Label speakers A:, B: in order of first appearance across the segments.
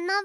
A: の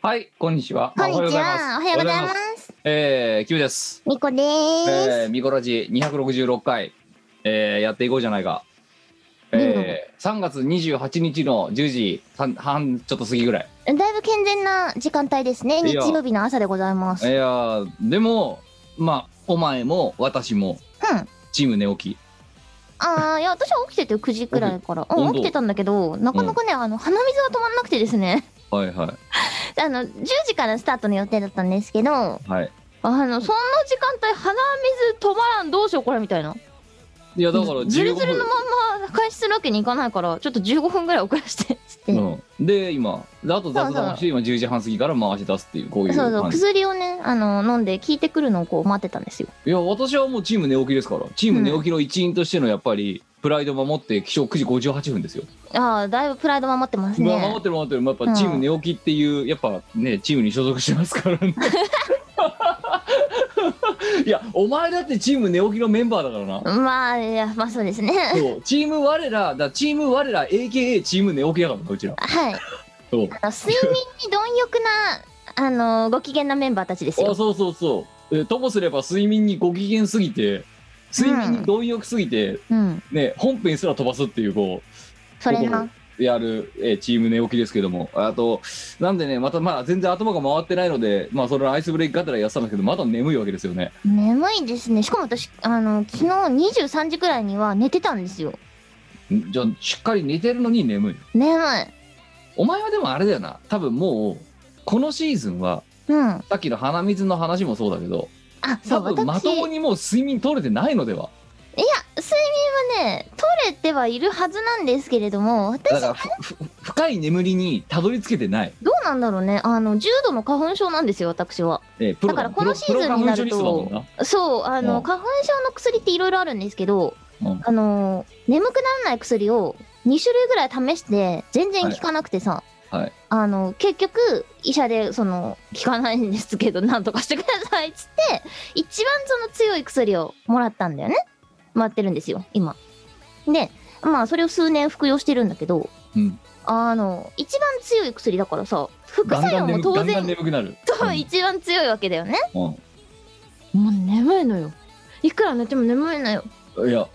B: はい、こんにちは。
A: こんにち
B: あ
A: はおはようございま
B: おはようございますえー、キュウです。
A: みこでー
B: えー、
A: す
B: ミコラジ266回、えー、やっていこうじゃないか。えー、3月28日の10時半半ちょっと過ぎぐらい。
A: だいぶ健全な時間帯ですね
B: い
A: 日
B: や
A: 曜日の朝でございま
B: い
A: す
B: やー、でも、まあ、お前も私も、
A: うん
B: チーム寝起き。
A: あーいや私は起きてて9時くらいからう
B: 本
A: ん
B: 当
A: 起きてたんだけどなかなかねあの鼻水が止まんなくてですね
B: はいはい。
A: あの10時からスタートの予定だったんですけど
B: はい。
A: あのそんな時間帯鼻水止まらんどうしようこれみたいない
B: や、だから15分。
A: ずるずるのまんま開始するわけにいかないからちょっと15分ぐらい遅らせてっつって、
B: うん、で、今、であと雑談をして、今10時半過ぎから回し出すっていう、こういう
A: そうそう
B: 感じ。
A: 薬をねあの飲んで効いてくるのをこう待ってたんですよ
B: いや、私はもうチーム寝起きですから、チーム寝起きの一員としてのやっぱり、プライド守って、起床9時58分ですよ。
A: ああだいぶプライド守ってます
B: まあ守
A: ね
B: ってる守ってる、まあ、やっぱチーム寝起きっていう、やっぱねチームに所属してますから ねいやお前だってチーム寝起きのメンバーだからな
A: まあいやまあそうですね
B: そうチーム我らだチーム我ら AKA チーム寝起きだからなうちら
A: はい
B: そう
A: あの睡眠に貪欲なあのご機嫌なメンバーたちです
B: あ
A: よ
B: そうそうそうえともすれば睡眠にご機嫌すぎて睡眠に貪欲すぎて、
A: うん
B: ね本編すら飛ばすっていうこう
A: それな
B: やる、えーチーム寝起きですけどもあとなんでねまたまあ全然頭が回ってないのでまあそれのアイスブレイクがてらやってたんですけどまだ眠いわけですよね
A: 眠いですねしかも私あの昨日23時くらいには寝てたんですよ
B: んじゃあしっかり寝てるのに眠い
A: 眠い
B: お前はでもあれだよな多分もうこのシーズンは
A: うんあ
B: さっきの鼻水の話もそうだけど
A: そ
B: 多
A: う
B: 分
A: 私
B: まともにもう睡眠取れてないのではい
A: や睡眠はね取れてはいるはずなんですけれども
B: だ
A: 私
B: からふふ深い眠りにたどり着けてない、
A: どうなんだろうねあの重度の花粉症なんですよ私は
B: えープロ
A: だからこのシーズンになると
B: プロプロ花粉症リストだもんな
A: そうあの、
B: うん
A: 花粉症の薬っていろいろあるんですけど、
B: うん
A: あの眠くならない薬を2種類ぐらい試して全然効かなくて
B: は
A: さ、
B: いはい
A: あの結局医者でその効かないんですけどなんとかしてくださいっつって一番その強い薬をもらったんだよねもらってるんですよ今でまあそれを数年服用してるんだけど
B: うん
A: あの一番強い薬だからさ副
B: だん
A: 作
B: だ
A: 用
B: ん
A: も
B: 眠くだ
A: 当
B: んだん
A: 然
B: 眠くなる
A: と一番強いわけだよね
B: うん
A: もう眠いのよいくら寝ても眠いのよ
B: うんいや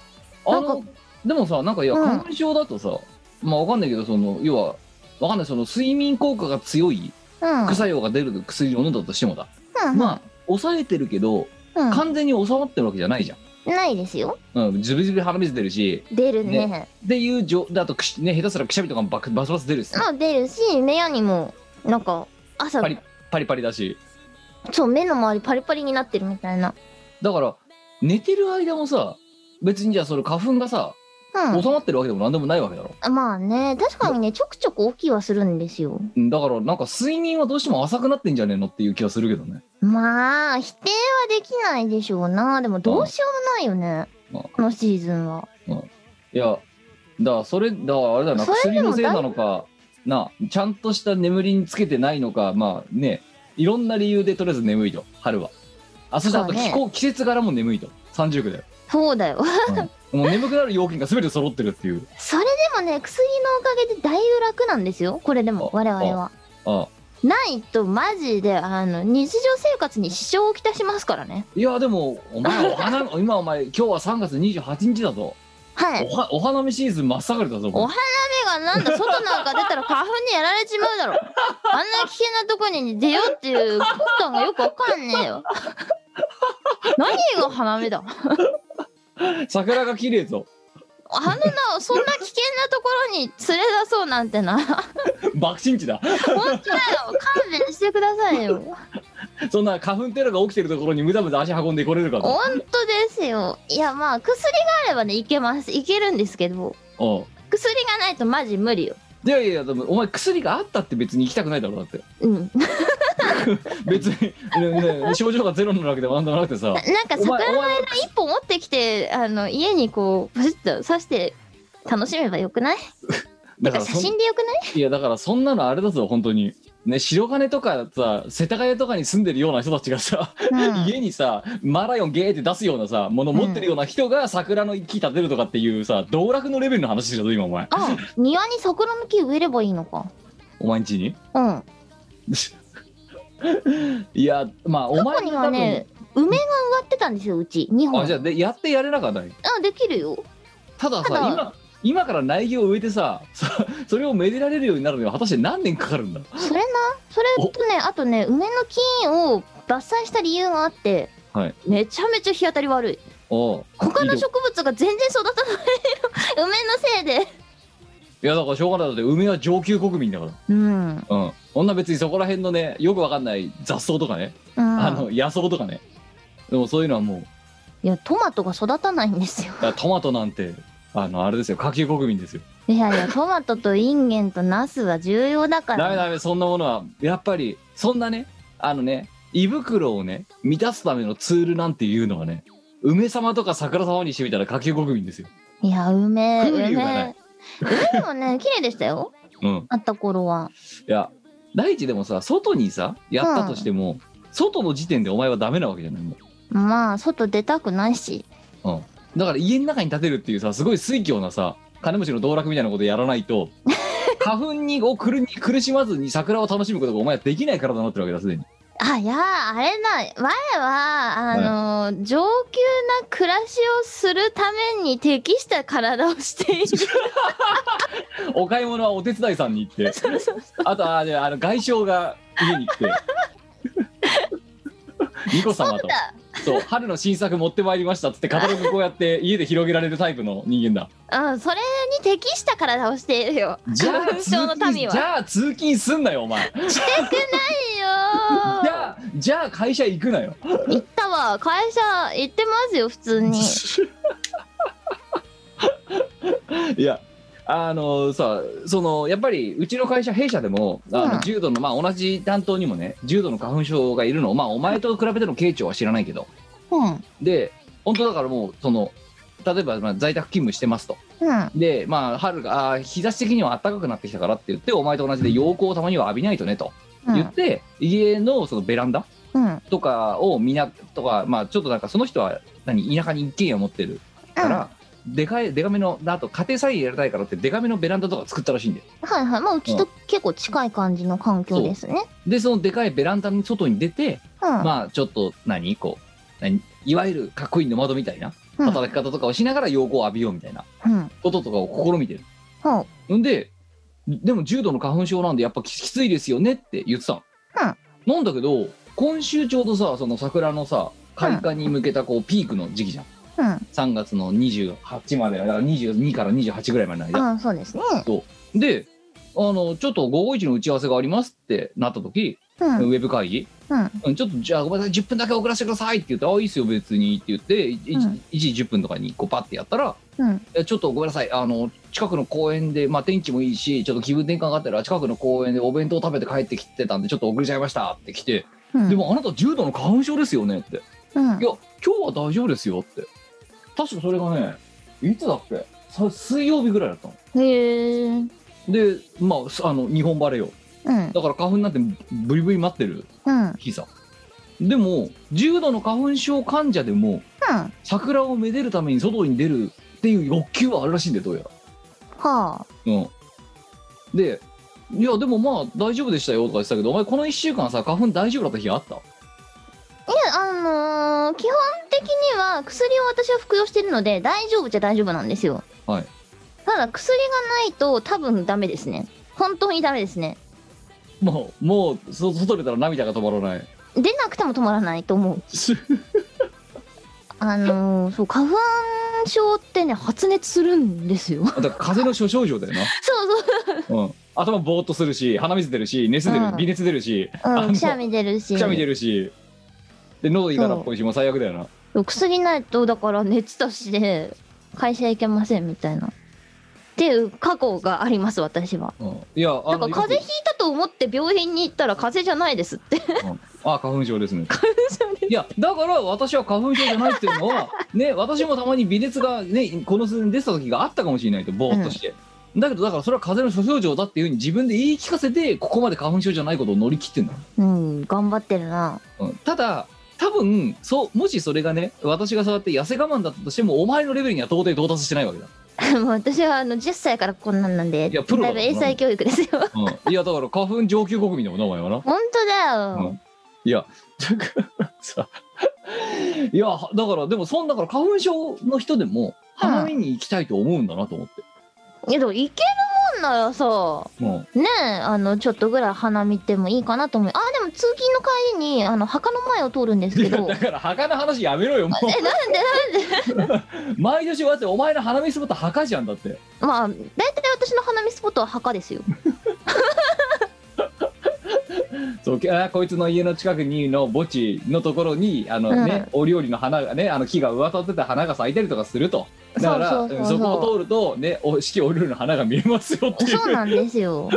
B: あ
A: なん
B: のでもさなんかいや
A: うん
B: 花粉症だとさ、まあわかんないけどその要はわかんないその睡眠効果が強い
A: うん
B: 副作用が出る薬を飲んだとしてもだ、
A: うん
B: まあ抑えてるけど
A: うん
B: 完全に収まってるわけじゃないじゃん。
A: ないですよ
B: うん、ズビズビ鼻水出るし、
A: 出るね
B: っていうじょ、だとくし、ね、下手すらくしゃみとかもバクバスバス出るしさ、
A: まあ出るし目やにもなんか朝
B: パリパリパリだし。
A: そう目の周りパリパリになってるみたいな
B: だから、寝てる間もさ、別にじゃあその花粉がさ、
A: うん
B: 収まってるわけでもなんでもないわけだろ。
A: まあね確かにねちょくちょく大きいはするんですよ
B: うんだから、なんか睡眠はどうしても浅くなってんじゃねえのっていう気はするけどね。
A: まあ否定はできないでしょうなでもどうしようもないよね
B: うん
A: このシーズンはい
B: や、だからそれ、だからあれだな、
A: それ
B: 薬
A: でも
B: のせいなのか、な、ちゃんとした眠りにつけてないのか、まあね、いろんな理由でとりあえず眠いと、春は。あ、そしてあと
A: そうね
B: 気候、季節柄も眠いと、39だよ。
A: そうだよ
B: うんもう眠くなる要件が全て揃ってるっていう。
A: それでもね薬のおかげでだいぶ楽なんですよこれでも我々は
B: ああ
A: ないとマジであの日常生活に支障をきたしますからね
B: いやでもお前お花 今お前今日は3月28日だぞ
A: はい
B: おはお花見シーズン真っ盛りだぞお前
A: お花見がなんだ外なんか出たら花粉にやられちまうだろあんな危険なとこに出ようっていう魂胆がよくわかんねえよ。何が花芽だ
B: 桜が綺麗ぞ
A: あのな、そんな危険なところに連れ出そうなんてな。本
B: 爆心地だ
A: 当だよ。勘弁してくださいよ。
B: そんな花粉テロが起きてるところにむだむだ足運んでこれるかと
A: 本当ですよ。いや、まあ、薬があればね、いけます。いけるんですけど、
B: うん
A: 薬がないとマジ無理よ。
B: いやいやでもお前薬があったって別に行きたくないだろだって
A: うん。な
B: 別に、ねね症状がゼロなわけでもなんでもなくてさ
A: なんか
B: お前お
A: 桜
B: 前
A: 一本持ってきて、あの、家にこう、パシッと刺して楽しめばよくない
B: だから
A: 写
B: そん
A: 真でよくない
B: いやだからそんなのあれだぞ本当にね白金とかさ世田谷とかに住んでるような人たちがさ、
A: うん
B: 家にさマーライオンゲーって出すようなさもの持ってるような人が桜の木立てるとかっていうさ道楽のレベルの話してるぞ今お前
A: あ、庭に桜の木植えればいいのか。
B: お前んちに
A: うん。
B: いやまあお
A: 過去
B: 前
A: に
B: の
A: はね、梅が植わってたんですよ、うち。
B: 多
A: 2
B: 分
A: 本。
B: あじゃあでやってやれなかったね
A: あ、できるよ。
B: たださ
A: ただ
B: 今今から苗木を植えてさそそれをめでられるようになるには果たして何年かかるんだ
A: それな、それとね、あとね、梅の木を伐採した理由があって、
B: はい
A: めちゃめちゃ日当たり悪い。
B: おう
A: 他
B: い
A: の
B: いと
A: 植物が全然育たないよ。梅の せいで。
B: いやだからしょうがないだって梅は上級国民だから
A: うん。うん。
B: うん、そんな別にそこら辺のねよくわかんない雑草とかね、あの野草とかねでもそういうのはもう
A: いや、トマトが育たないんですよ。
B: だ からトマトなんてあのあれですよ下級国民ですよ
A: いやいや、トマトとインゲンとナスは重要だか
B: ダメ
A: ら。
B: ダメそんなものはやっぱりそんなねあのね胃袋をね満たすためのツールなんていうのはね梅様とか桜様にしてみたら下級国民ですよ
A: いや、梅、
B: 風流がない
A: 梅。梅もね、綺麗でした よ。
B: うん
A: あった頃は。
B: いや第一でもさ外にさやったとしても、外の時点でお前はダメなわけじゃないも
A: まあ、外出たくないし。
B: う、うん、だから家の中に建てるっていうさすごい水強なさ金持ちの道楽みたいなことやらない と花粉にを苦に苦しまずに桜を楽しむことがお前はできない体になってるわけだすでに
A: あ、いやー、あれだ、前は、あのー上級な暮らしをするために適した体をしている。
B: お買い物はお手伝いさんに行って
A: そうそうそ
B: あとあのあの外相が家に来てニコ 様と
A: うだ。
B: そう春の新作持ってまいりましたっつってカタログこうやって家で広げられるタイプの人間だ
A: うん、それに適した体をしているよ。
B: じゃあ
A: 花粉
B: 通
A: 症の
B: 勤
A: 民は。
B: じ
A: し
B: ゃあ通勤すんなよお前
A: て
B: じ
A: くないよ
B: ゃあじゃあ会社行くなよ
A: ー。行ったわ。会社行ってますよ、普通に。
B: いやあのさそのやっぱりうちの会社弊社でもあの、
A: うん
B: 重度のまあ同じ担当にもね重度の花粉症がいるのをまあお前と比べての慶長は知らないけど
A: うん。
B: で本当だからもうその例えばまあ在宅勤務してますと
A: うん。
B: でまあ春があー日差し的には暖かくなってきたからって言ってお前と同じで陽光をたまには浴びないとねと
A: う
B: 言っ
A: ん。
B: て、家のそのベランダ
A: うん。
B: とかをみなとかまあちょっとなんかその人は何田舎に一軒家を持ってるから、でかいでかめのあと家庭菜園やりたいからってでかめのベランダとか作ったらしいんで
A: はいはい。まあ、うちと結構近い感じの環境ですね。
B: でそのでかいベランダの外に出て、
A: うん。
B: まあちょっと何こう何いわゆるかっこいいの窓みたいな
A: うん
B: 働き方とかをしながら陽光を浴びようみたいな
A: うん。
B: こととかを試みてる
A: ほう。
B: んででも重度の花粉症なんでやっぱききついですよねって言ってたの、なんだけど今週ちょうどさその桜のさ開花に向けたこうピークの時期じゃん
A: うん。
B: 3月の28までだから22から28ぐらいまでの間、
A: あそうですね。
B: であのちょっと午後一の打ち合わせがありますってなった時、
A: うん。
B: ウェブ会議、
A: うん。
B: うん、ちょっとじゃあごめんなさい10分だけ遅らせてくださいって言って「あいいっすよ別に」って言って
A: うん
B: 1時10分とかにこうパッてやったら
A: うん。
B: いやちょっとごめんなさい、あの近くの公園で、まあ、天気もいいし、ちょっと気分転換があったら、近くの公園でお弁当食べて帰ってきてたんで、ちょっと遅れちゃいましたって来て、
A: うん
B: で、もあなた、重度の花粉症ですよねって、いや、
A: うん。
B: 今日は大丈夫ですよって、確かそれがね、いつだっけ、さ水曜日ぐらいだったの。
A: へえ。
B: で、まあす、あの日本晴れよ、
A: うん。
B: だから花粉なんてブリブリ待ってる
A: うん。うん。
B: 日さ。でも、重度の花粉症患者でも、桜をめでるために外に出るっていう欲求はあるらしいんで、どうやら。
A: はあ。
B: うん、で「いやでもまあ大丈夫でしたよ」とか言ってたけどお前この1週間さ花粉大丈夫だった日あった
A: いや、あのー基本的には薬を私は服用してるので、大丈夫じゃ大丈夫なんですよ。
B: はい。
A: ただ、薬がないと多分ダメですね。本当にダメですね。
B: もうもうそ外出たら涙が止まら ない
A: 出なくても止まらないと思うあのーそう花粉症ってね発熱するんですよ
B: だから風邪の諸症状だよ
A: そう
B: な、うん、頭ぼーっとするし鼻水出るし熱出る、
A: うん
B: 微熱出るし、
A: そう、
B: あ
A: う
B: の
A: ん、くしゃみ出るし
B: くしゃみ出るしで喉いかなっぽいしもう最悪だよな
A: 薬ないとだから熱出して会社行けませんみたいなっていう過去があります私は
B: うんいや
A: な
B: あ
A: んか
B: の
A: 風邪ひいたと思って病院に行ったら風邪じゃないですって
B: あ花粉症ですねいやだから私は花粉症じゃないっていうの はね私もたまに微熱がねこの数年出てた時があったかもしれないとぼーっとして、だけどだからそれは風邪の諸症状だっていうふうに自分で言い聞かせてここまで花粉症じゃないことを乗り切ってんだ、
A: うん頑張ってるな
B: うん、ただ多分そうもしそれがね私がそうやって痩せ我慢だったとしてもお前のレベルには到底到達してないわけだ、
A: もう私はあの10歳からこんなんなんで
B: いやプロ
A: だ
B: だも
A: い
B: ん
A: ぶ
B: な
A: 英才教育です よ
B: うん、いやだから花粉上級国民だもんなお前はな
A: 本当だ
B: う
A: よ
B: ん、いやだからさ いやだからでもそんだから花粉症の人でも花見に行きたいと思うんだなと思って、
A: いやでもいけるもんならさ
B: うん、
A: ねえあのちょっとぐらい花見てもいいかなと思うあでも通勤の帰りにあの墓の前を通るんです
B: い
A: け
B: や
A: ど
B: だから墓の話やめろよも
A: えなんで
B: う 毎年だってお前の花見スポット墓じゃんだって
A: まあ大体私の花見スポットは墓ですよ
B: そうけあこいつの家の近くにの墓地のところにあの、ねお料理の花がねあの木が植わたってた花が咲いたりとかするとだから
A: そうそうそうそう
B: うんこを通るとねお四季折々の花が見えますよってい
A: そう
B: う
A: なんですよ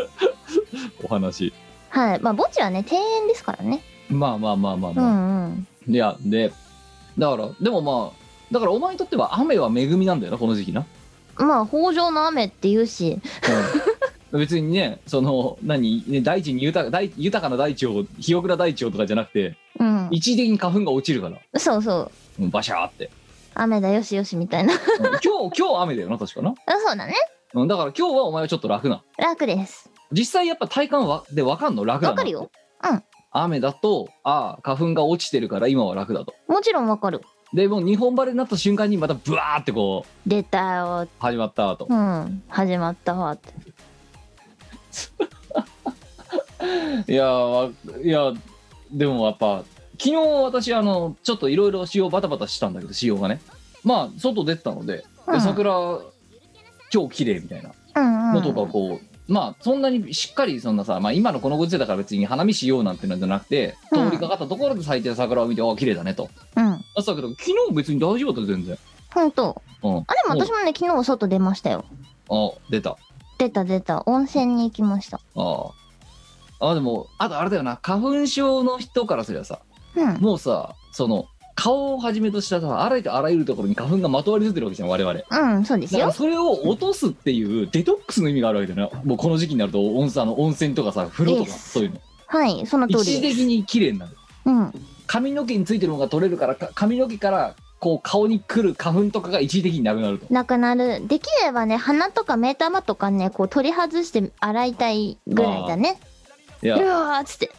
B: お話
A: はいまあ墓地はね庭園ですからね
B: まあまあまあまあ
A: う
B: まあ、
A: んうん
B: いやでだからでもまあだからお前にとっては雨は恵みなんだよなこの時期な、
A: まあ豊穣の雨って言うし
B: うん 別にねその何ね大地に豊か大豊かな大地を肥沃な大地をとかじゃなくて
A: うん
B: 一時的に花粉が落ちるから
A: そうそう
B: うんバシャーって、
A: 雨だよしよしみたいな あ
B: うん 今日今日雨だよな確かな、
A: そうだね
B: うん、だから今日はお前はちょっと楽な
A: 楽です
B: 実際やっぱ体感はで分かんの楽だな
A: わかるよ
B: 雨だとああ花粉が落ちてるから今は楽だと
A: もちろんわかる
B: でもう日本晴れになった瞬間にまたブワーってこう
A: 出たよ
B: 始まったと
A: うん始まったわって
B: いやわいやでもやっぱ昨日私あのちょっといろいろ仕様バタバタしたんだけど仕様がねまあ外出てたので,で、
A: うん
B: 桜超綺麗みたいな
A: うんう
B: の
A: ん
B: とかこう、まあそんなにしっかりそんなさ、まあ、今のこのご時世だから別に花見しようなんてのじゃなくて
A: うん
B: 通りかかったところで咲いてる桜を見て、ああ綺麗だねと
A: うん
B: だったけど昨日別に大丈夫だったよ全然、
A: ほんと
B: うん、あ
A: あでも私もね昨日外出ましたよ
B: あ出た
A: 出た出た温泉に行きました
B: あああでもあとあれだよな花粉症の人からすればさ
A: うん
B: もうさその顔をはじめとしたさあらゆるあらゆるところに花粉がまとわりついてるわけじゃん我々だ
A: うんそうです
B: から
A: よ
B: それを落とすっていうデトックスの意味があるわけだよなもうこの時期になると温泉あの温泉とかさ風呂とか
A: です
B: そういうの
A: はいその
B: 一
A: 通
B: 時
A: り
B: 的に綺麗になる
A: うん
B: 髪の毛についてるのが取れるからか髪の毛からこう顔に来る花粉とかが一時的になくなると
A: なくなるできればね鼻とか目玉とかねこう取り外して洗いたいぐらいだね
B: いうや
A: わーっつって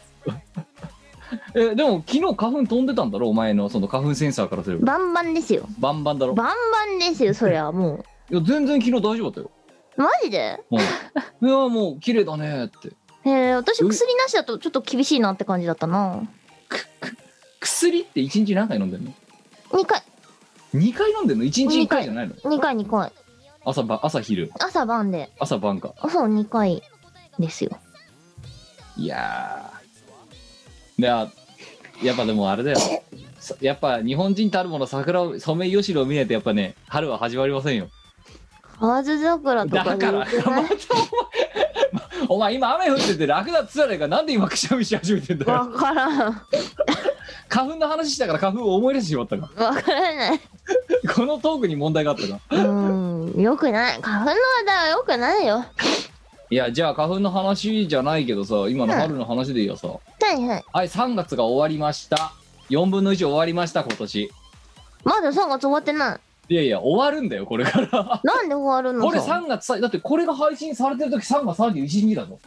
B: えでも昨日花粉飛んでたんだろお前のその花粉センサーからすれば
A: バンバンですよ
B: バンバンだろ
A: バンバンですよそりゃも
B: いや全然昨日大丈夫だったよ
A: うマジで
B: も ういやもう綺麗だねって
A: えー、私薬なしだとちょっと厳しいなって感じだったな
B: 薬って一日何回飲んでんの
A: 2回
B: 2回飲んでんの1日1回じゃないの
A: 2回2回
B: 朝ば朝昼
A: 朝晩で
B: 朝晩か
A: そう2回ですよ
B: いやーいややっぱでもあれだよさやっぱ日本人たるもの桜をソメイヨシノを見ないとやっぱね春は始まりませんよ
A: 河津桜と
B: だ
A: か
B: か
A: で
B: ら ま
A: 言って
B: たお
A: な
B: 前お前
A: い
B: 今雨降ってて楽だっつったらいかなんで今くしゃみし始めてんだよ
A: わからん
B: 花粉の話したから花粉を思い出してしまったか
A: わからない
B: このトークに問題があったか
A: うーんよくない花粉の話題はよくないよ
B: いやじゃあ花粉の話じゃないけどさ今の春の話でいいよさ、
A: はいはい
B: はい、3月が終わりました。4分の1終わりました、今年。
A: まだ3月終わってな
B: い
A: い
B: やいや、終わるんだよ、これから。
A: なんで終わるの
B: これ
A: さ
B: 3月さ、だってこれが配信されてる時3月31日だぞ。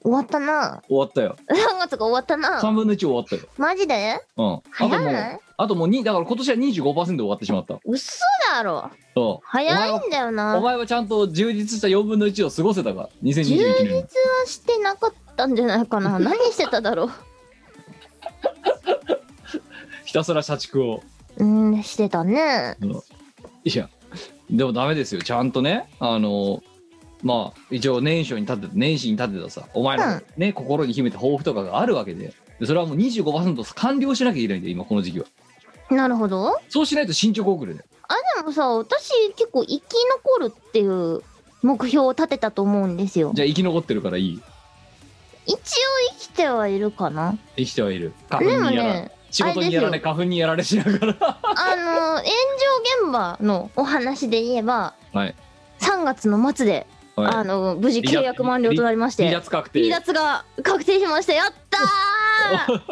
A: 終わったな
B: 終わったよ。
A: 3月が終わったな
B: 3分の1終わったよ。
A: マジで
B: うん。あとも
A: 早
B: う
A: い、
B: あともう2、だから今年は25%終わってしまった。
A: 嘘だろ
B: そ
A: 早いんだよ
B: う。お
A: な
B: 前はちゃんと充実した4分の1を過ごせたか、2021
A: 充実
B: 年。
A: はしてなかっったんじゃない かな何してただろ
B: ひたすら社畜を
A: ううんしてたね
B: いやでもダメですよちゃんとねあのまあ一応年初に立てて年始に立てたさお前
A: う
B: の
A: ん、
B: ね心に秘めた抱負とかがあるわけででそれはもう25%完了しなきゃいけないんだよ今この時期は
A: なるほど
B: そうしないと進捗遅れだよ
A: でもさ私結構生き残るっていう目標を立てたと思うんですよ
B: じゃあ生き残ってるからいい
A: 一応生きてはいるかな
B: 生きてはいる花
A: で
B: 粉
A: も
B: にやら、
A: ね
B: 仕事にやら
A: あれ
B: れ
A: で
B: 花粉にやられしながら
A: あの炎上現場のお話で言えば
B: はい
A: 3月の末で、あ
B: はい
A: の無事契約満了となりまし
B: 離
A: て
B: 脱確
A: 離
B: 定
A: 脱が確定しましたやったー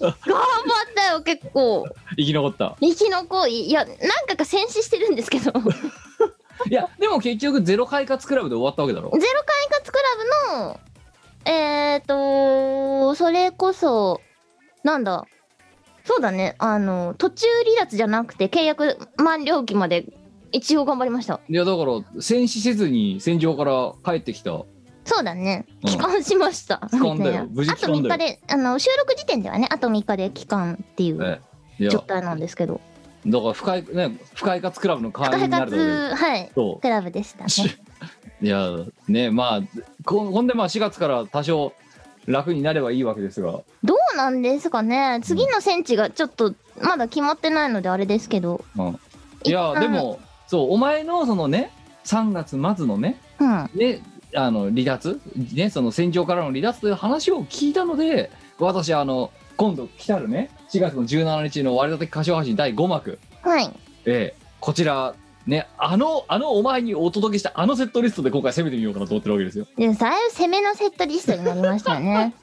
A: 頑張ったよ結構
B: 生き残った
A: 生き残りいや何回か戦死してるんですけ どゼロ快
B: いやでも結局ゼロ快活クラブで終わったわけだろ
A: 活クラブのえっ、ー、とそれこそなんだそうだねあの途中離脱じゃなくて契約満了期まで一応頑張りました
B: いやだから戦死せずに戦場から帰ってきた
A: そうだね
B: うん
A: 帰還しました、
B: 帰還だよ
A: みたいな
B: 無事
A: あ
B: 帰
A: と
B: 還
A: 3
B: だよ
A: 日であの収録時点ではねあと3日で帰還っていう
B: ええいや
A: 状態なんですけど
B: だから深いね深い活クラブの会員
A: 開
B: になるだろう
A: 発はい
B: け ど
A: クラブでしたね
B: そういやねまあこほんでまあ4月から多少楽になればいいわけですが
A: どうなんですかね次の戦地がちょっとまだ決まってないのであれですけど
B: うんいや
A: うん
B: でもそうお前のそのね3月末のね
A: うん
B: ねあの離脱ねその戦場からの離脱という話を聞いたので私あの今度来たるね4月の17日の割り立て歌唱発信第5幕
A: はい
B: ええ、こちらねあのあのお前にお届けしたあのセットリストで今回攻めてみようかなと思ってるわけですよ
A: でだいぶ攻めのセットリストになりましたよ ね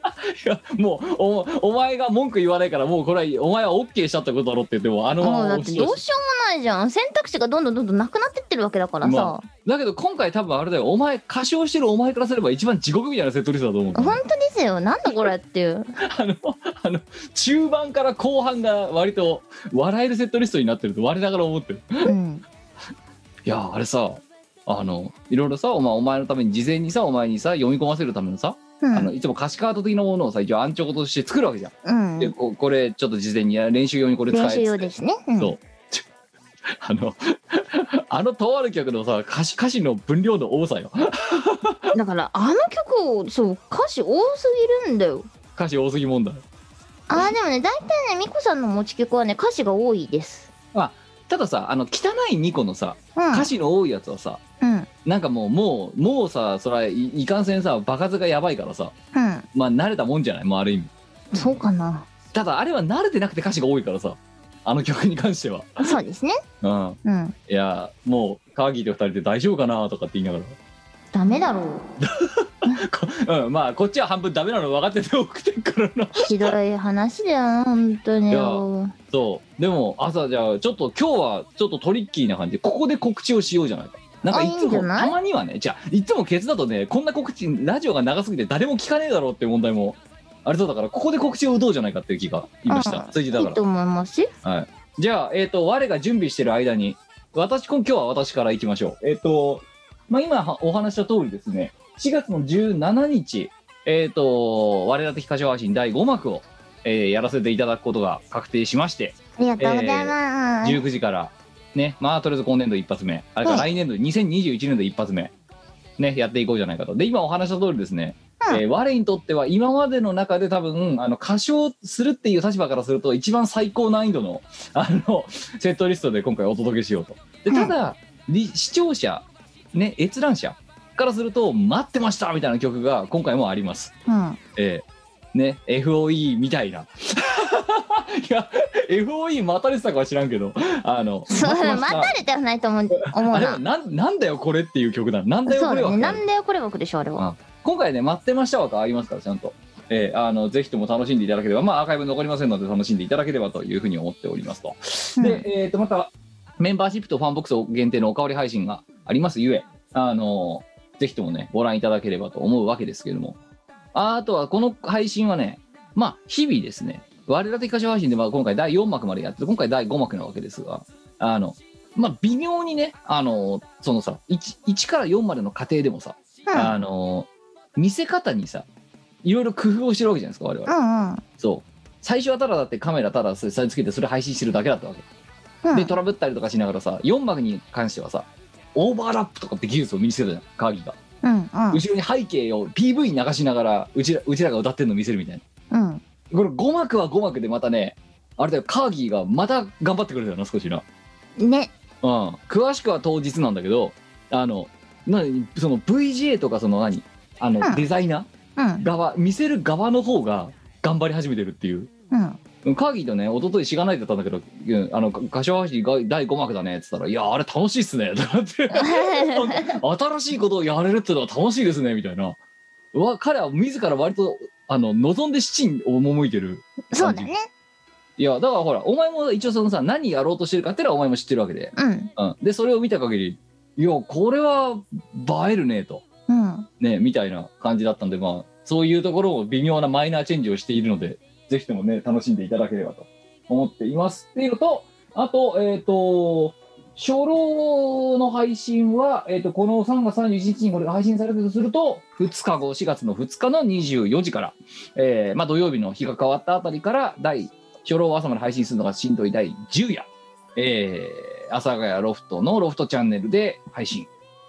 B: いやもうおお前が文句言わないからもうこれはお前は OK したってことだろって言ってもあの
A: もう
B: ま
A: だ
B: ま
A: っ
B: 押
A: て
B: し
A: どう
B: 通し
A: しようもないじゃん選択肢がどんどんどんどんなくなってってるわけだからさ
B: まだけど今回多分あれだよお前歌唱してるお前からすれば一番地獄みたいなセットリストだと思うんだよ
A: 本当ですよなんだこれっていう
B: あのあの中盤から後半が割と笑えるセットリストになってると我ながら思ってる
A: うん
B: いやあれさあのいろいろさお前お前のために事前にさお前にさ読み込ませるためのさ
A: う
B: あの
A: ん
B: いつも歌詞カード的なものをさ一応アンチョコとして作るわけじゃん、
A: うん
B: でここれちょっと事前に練習用にこれ使え
A: 練習用
B: っつって
A: ですね、うん、
B: そうちょ あの あのとある曲のさ歌詞歌詞の分量の多さよ
A: だからあの曲をそう歌詞多すぎるんだよ
B: 歌詞多すぎ問題
A: あーでもね大体ねみこさんの持ち曲はね歌詞が多いです
B: たださあの汚い2個のさ
A: うん
B: 歌詞の多いやつはさ、
A: うんうん
B: なんかもうもうもうさそれはいいかんせんさ場数がやばいからさまあ慣れたもんじゃないもうある意味
A: そうかな
B: ただあれは慣れてなくて歌詞が多いからさあの曲に関しては
A: そうですね
B: うん
A: うん
B: いやもうカーギーと2人で大丈夫かなとかって言いながら
A: ダメだろう
B: こ うん、まあこっちは半分ダメなの分かってて送ってっからな
A: ひどい話だよ本当によ
B: そうでも朝じゃあちょっと今日はちょっとトリッキーな感じでここで告知をしようじゃないかなんか
A: あ
B: い
A: いい
B: つ
A: んじ
B: も
A: ゃない
B: たまにはねじゃあいつもケツだとねこんな告知ラジオが長すぎて誰も聞かねえだろうっていう問題もあれそうだからここで告知を打とうじゃないかっていう気がいました
A: うん
B: ついてだ
A: い
B: か
A: い
B: ら
A: と思いますよ
B: じゃあ、えっ、と、我が準備してる間に、私、今今日は私から行きましょう。えっ、と、まあ、今はお話した通りですね、4月の17日、えっ、と、我ら的歌唱配信第5幕を、えーやらせていただくことが確定しまして、
A: ありがとうございます、
B: 19時から、ね、まあ、とりあえず今年度一発目、あれか
A: は
B: 来年度、2021年度一発目、ね、やっていこうじゃないかと。で、今お話した通りですね、
A: うん
B: えー我にとっては今までの中で多分、あの、歌唱するっていう立場からすると、一番最高難易度の、 あの、セットリストで今回お届けしようと。で、ただ、り視聴者、ね、閲覧者からすると、待ってましたみたいな曲が今回もあります。
A: うん
B: ええね FOE みたいな いや FOE 待たれてたかは知らんけどあの
A: そう
B: 待ってまし
A: 待
B: た
A: たれてはないと思う思う
B: あでもな
A: な
B: んなんだよこれっていう曲だなんだよ
A: そ
B: こ
A: う
B: れ
A: だ
B: は、
A: ねなんだよこれ僕でしょあれは
B: 今回ね待ってました枠ありますからちゃんと、ええあのぜひとも楽しんでいただければまあアーカイブ残りませんので楽しんでいただければというふうに思っておりますと
A: うん
B: で、えー、とまたメンバーシップとファンボックス限定のおかわり配信がありますゆえ、あのぜひともね、ご覧いただければと思うわけですけれども、ああとはこの配信はね、まあ、日々ですね、我々的歌唱配信でまあ今回第4幕までやってて、今回第5幕なわけですが、あの、まあ、微妙にね、あのそのさ1、1から4までの過程でもさ、
A: うん
B: あの見せ方にさ、いろいろ工夫をしてるわけじゃないですか我々、
A: うんうん
B: そう最初はただだってカメラただそれそれつけてそれ配信してるだけだったわけ、
A: うん
B: でトラブったりとかしながらさ4幕に関してはさオーバーラップとかって技術を身につけたじゃんカーギーが、
A: うんうん
B: 後ろに背景を PV 流しながらうちらうちらが歌ってるの見せるみたいな
A: うん
B: これ5幕は5幕でまたねあれだよカーギーがまた頑張ってくれたよな少しな
A: ね
B: うん、詳しくは当日なんだけどあのなその VGA とかその何あの、
A: うん
B: デザイナ
A: うん
B: ー側見せる側の方が頑張り始めてるっていう
A: うん
B: カーギーとね一昨日しがないだったんだけど「うんあの柏橋が第5幕だね」っつったら「いやあれ楽しいっすね」とかって 「新しいことをやれるってのは楽しいですね」みたいなわ彼は自ら割とあの望んで七に赴いてる
A: そうだね
B: いやだからほらお前も一応そのさ何やろうとしてるかってのはお前も知ってるわけで
A: うん
B: うん、でそれを見た限りいやこれは映えるねと
A: うん
B: ねみたいな感じだったんでまあそういうところを微妙なマイナーチェンジをしているのでぜひともね楽しんでいただければと思っていますっていうのとあとえっ、と初老の配信は、えー、とこの3月31日にこれが配信されるとすると2日後4月の2日の24時から、えーまあ、土曜日の日が変わったあたりから第初老を朝まで配信するのがしんどい第10夜、えー、阿佐ヶ谷ロフトのロフトチャンネルで配信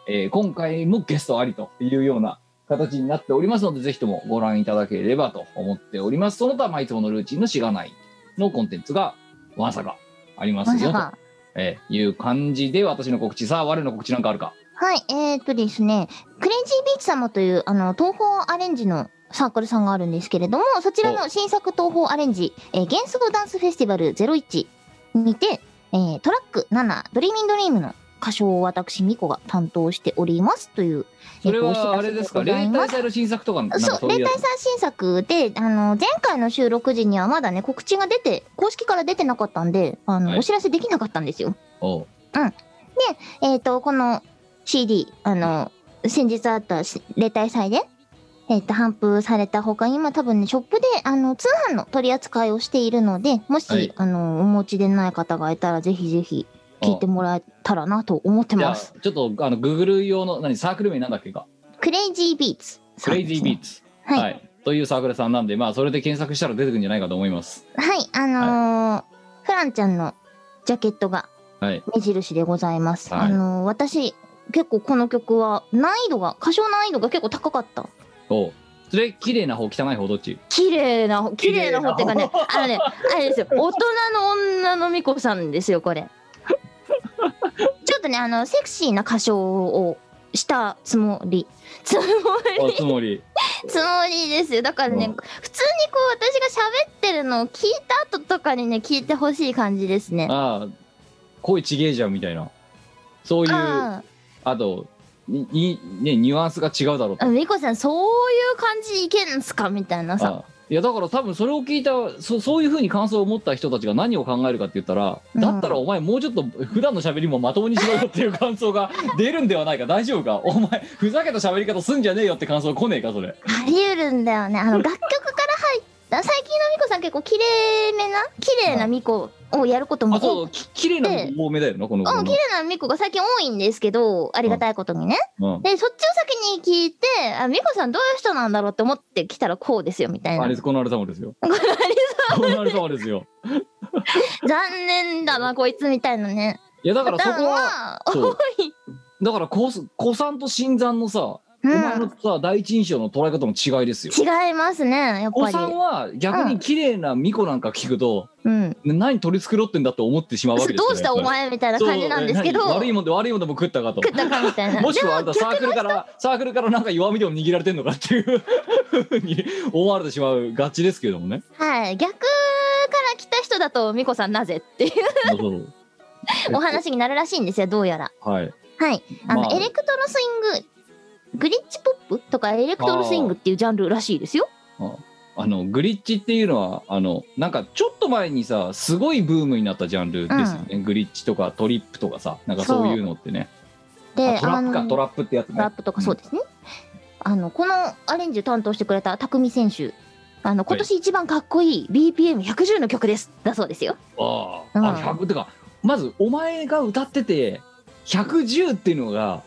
B: えー今回もゲストありというような形になっておりますので、ぜひともご覧いただければと思っております。その他、まあ、いつものルーチンのしがないのコンテンツが、わんさかあります
A: まさ
B: よと、
A: か
B: えーいう感じで、私の告知、さあ、我の告知なんかあるか。
A: はい、えー、っとですね、クレイジービーチ様という、あの、東宝アレンジのサークルさんがあるんですけれども、そちらの新作東宝アレンジ、えー、幻想ダンスフェスティバル01にて、えー、トラック7、ドリーミンドリームの歌唱を私、ミコが担当しておりますという、
B: それ
A: えーとお知ら
B: は、
A: せ
B: あれですか、
A: ござい
B: 例
A: ま
B: 大
A: す
B: 祭の新作とか、なんか
A: そう、
B: そういう
A: 連
B: やつ
A: 帯さん新作で、あの、前回の収録時にはまだね、告知が出て、公式から出てなかったんで、あの、
B: はい
A: お知らせできなかったんですよ。
B: おう
A: えっ、と、この CD、あの、先日あったし例大祭で、えっ、と、頒布されたほか、今多分ね、ショップで、あの、通販の取り扱いをしているので、もし、
B: はい
A: あの、お持ちでない方がいたら、ぜひぜひ、
B: うん
A: 聞いてもらえたらなと思って
B: じゃ
A: ま
B: あ、
A: す。
B: ちょっと、あの、グーグル用の、何、サークル名なんだっけか。
A: クレイジービーツ
B: ク
A: さん
B: レ
A: で
B: イ
A: す
B: ジ
A: ね、
B: ービーツ。
A: はい。は。
B: はいい。というサークルさんなんで、まあ、それで検索したら出てくるんじゃないかと思います。
A: あのーフランちゃんのジャケットが
B: はい。
A: 目印でございます。
B: はい
A: あのー私、結構この曲は難易度が、歌唱難易度が結構高かった。
B: おうそれ、綺麗な方、汚い方、どっ ち
A: 綺麗な綺麗な方っていうかね
B: 綺
A: あのねあれですよ大人の女のみこさんですよ これちょっとねあのセクシーな歌唱をしたつもりつも
B: おつもり。
A: りつもりですよだからね、
B: うん
A: 普通にこう私が喋ってるのを聞いた後とかにね聞いてほしい感じですね
B: ああ声ちげえじゃんみたいなそういうあ
A: あ
B: とににねニュアンスが違うだろう
A: あ
B: と
A: みこさんそういう感じいけんすかみたいなさ
B: あいやだから多分それを聞いたそそういうふうに感想を持った人たちが何を考えるかって言ったら、
A: うん
B: だったらお前もうちょっと普段の喋りもまともにしろよっていう感想が 出るんではないか大丈夫かお前ふざけた喋り方すんじゃねえよって感想来ねえかそれ
A: あり得るんだよね。あ の楽曲から入った最近のミコさん結構綺麗めな綺麗なミコをやることも
B: あ
A: 多
B: そう
A: い。
B: き綺麗な多めだよなこの
A: う
B: 子
A: ん、綺
B: の、
A: 麗なミコが最近多いんですけど、ありがたいことにね。
B: うん
A: で、そっちを先に聞いて、あ、ミコさんどういう人なんだろうって思ってきたらこうですよ、みたい
B: あ
A: な
B: れ。ですこのあれ様ですよ このあれ様ですよ
A: 残念だな、こいつみたいなね。
B: いやだからそ
A: パター
B: こ
A: ン
B: は
A: は、
B: そうだからこうす子さんと新参のさ
A: う
B: お前のさ第一印象の捉え方の違いですよ。
A: ん、違いますね、やっ
B: お
A: ぱ
B: さん
A: り。
B: は逆に綺麗な巫女なんか聞くと、
A: うん。
B: ね何取り繕ってんだと思ってしまうわけです
A: ど
B: よ、
A: うしたお前みたいな
B: そう
A: 感じなんですけど、
B: 何悪い
A: 食
B: もんで悪いもんでも食ったかと。
A: ったかみたいな。
B: もしくはあ
A: で
B: ん
A: も
B: たサークルからサークルからなんか弱みでも握られてんのかっていうふうに思われてしまうがちですけどもね。
A: はい、逆から来た人だと、ミコさんなぜっていう
B: そう そう
A: お話になるらしいんですよ、どうやら。
B: はい。
A: はい。あの、
B: まあ
A: エレクトロスイング、グリッチポップとかエレクトロスイングっていうジャンルらしいですよ。
B: あのグリッチっていうのはあのなんかちょっと前にさすごいブームになったジャンルですよね、グリッチとかトリップとかさなんかそういうのってね
A: で、
B: あトラップ
A: の
B: かトラップってやつね
A: トラップとかそうですね。あの、このアレンジを担当してくれた匠選手。あの、今年一番かっこいい BPM110 の曲です。だそうですよ。
B: あ
A: うん
B: あ、あれ100てかまずお前が歌ってて110っていうのが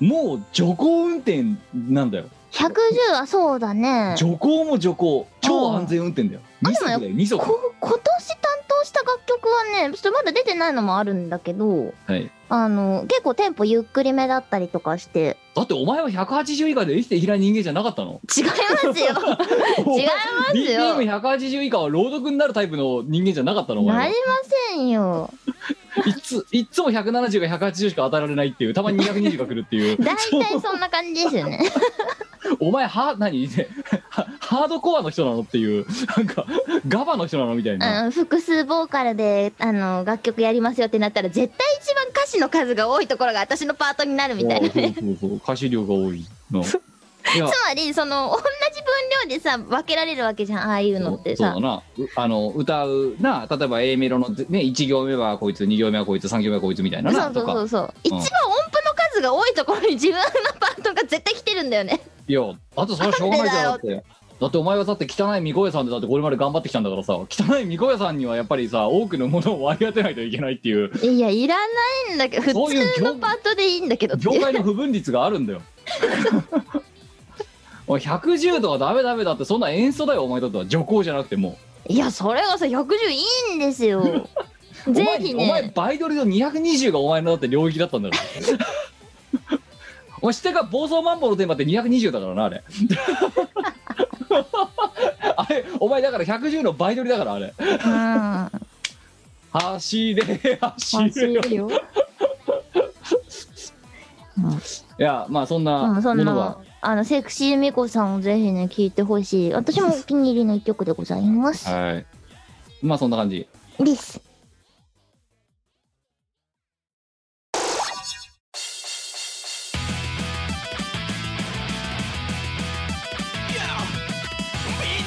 B: もう徐行運転なんだよ
A: 110はそうだね
B: 徐行も徐行超安全運転だよ
A: あ
B: 2足だよ2足
A: こ今年担当した楽曲はねちょっとまだ出てないのもあるんだけど
B: はい
A: あの結構テンポゆっくりめだったりとかして
B: だってお前は180以下で生きていない人間じゃなかったの
A: 違いますよ 違いますよ
B: BPM180 以下は朗読になるタイプの人間じゃなかったのお
A: な
B: 前
A: り
B: は
A: ませんよ
B: いついつも170か180しか与えられないっていうたまに220が来るっていう
A: 大
B: そ
A: 体
B: う
A: そんな感じです よね
B: お前は何 ハハードコアの人なのっていうなんかガバの人なのみたいな、
A: あの複数ボーカルであの楽曲やりますよってなったら絶対一番歌詞の数が多いところが私のパートになるみたいなね
B: そうそうそう歌詞量が多いのいや
A: つまりその同じ分量でさ分けられるわけじゃんああいうのってさ
B: そうだなうあの歌うな例えば A メロの、ね、1行目はこいつ2行目はこいつ3行目はこいつみたいなな
A: そうそう
B: と
A: そ
B: か
A: うそう一番音符の数が多いところに自分のパートが絶対来てるんだよね
B: いやあとそれはしょうがないじゃんだってだってお前はだって汚い御声さんでだってこれまで頑張ってきたんだからさ汚い御声さんにはやっぱりさ多くのものを割り当てないといけないっていう
A: いやいらないんだけど普
B: そういう
A: 通
B: 業
A: のパートでいいんだけどって
B: 業
A: いう
B: 界の不分率があるんだよ おい110度はダメダメだってそんな演奏だよお前だとは徐行じゃなくても
A: いやそれがさ110いいんですよ
B: う
A: ぜ ひ
B: お前お前
A: ね
B: バイドルの220がお前のだって領域だったんだろ お前知ってるか暴走マンボウのテーマって220だからなあれ あれお前だから110のバイドルだからあれ
A: うん
B: 走れ走
A: 走
B: れよ
A: るよ
B: いやまあそん
A: う、
B: なん
A: そん
B: ものが
A: な、あの、セクシーミコさんをぜひね、聞いてほしい。私もお気に入りの一曲でございます。
B: はいまあそんな感じ
A: です。
C: みん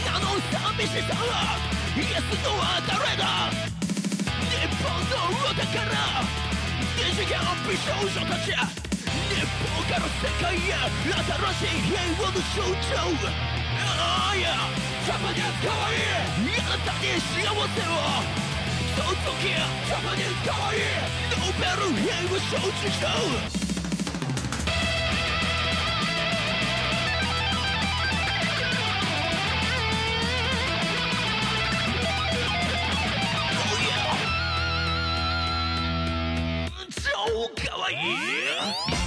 C: なの寂しさは癒すのは誰だ日本のお宝二次元美少女たち日本から世界へ新しい平和の象徴ああいやジャパニーズかわいいあなたに幸せをその時ジャパニーズかわいいノーベル平和賞受賞超かわいい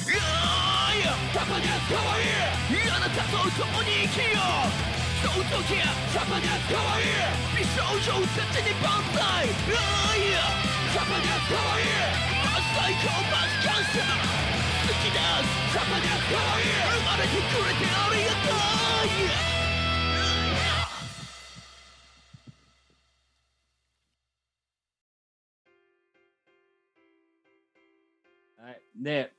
C: ジャパニーズかわいいあなたと共に生きようその時ジャパニーズかわいい美少女たちに万歳あいやジャパニーズかわいいマス最高マスキャンセ好きだジャパニーズかわいい生まれてくれてありがとう
B: はい、で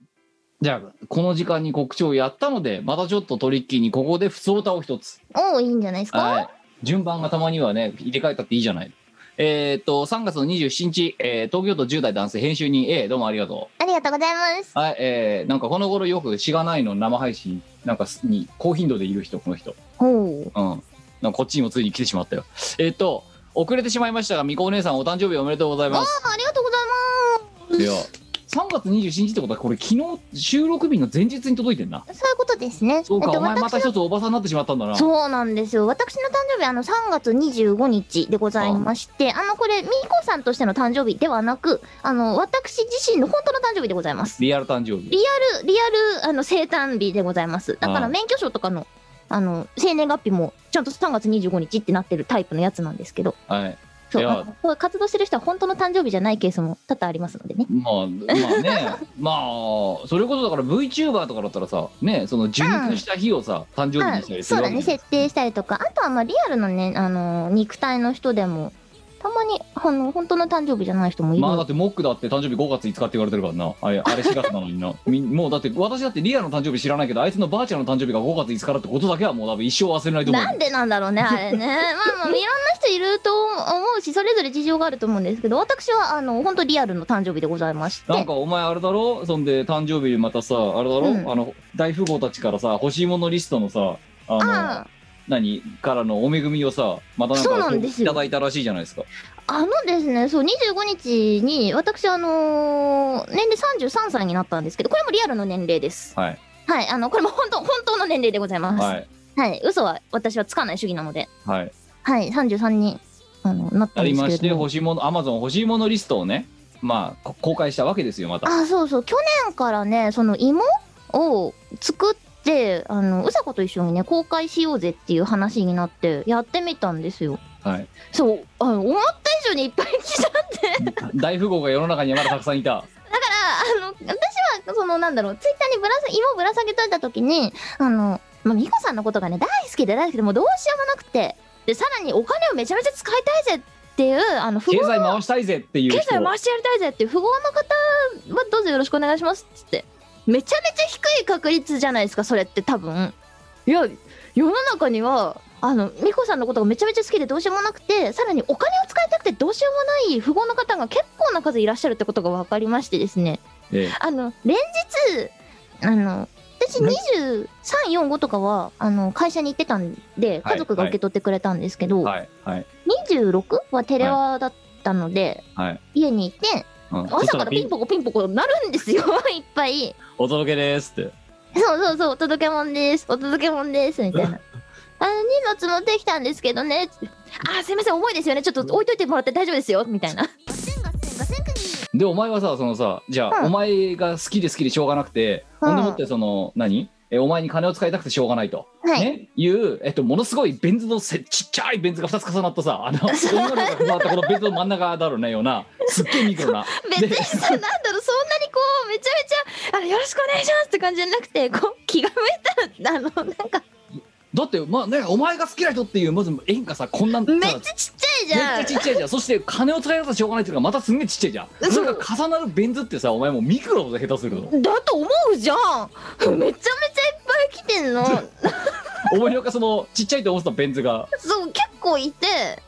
B: じゃあこの時間に告知をやったのでまたちょっとトリッキーにここで普通歌を一つ、
A: おお、いいんじゃないですか。
B: はい、順番がたまにはね入れ替えたっていいじゃないえーっと3月の27日、えー東京都10代男性編集人 A どうもありがと
A: ありがとうございます。
B: うはいえーなんかこの頃よくしがないの生配信なんかすに高頻度でいる人この人
A: ほ
B: う
A: う。
B: んなんかこっちにもついに来てしまったよえーっと遅れてしまいましたがみこお姉さんお誕生日おめでとうございます
A: あありがとうござい
B: いや3月27日ってことはこれ昨日収録日の前日に届いてんな
A: ます。そういうことですね。
B: そうか、
A: えっ
B: お
A: と
B: 前また
A: 私の
B: 一つおばさんになってしまったんだな。
A: そうなんですよ。私の誕生日、あの、3月25日でございまして、あの、これ、みーこさんとしての誕生日ではなく、あの、私自身の本当の誕生日でございます。
B: リアル誕生日。
A: リアルあの生誕日でございます。だか
B: あ
A: ら
B: あ
A: 免許証とかのあの生年月日もちゃんと3月25日ってなってるタイプのやつなんですけど、
B: はい。
A: そう
B: いや
A: あのこういう活動してる人は本当の誕生日じゃないケースも多々ありますのでね。
B: まあ、まあ ね、まあ、それこそだから VTuber とかだったらさ、ね、その受肉した日をさ、誕生日にした
A: うん
B: りす
A: そ
B: る
A: う
B: わけ
A: だね
B: じゃん
A: 設定したりとかあとはまあリアルのねあの肉体の人でもたまにあの本当の誕生日じゃない人もいる
B: まあだってモックだって誕生日5月5日って言われてるからなあれあれ4月なのに なみもうだって私だってリアルの誕生日知らないけどあいつのばあちゃんの誕生日が5月5日だってことだけはもう多分一生忘れないと思う
A: なんでなんだろうねあ れねまあまあいろんな人いると思うしそれぞれ事情があると思うんですけど私はあの本当リアルの誕生日でございまして
B: なんかお前あれだろそんで誕生日またさあれだろ、
A: うん
B: あの大富豪たちからさ欲しいものリストのさあの
A: ああ
B: 何からのお恵みをさまたなん
A: そうな
B: か
A: んです
B: い
A: よ
B: ただいたらしいじゃないですか
A: あのですね、そう、25日に、私、あのー年齢33歳になったんですけど、これもリアルの年齢です。
B: はい
A: はい、あの、これも本当、本当の年齢でございます。は、
B: はいい
A: 嘘は私はつかない主義なので、
B: はい
A: はい、33に、あの、なった
B: あ
A: んで
B: り
A: す
B: ま
A: けれ
B: して
A: ども。
B: 欲しいものアマゾン欲しいものリストをねまあこ公開したわけですよまた
A: あ、そうそう、去年からね、その芋を作って、あの、うさこと一緒にね、公開しようぜっていう話になって、やってみたんですよ。
B: はい
A: そう、あの、思った以上にいっぱい来た
B: 大富豪が世の中にはまだたくさんいた
A: だから、あの、私は、その、なんだろう、ツイッターにぶらさ、芋ぶら下げといたときに、あの、まあ、美子さんのことがね、大好きで大好きで、もうどうしようもなくて、で、さらにお金をめちゃめちゃ使いたいぜっていう、あの、富
B: 経
A: 豪の
B: 済回したいぜっていう
A: 経
B: 人
A: 済
B: を
A: 回してやりたいぜっていう富豪の方はどうぞよろしくお願いしますっつってめちゃめちゃ低い確率じゃないですかそれって多分いや世の中にはあの美子さんのことがめちゃめちゃ好きでどうしようもなくてさらにお金を使いたくてどうしようもない富豪の方が結構な数いらっしゃるってことが分かりましてですね
B: ええ
A: あの連日あの私
B: ね
A: 2345とかはあの会社に行ってたんで
B: はい
A: 家族が受け取ってくれたんですけど、
B: はいはい
A: 26はテレワーだったので、
B: はい
A: 家にいて
B: うんそした
A: 朝からピンポコピンポコなるんですよ いっぱい
B: お届けですって
A: そうそうそうお届け物ですお届け物ですみた いなあの荷物持ってきたんですけどねあすいません重いですよねちょっと置いといてもらって大丈夫ですよみたいな
B: でお前はさそのさじゃあ、
A: うん
B: お前が好きで好きでしょうがなくて、
A: うん
B: ほんでもってその何えお前に金を使いたくてしょうがないと、
A: はい、
B: ね、いう、えっと、ものすごいベン図のせちっちゃいベン図が2つ重なったさあの
A: そう
B: 女の子が重なったこのベン図の真ん中だろうねようなすっげえミクロな
A: 別にさなんだろうそんなにこうめちゃめちゃあのよろしくお願いしますって感じじゃなくてこう気が向いたらあのなんか
B: だって、まあね、お前が好きな人っていうまず演歌さこんなんさ
A: めっちゃちっちゃいじゃん
B: めっちゃちっちゃいじゃんそして金を使いたくてしょうがないっていうのがまたすんげえちっちゃいじゃん
A: えそ
B: そうれが重なるベン図ってさお前もうミクロで下手するの
A: だと思うじゃんめちゃめちゃいっぱい来てんの
B: 思いのほかそのちっちゃいと思ってたベン図が
A: そう結構いてえ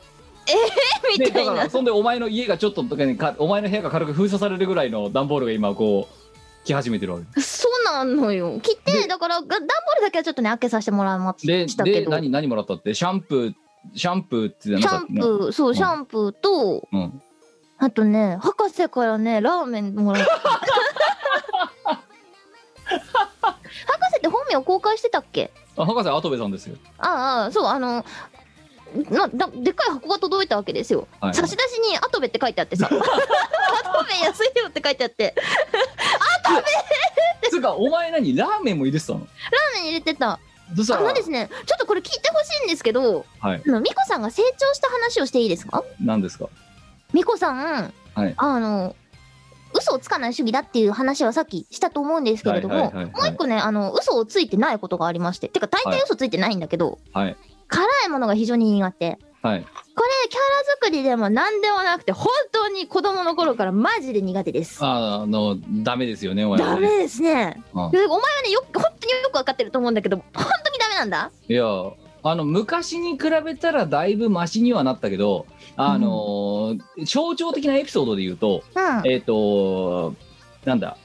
A: ー、
B: で
A: みた
B: だ
A: い
B: か
A: な
B: らそんでお前の家がちょっとの時にかお前の部屋が軽く封鎖されるぐらいの段ボールが今こう来始めてるわけ
A: そうなのよ来てだからが段ボールだけはちょっとね開けさせてもらいま
B: で
A: したけ
B: で
A: ど
B: 何何もらったってシャンプーシャンプーって言って
A: シャ
B: な
A: ン
B: ん
A: プ
B: かった
A: ーそう、
B: うん
A: シャンプーと
B: うん
A: あとね博士からねラーメンもらった 博士って本名公開してたっけ
B: あ博士は跡部さんですよ
A: ああそうあのなだでっかい箱が届いたわけですよ、
B: はい
A: 差出に「アトベ」って書いてあっ てさ「アトベ安いよ」って書いてあって
B: つうかお前何ラーメンも入れてたの
A: ラーメン入れてた
B: そした
A: あの
B: ら
A: ですねちょっとこれ聞いてほしいんですけど、
B: はい
A: あの美子さんが成長した話をしていいですか
B: 何ですか
A: 美子さん、
B: はい
A: あの嘘をつかない主義だっていう話はさっきしたと思うんですけれども、
B: はいはいはいはい
A: もう一個ねあの嘘をついてないことがありましててか大
B: はい
A: 抵嘘ついてないんだけど、
B: はい
A: 辛いものが非常に苦手
B: はい
A: これキャラ作りでも何でもなくて本当に子供の頃からマジで苦手です
B: ああのダメですよねお前
A: ダ
B: は
A: メ
B: ね
A: ですね、
B: うん
A: でお前はねよく本当によく分かってると思うんだけど本当にダメなんだ
B: いやあの昔に比べたらだいぶマシにはなったけどあの、象徴的なエピソードで言うと、
A: うん
B: えっ、となんだ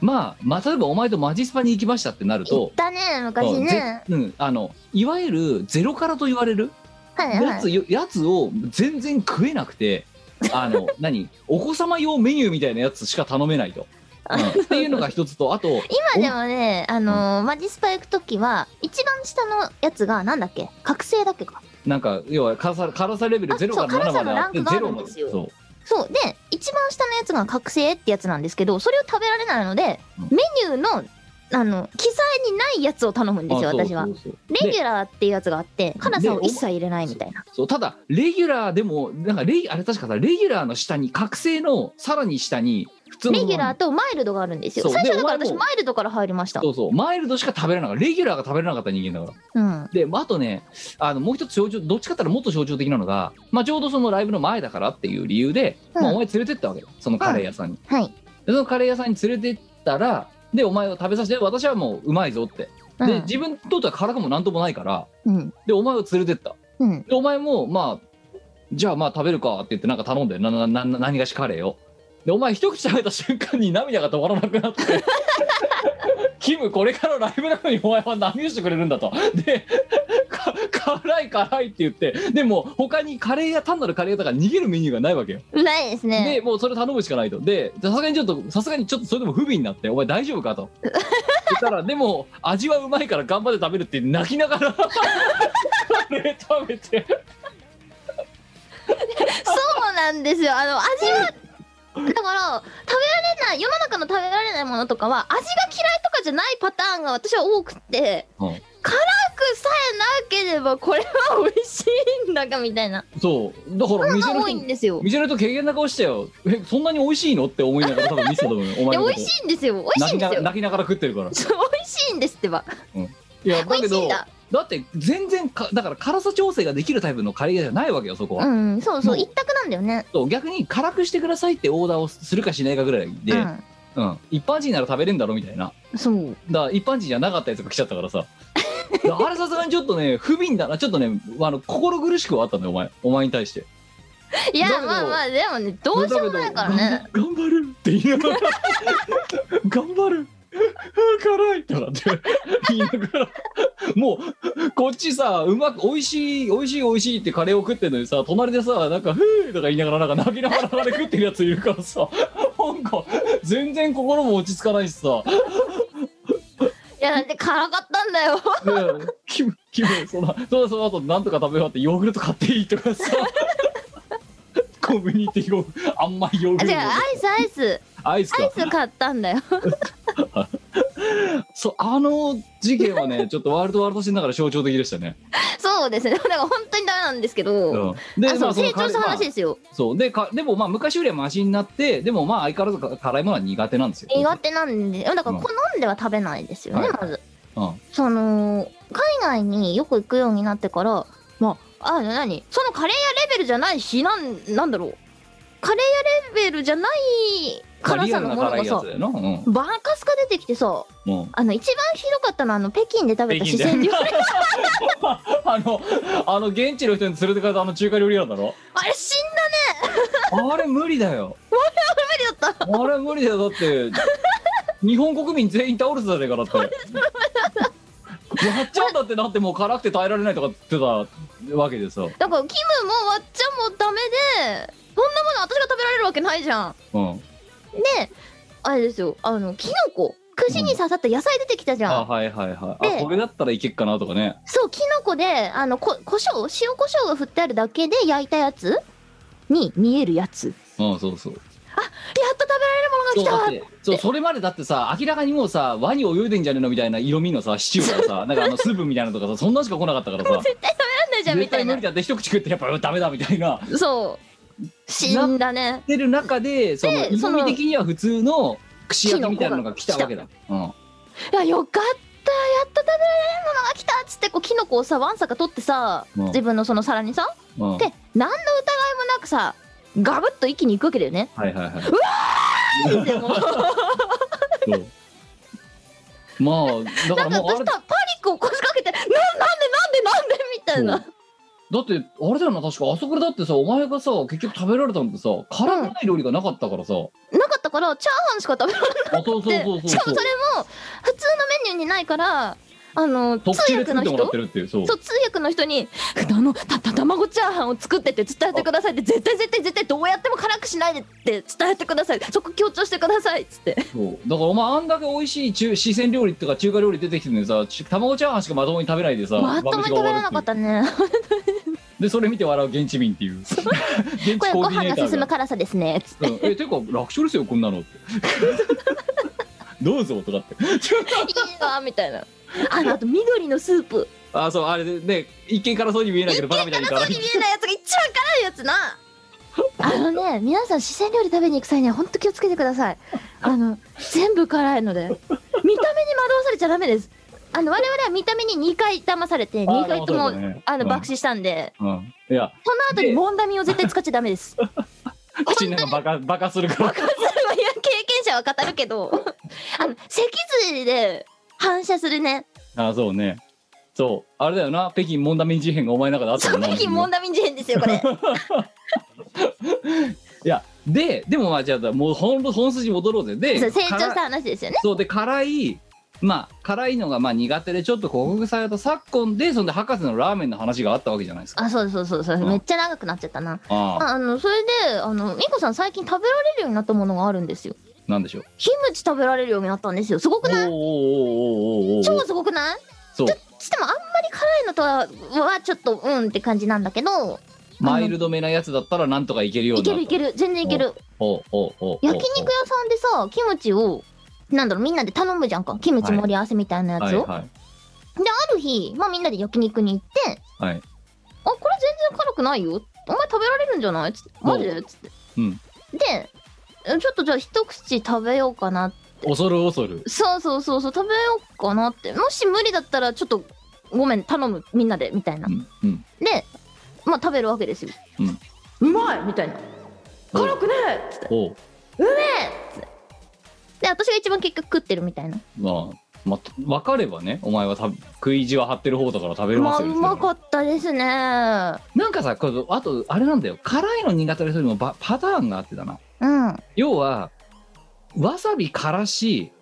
B: まあ、まあ、例えばお前とマジスパに行きましたってなる
A: 言っ
B: と、
A: たね昔ね
B: うんぜうん、あのいわゆるゼロからと言われる
A: はいは
B: やつ,、
A: い
B: やつを全然食えなくてあ の何お子様用メニューみたいなやつしか頼めないと、うん っていうのが一つとあと
A: 今でもねあのーマジスパ行く時は一番下のやつがなんだっけ覚醒だっけか
B: おなんか要は辛さ辛さレベル
A: あ
B: 0から7
A: そう辛さ
B: ま
A: の
B: で
A: ラ
B: あっ
A: ンク
B: て
A: があ
B: ゼ
A: る
B: ロ
A: ん
B: ま
A: で
B: です
A: よ
B: そう
A: そうで一番下のやつが覚醒ってやつなんですけどそれを食べられないので
B: うん
A: メニューのあの記載にないやつを頼むんですよ
B: あそう
A: 私は
B: そうそう
A: レギュラーっていうやつがあって辛さを
B: で
A: 一切入れないみたいな
B: そうただレギュラーでもなんかレギあれ確かさレギュラーの下に覚醒のさらに下に普通の
A: レギュラーとマイルドがあるんですよ
B: そう
A: 最初
B: で
A: だから
B: お前
A: 私
B: も
A: マイルドから入りました
B: そうそうマイルドしか食べれなかったレギュラーが食べれなかった人間だから
A: うん
B: で、まあ、あとねあのもう一つ象徴どっちかって言ったらもっと象徴的なのが、まあ、ちょうどそのライブの前だからっていう理由で、
A: うん
B: まあ、お前連れてったわけよそのカレー屋さんに、
A: はい
B: でそのカレー屋さんに連れてったらでお前を食べさせて私はもううまいぞって
A: う
B: で
A: ん
B: 自分にとっては辛くもなんともないから
A: うん
B: でお前を連れてった
A: うん
B: でお前もまあじゃあまあ食べるかって言ってなんか頼んでなななな何がしカレーをでお前一口食べた瞬間に 涙が止まらなくなって キムこれからライブなのにお前は何をしてくれるんだとで辛い辛いって言ってでも他にカレーや単なるカレー屋だから逃げるメニューがないわけよ、
A: ないです
B: で
A: ね。
B: もうそれ頼むしかないとでさすがにちょっとさすがにちょっとそれでも不備になってお前大丈夫かと言ったらでも味はうまいから頑張って食べるって泣きながら カレー食べて
A: そうなんですよ。あの、味は、だから、食べられない、世の中の食べられないものとかは、味が嫌いとかじゃないパターンが私は多くて、
B: うん
A: 辛くさえなければ、これは美味しいんだか、みたいな。
B: そうだから
A: が
B: 店の
A: 多いん
B: 人
A: ですよ。
B: 店の人軽減な顔したよえそんなに美味しいのって思いながら多分見てたと思うよお
A: で、
B: 前のこ
A: 美
B: と
A: 味しいんですよ。美味し
B: 泣き
A: いんで
B: な
A: すよ。
B: 泣きながら食ってるから
A: そう美味しいんですってば。
B: いやだ
A: 美
B: け
A: 味しいん
B: ど
A: だ
B: だって全然かだから辛さ調整ができるタイプのカレー屋じゃないわけよそこは、
A: うん、そう
B: も
A: そう、
B: う
A: 一択なんだよね。
B: そう逆に辛くしてくださいってオーダーをするかしないかぐらいで、
A: う
B: うん
A: ん。
B: 一般人なら食べれるんだろみたいな
A: そう。
B: だから一般人じゃなかったやつが来ちゃったから さだからあれさすがにちょっとね不憫だなちょっとねあの心苦しくはあったんだよお前お前に対して
A: い
B: だ
A: や、
B: けど
A: まあまあ、でもね、どうしようもないからね。
B: だけど頑張るって言いながら頑張るあ辛いってなって言いながらもうこっちさうまく美味しい美味しい美味しいってカレーを食ってるのにさ隣でさなんか「ふー」とか言いながらなんか泣きながらカレー食ってるやついるからさなんか全然心も落ち着かないしさ、ね
A: いや、だって辛かったんだ よ。
B: え気分気分そんなそのその後なんとか食べ終わってヨーグルト買っていいとかさコンビニ行ってヨーグルトあんまりヨーグ
A: あ、
B: ル
A: 違
B: ト
A: う、アイス、アイス。
B: アイスか
A: アイス買ったんだよ。
B: そうあの事件は ねちょっとワールドワールドシーンだから象徴的でしたね。
A: そうですね。だ から本当にダメなんですけど。
B: うん、
A: あ、そう、成長した
B: まあ
A: 話ですよ。
B: そうでかでもまあ昔よりはマシになってでもまあ相変わらず辛いものは苦手なんですよ。
A: 苦手なんで、だから
B: うん
A: 好んでは食べないですよ
B: は
A: ね、
B: い
A: まず。
B: うん
A: その、海外によく行くようになってから、まあ、あ、何そのカレー屋レベルじゃないし、なん、なんだろう。カレー屋レベルじゃない辛さのもの
B: まあ
A: が
B: リア
A: さ
B: ルな辛いやつ、だよな。うん
A: バカスカ出てきてさ、
B: うん
A: あの、一番ひどかったのは、あの、北京で食べた四
B: 北
A: 川
B: 京で
A: 料理。
B: あの あの現地の人に連れてかれたあの中華料理屋だろ
A: あれ、死ん
B: あれ無理だよ
A: だった。
B: あれ無理だよだって日本国民全員倒れてたねからってやっちゃうんだってなってもう辛くて耐えられないとかってたわけでさ、
A: だから、キムもわっちゃんもダメで、そんなもの私が食べられるわけないじゃん。
B: うん、
A: で、あれですよ、あの、キノコ。串に刺さった野菜出てきたじゃん。
B: あはいはいはいあ
A: で
B: これだったらいけっかなとかね
A: そう、キノコで、あの、こ、胡椒塩胡椒が振ってあるだけで焼いたやつに見えるやつ。やっ
B: うんそうそう
A: と食べ
B: そう
A: ら
B: だ
A: れるもの
B: っ
A: が来
B: てそうそれまでだってさ明らかにもうさワニ泳いでんじゃねえのみたいな色味のさシチューとかさなんかあのスープみたいなのとかさそんなんしか来なかったから
A: た
B: さ
A: 絶対食べられないじゃん、み
B: 絶
A: たい
B: 対無理
A: な。
B: だって一口食ってやっぱうんダメだみたいな
A: そう。死んだね。
B: てる中でその
A: でその
B: 色味的には普通の串焼きみたいなのが来たわけだうん
A: いや、よかった。やっと食べられるものが来たっつって、こう、キノコをさ、わんさか取ってさ、
B: うん
A: 自分のその皿にさ、
B: うん
A: で、何の疑いもなくさ、ガブッと一気に行くわけだよね。
B: はいはいはい
A: でも、なんか
B: そうまあだからもうあ
A: 私
B: れ
A: とパニックを腰掛けて、な、なんでなんでなんでみたいな。
B: だってあれだよな確かあそこでだってさお前がさ結局食べられたのってさ辛くない料理がなかったからさ、
A: なかったから、チャーハンしか食べられ
B: あそうそうそうそう
A: なくて、しかもそれも、普通のメニューにないから、あの、通
B: 特注で作
A: 訳
B: っ
A: の
B: てもらっ
A: 人
B: てるっていうそう
A: そう、通訳の人に、あの、た、た、卵チャーハンを作ってって伝えてくださいって、絶対絶対絶対どうやっても辛くしないでって伝えてください。そこ強調してくださいっつって。
B: そうだからお前あんだけ美味しい中四川料理っていうか中華料理出てきてるのにさち卵チャーハンしかまともに食べないでさ
A: まともに食べられなかったね。
B: でそれ見て笑う現地民っていう現地コーデ
A: これご
B: ィ
A: 飯
B: ネー
A: が
B: ター
A: 進む
B: が
A: 辛さですね。つって
B: うんえていうか楽勝ですよこんなのってどうぞとかって
A: いいわみたいな。あの、あと緑のスープ。
B: あそうあれでね一見辛そうに見えないけどバカみたいに辛
A: 辛
B: い
A: そうに見えないやつが一番辛いやつなあのね皆さん四川料理食べに行く際には本当気をつけてくだ さいあの全部辛いので見た目に惑わされちゃダメですあの我々は見た目に2回騙されて
B: あー
A: 2回と
B: 騙
A: も
B: されたね
A: あの
B: うん
A: 爆死したんで、
B: うんいや
A: その後にモンダミンを絶対使っちゃダメで すこ
B: 口の中バカバカするから
A: れはいや経験者は語るけどあの脊髄で反射するね
B: あそうねそうあれだよな北京モンダミン事変がお前の中であったもんな
A: 北京モンダミン事変ですよ これ
B: いやででもまあじゃあもう本本筋戻ろうぜで
A: そう成長し
B: 辛い
A: た話ですよね
B: そうで辛いまあ辛いのがまあ苦手でちょっと克服された昨今でそんで博士のラーメンの話があったわけじゃないですか
A: あ、そうそうそうそう、
B: うん
A: めっちゃ長くなっちゃったな。
B: ああ
A: ああの、それで、あの、ミコさん最近食べられるようになったものがあるんですよ。
B: なんでしょう
A: キムチ食べられるようになったんですよ。すご
B: お
A: く
B: ー
A: ない
B: おーおーおーおーおー
A: 超すごくない
B: そう
A: つってもあんまり辛いのとははちょっとうんって感じなんだけど
B: マイルドめなやつだったらなんとかいけるよう
A: い
B: にな
A: け
B: った
A: るいける全然いける
B: おうおうおうおう
A: 焼肉屋さんでさキムチをなんだろうみんなで頼むじゃんかキムチ盛り合わせみたいなやつを、
B: はいはい
A: である日、まあ、みんなで焼肉に行って
B: はい
A: あこれ全然辛くないよお前食べられるんじゃないつってマジでつって、
B: うん
A: でえちょっとじゃあ一口食べようかな
B: 恐る恐る
A: そうそうそうそう食べようかなってもし無理だったらちょっとごめん頼むみんなでみたいな
B: うんうん
A: で、まあ、食べるわけですよ、うまいみたいな辛くねえっつって
B: おう
A: で私が一番結局食ってるみたいな
B: まあまあ、分かればねお前はた食い意地は張ってる方だから食べれま
A: まあ
B: す
A: う
B: よ、
A: まかったですね
B: なんかさこれあとあれなんだよ辛いの苦手な人にもばパターンがあってだな
A: うん
B: 要はわさびからし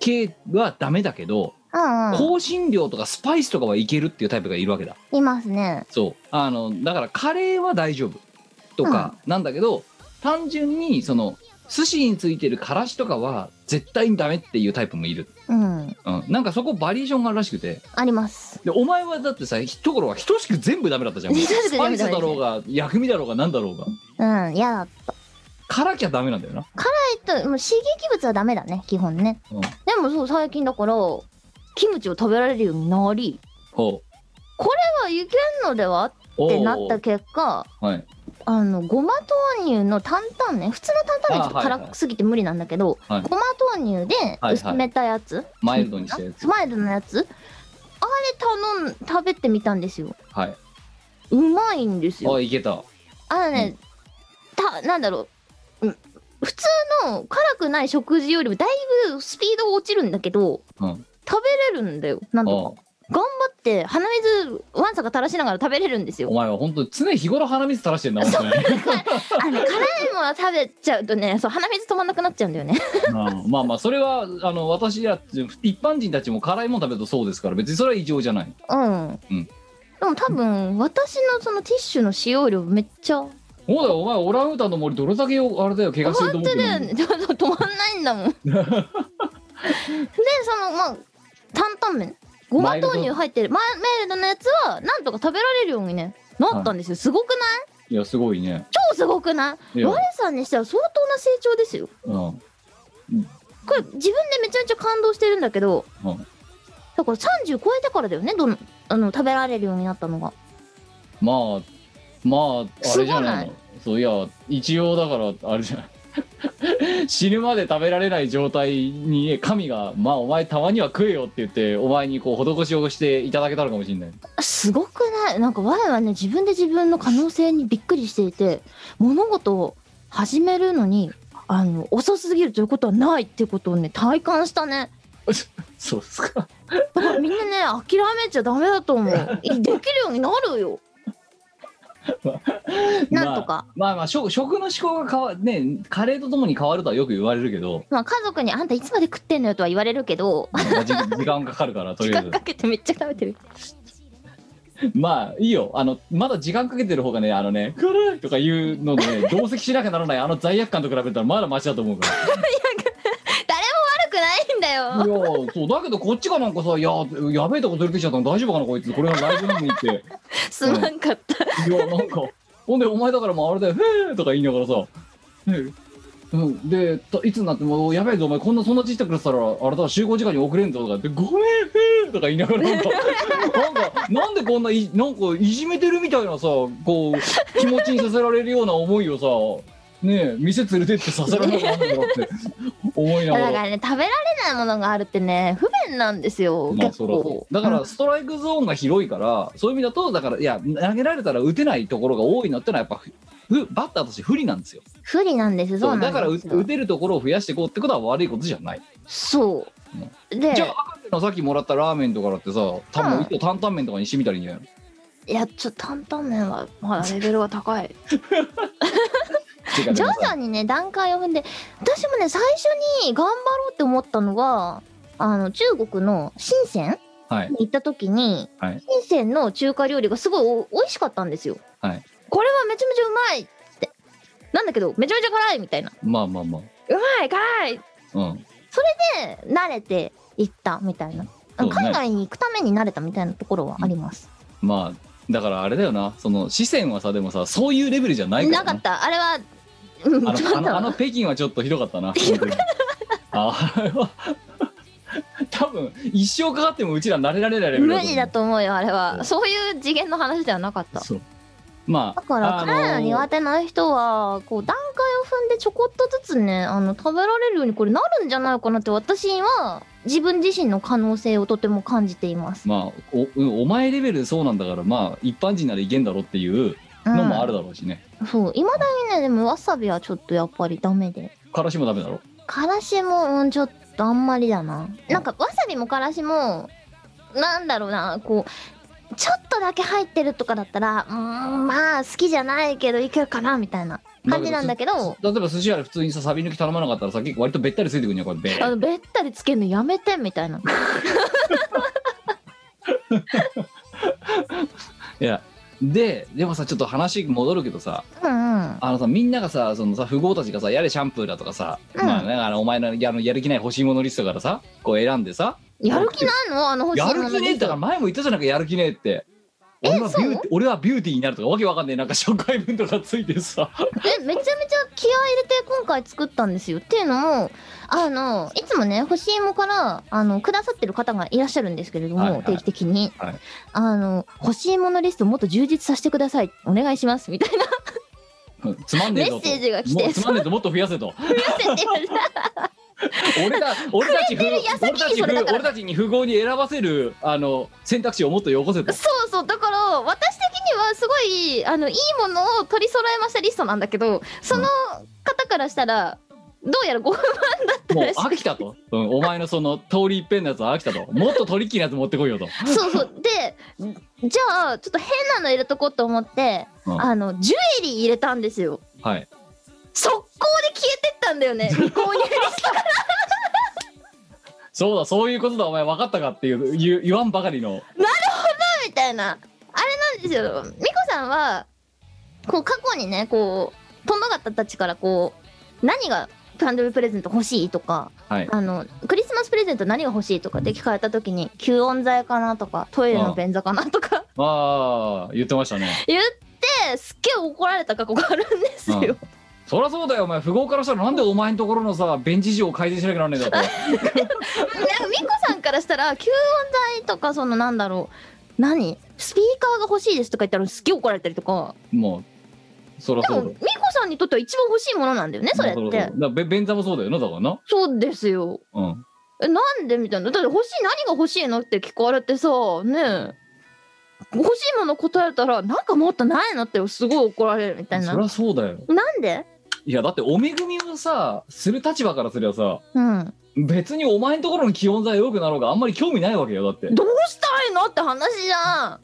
B: 系はダメだけど、
A: うんうん
B: 香辛料とかスパイスとかはいけるっていうタイプがいるわけだ
A: いますね
B: そうあのだからカレーは大丈夫とかなんだけど、単純にその寿司についてるからしとかは絶対にダメっていうタイプもいる、
A: うん
B: うん、なんかそこバリエーションがあるらしくて
A: あります
B: でお前はだってさ一頃は等しく全部ダメだったじゃん
A: 等しく
B: スパ
A: 全
B: イ
A: 部
B: ス
A: ダメ
B: だろうが薬味だろうがなんだろうが
A: うんいや
B: 辛きゃダメなんだよな
A: だともう刺激物はダメだね基本ね、
B: うん
A: でもそう最近だからキムチを食べられるようになり
B: ほう
A: まあいけんのではっ
B: おう
A: てなった結果
B: はい
A: あのごま豆乳の担々ね普通の担々麺ちょっと辛すぎて無理なんだけど、
B: はい
A: ごま豆乳で
B: はい
A: 薄めたやつ、
B: マイルドにしたやつ
A: スマイルのやつあれ頼ん食べてみたんですよ
B: はいう
A: まいんですよ
B: あいけた
A: あのね、たなんだろううん普通の辛くない食事よりもだいぶスピードが落ちるんだけど、
B: うん
A: 食べれるんだよなんと
B: お
A: か頑張って鼻水わんさか垂らしながら食べれるんですよ
B: お前は本当に常日頃鼻水垂らしてんだもんね
A: あの辛いもの食べちゃうとねそう鼻水止まんなくなっちゃうんだよね
B: うんまあまあそれはあの私や一般人たちも辛いもん食べるとそうですから別にそれは異常じゃない
A: うん、
B: ん
A: でも多分私のそのティッシュの使用量めっちゃ
B: そうだよお前オランウータンの森どれだけよあれだよ怪我すると
A: 本
B: 思っ
A: 当
B: て
A: だ
B: るの
A: よ
B: に
A: ね止まんないんだもん でそのまあ担々麺ごま豆乳入ってるマイルドのやつはなんとか食べられるようにねなったんですよ、すごくない
B: いやすごいね
A: 超すごくない
B: いや
A: 我さんにしては相当な成長ですよ
B: うん
A: これ自分でめちゃめちゃ感動してるんだけど、
B: うん
A: だから30超えてからだよねどのあの食べられるようになったのが
B: まあまああれじゃない
A: すごない
B: のそういや一応だからあれじゃない 死ぬまで食べられない状態に神が「まあお前たまには食えよ」って言ってお前にこう施しをしていただけたのかもしれない
A: すごくないなんか我はね自分で自分の可能性にびっくりしていて物事を始めるのにあの遅すぎるということはないってことをね体感したね
B: そうですか
A: だからみんなね諦めちゃダメだと思ういできるようになるよなんとか、
B: まあ、まあまあ食食の思考が変わねカレーとともに変わるとはよく言われるけど、
A: まあ、家族に「あんたいつまで食ってんのよ」とは言われるけど
B: まあじ 時間かかるからと
A: 時
B: りあえず
A: 間かけてめっちゃ食べてる
B: まあいいよあのまだ時間かけてる方がねあのね「辛い!」とか言うので、ね、同席しなきゃならないあの罪悪感と比べたらまだマシだと思うから
A: 悪くないんだ
B: いや
A: よ
B: そうだけどこっちがなんかさ「いややべえとこ連れてきちゃったの大丈夫かなこいつこれがライブなのに」ってい
A: すまんかった
B: やなんかほんでお前だからもうあれだよ「へえ」とか言いながらさ「ねうん、でといつになっても「やべえぞお前こんなそんなちってくれてたらあれだ集合時間に遅れんぞ」とかって「ごめんへえ」とか言いながらなんかなんかなんでこんないなんかいじめてるみたいなさこう気持ちにさせられるような思いをさねえ店連れてってさせられなくなるんだなって思いな
A: だ
B: が
A: からら。ね食べられないものがあるってね不便なんですよ、
B: まあ、
A: 結
B: そらそ
A: 構
B: うだからストライクゾーンが広いから、そういう意味だとだからいや投げられたら打てないところが多いのってのはやっぱふふバッターとして不利なんですよ
A: 不利なんですよそう
B: そう
A: な
B: だ
A: ん
B: からう
A: ですよ
B: 打てるところを増やしていこうってことは悪いことじゃない、
A: そうで
B: じゃあ博士のさっきもらったラーメンとかだってさ多分一個担々麺とかにしてみたらいいんじゃないの
A: いやちょっと担々麺はまあ レベルが高い
B: てかで
A: 徐
B: もさ
A: 々にね段階を踏んで私もね最初に頑張ろうって思ったのがあの中国の深セン
B: はい。
A: に行った時に、
B: はい
A: 深センの中華料理がすごいお美味しかったんですよ。
B: はい
A: これはめちゃめちゃうまいって。なんだけど、めちゃめちゃ辛いみたいな。
B: まあまあま
A: うまい辛い
B: あ。うん。
A: で慣れて行ったみたいな、
B: そうね
A: 海外に行くために慣れたみたいなところはあります、
B: まあ、だからあれだよな。その、四川はさ、でもさ、そういうレベルじゃないから、
A: な
B: ね。
A: かったあれはうん
B: あ
A: ちょ
B: の
A: っ
B: あのあの
A: と
B: 北京はちょっとひどかったな。
A: ひど
B: ああれは多分一生かかってもうちら慣れられないレベル
A: 無理だ
B: と
A: と思うよあれ
B: う
A: は
B: ん
A: そういう次元の話ではなかった
B: 思うそうまあ
A: だから
B: あの
A: 辛いの苦手な人はこう段階を踏んでちょこっとずつねあの食べられるようにこれなるんじゃないかなって私は自分自身の可能性をとても感じています、
B: まあおうんお前レベルそうなんだからまあ一般人ならいけんだろっていう
A: うん、
B: のもあるだろうしね、
A: そういまだにねでもわさびはちょっとやっぱりダメで
B: からしもダメだろ
A: からしも、うん、ちょっとあんまりだななんかわさびもからしもなんだろうなこうちょっとだけ入ってるとかだったらうーんまあ好きじゃないけどいけるかなみたいな感じなんだけど
B: 例えば寿司屋で普通にさサビ抜き頼まなかったらさ結構割とべったりついてくるんじゃんこれべ
A: あのべったりつけるのやめてみたいない
B: やででもさちょっと話戻るけどさ
A: うんうん
B: あのさみんながさそのさ富豪たちがさやれシャンプーだとかさ、
A: うん
B: まあねあのお前のやのやる気ない欲しいものリストからさこう選んでさ
A: やる気ないのあの欲し
B: や
A: いも
B: る
A: の
B: 気ねえってだから前も言ったじゃないかやる気ねえって
A: え
B: 俺はビ
A: そう
B: ュー俺はビューティーになるとかわけわかんねえなんか紹介文とかついてさ
A: えめちゃめちゃ気合い入れて今回作ったんですよっていうのもあのいつもね干し芋からあのくださってる方がいらっしゃるんですけれども、
B: はいはい
A: 定期的に、
B: はい
A: あの干し芋のリストもっと充実させてくださいお願いしますみたいな
B: うんつまんねえぞと
A: メッセージが来て
B: もうつまんねえぞもっと増やせと
A: 言わせてる
B: 俺た俺たち不
A: る矢先
B: 俺たち
A: それだ
B: 不
A: から
B: 俺たちに富豪に選ばせるあの選択肢をもっとよこせと
A: そうそうだから私的にはすごいあのいいものを取り揃えましたリストなんだけどその方からしたらどうやらご不満だった
B: もう
A: らしく
B: 飽きたと、うん、お前のその通り一遍のやつは飽きたともっとトリッキーなやつ持ってこいよと
A: そうそう。で、じゃあ、ちょっと変なの入れとこうと思って、
B: うん
A: あの、ジュエリー入れたんですよ。
B: はい
A: 速攻で消えてったんだ よね。未購入リストが。
B: そうだそういうことだお前分かったかっていう言う言わんばかりの
A: みたいな。あれなんですよ。ミコさんは、こう、過去にね、こう、とんど方たちから、こう、何が、誕生日プレゼント欲しいとか、
B: はい
A: あの、クリスマスプレゼント何が欲しいとかって聞かれた時に、吸音材かなとか、トイレの便座かなとか
B: ああ言ってましたね
A: 言って、すっげえ怒られた過去があるんですよ。
B: うんそりゃそうだよお前富豪からしたらなんでお前のところのさベンチ事情を改善しなきゃなんねえんだと
A: でもミコさんからしたら吸音材とかそのなんだろう何スピーカーが欲しいですとか言ったらすっげえ怒られたりとか
B: もうそりゃ
A: で
B: そ
A: も
B: うだ
A: ミ
B: よ
A: コさんにとっては一番欲しいものなんだよねそれっ
B: まあ
A: て
B: そうだべ便座もそうだよなだからな
A: そうですよ
B: うん
A: えなんでみたいなだって欲しい何が欲しいのって聞かれてさねえ欲しいもの答えたらなんかもっとないのってすごい怒られるみたいな
B: そりゃそうだよ
A: なんで
B: いやだってお恵みをさする立場からすればさ
A: うん
B: 別にお前のところの気温差良くなろうがあんまり興味ないわけよだって
A: どうしたいのって話じゃん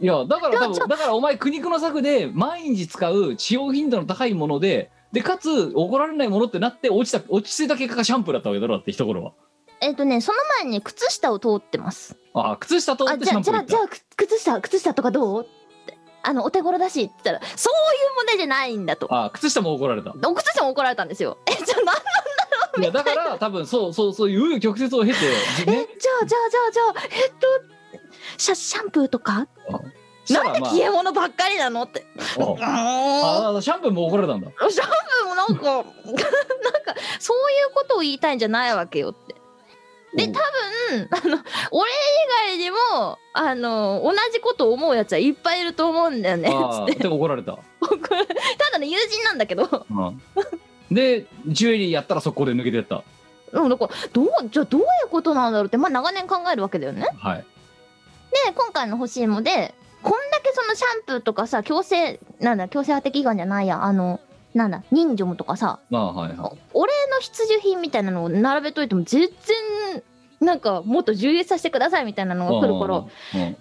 B: いやだから
A: で
B: 多
A: もちょ
B: 分だからお前苦肉の策で毎日使う使用頻度の高いものででかつ怒られないものってなって落ちた落ち着いた結果がシャンプーだったわけだろだって一頃は
A: えっとねその前に靴下を通ってます
B: ああ靴下と思
A: あ
B: って
A: じ
B: シャ
A: ゃあ
B: ン
A: じ
B: プー行った
A: ゃあじゃあく靴下靴下とかどうってあのお手頃だしって言ったらそういう問題じゃないんだと
B: ああ靴下も怒られた
A: お靴下も怒られたんですよ えじゃあなん
B: いやだから多分そうそうそういう曲折を経て、
A: えじゃ
B: ね、
A: あじゃあじゃあじゃあえっとシャシャンプーとか
B: した
A: なん
B: ら
A: で
B: まあ
A: 消え物ばっかりなのってう
B: あ
A: ーん
B: ああシャンプーも怒られたんだ
A: シャンプーもなんか なんかそういうことを言いたいんじゃないわけよってで
B: おう
A: 多分あの俺以外にもあの同じことを思うやつはいっぱいいると思うんだよね
B: ああ
A: つって
B: で怒られた、
A: 僕ただの友人なんだけど
B: うん、でジュエリーやったら速攻で抜けてった
A: うん、だからどうじゃあどういうことなんだろうって、まあ、長年考えるわけだよね。
B: はい
A: で今回の欲しいもでこんだけそのシャンプーとかさ強制なんだ強制当て祈願じゃないやあのなんだ忍者もとかさ
B: まあはいはい
A: おお礼の必需品みたいなのを並べといても全然なんかもっと充実させてくださいみたいなのが来るから
B: うんうん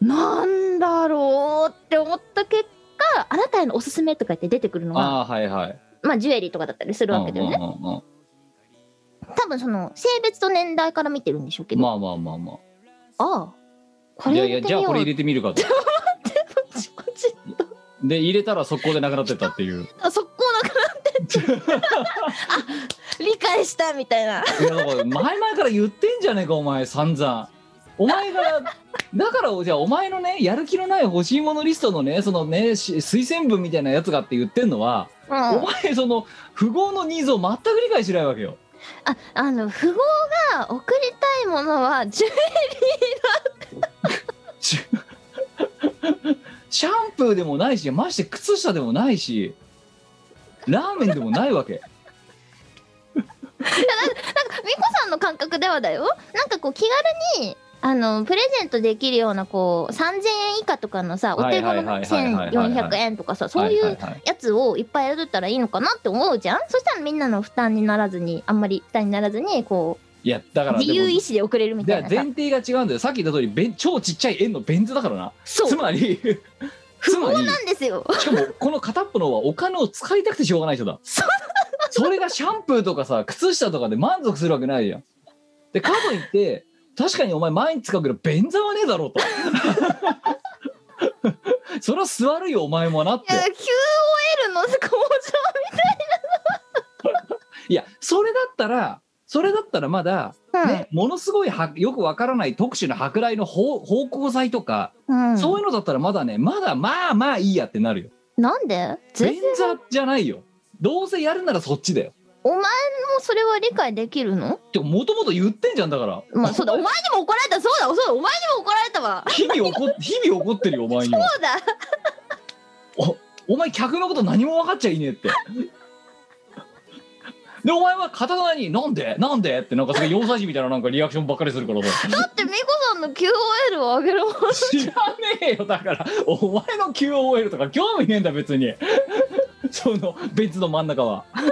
B: うん
A: なんだろうって思った結果あなたへのおすすめとか言って出てくるのが
B: ああはいはい
A: まあジュエリーとかだったりするわけだよね。
B: うんうんうんうん
A: 多分その性別と年代から見てるんでしょうけど、
B: まあまあまあま
A: ああ
B: あ
A: こ
B: い
A: れ
B: や
A: や
B: いや
A: ってみ
B: じゃ
A: よ
B: あ
A: う
B: これ入れてみるかと
A: こっちこっち
B: で入れたら速攻でなくなってったっていう
A: あ速攻なくなってっちゃうあ理解したみたいない
B: やだから前々から言ってんじゃねえかお前散々お前がだからじゃあお前のねやる気のない欲しいものリストのねそのねし推薦文みたいなやつがって言ってんのは、
A: うん
B: お前その富豪のニーズを全く理解しないわけよ
A: ああの富豪が送りたいものはジュエ
B: シュシャンプーでもないしまして靴下でもないしラーメンでもないわけ
A: 美子さんの感覚ではだよなんかこう気軽にあのプレゼントできるようなこう3000円以下とかのさお手頃
B: は
A: の
B: いはいはいはいはいはい
A: 1400円とかさそうい
B: はいうはいはい
A: やつをいっぱいやるったらいいのかなって思うじゃんそしたらみんなの負担にならずにあんまり負担にならずにこ
B: いやだからで
A: う
B: も
A: 自由意志で送れるみたい
B: だ
A: な
B: から
A: さ
B: 前提が違うんだよさっき言った通りベン超ちっちゃい円のベン図だからな
A: そう
B: つまりつまり
A: なんですよ
B: しかもこの片っぽのはお金を使いたくてしょうがない人だそれがシャンプーとかさ靴下とかで満足するわけないじゃんでかといって確かにお前毎日使うけど便座はねえだろうと それは座るよお前もなっ
A: いや
B: て
A: QOL の工場
B: いやそれだったらそれだったらまだ、ね、ものすごいはよくわからない特殊な舶来の方方向剤とか
A: うんうん
B: そういうのだったらまだねまだまあまあいいやってなるよ。
A: なんで全
B: 便
A: 然
B: 座じゃないよ。どうせやるならそっちだよ。
A: お前もそれは理解できるの
B: てかもともと言ってんじゃんだから。
A: まあそうだお前にも怒られたそうだそうだお前にも怒られたわ
B: 日々怒っ日々怒ってるよお前には。
A: そうだ
B: お前客のこと何も分かっちゃいねえって。でお前は片側に「なんでなんで?」ってなんかすごい4歳児みたいななんかリアクションばっかりするからさ
A: だって美子さんの QOL を上げろ
B: 知らねえよだからお前の QOL とか興味ねえんだ別にその別の真ん中は
A: だか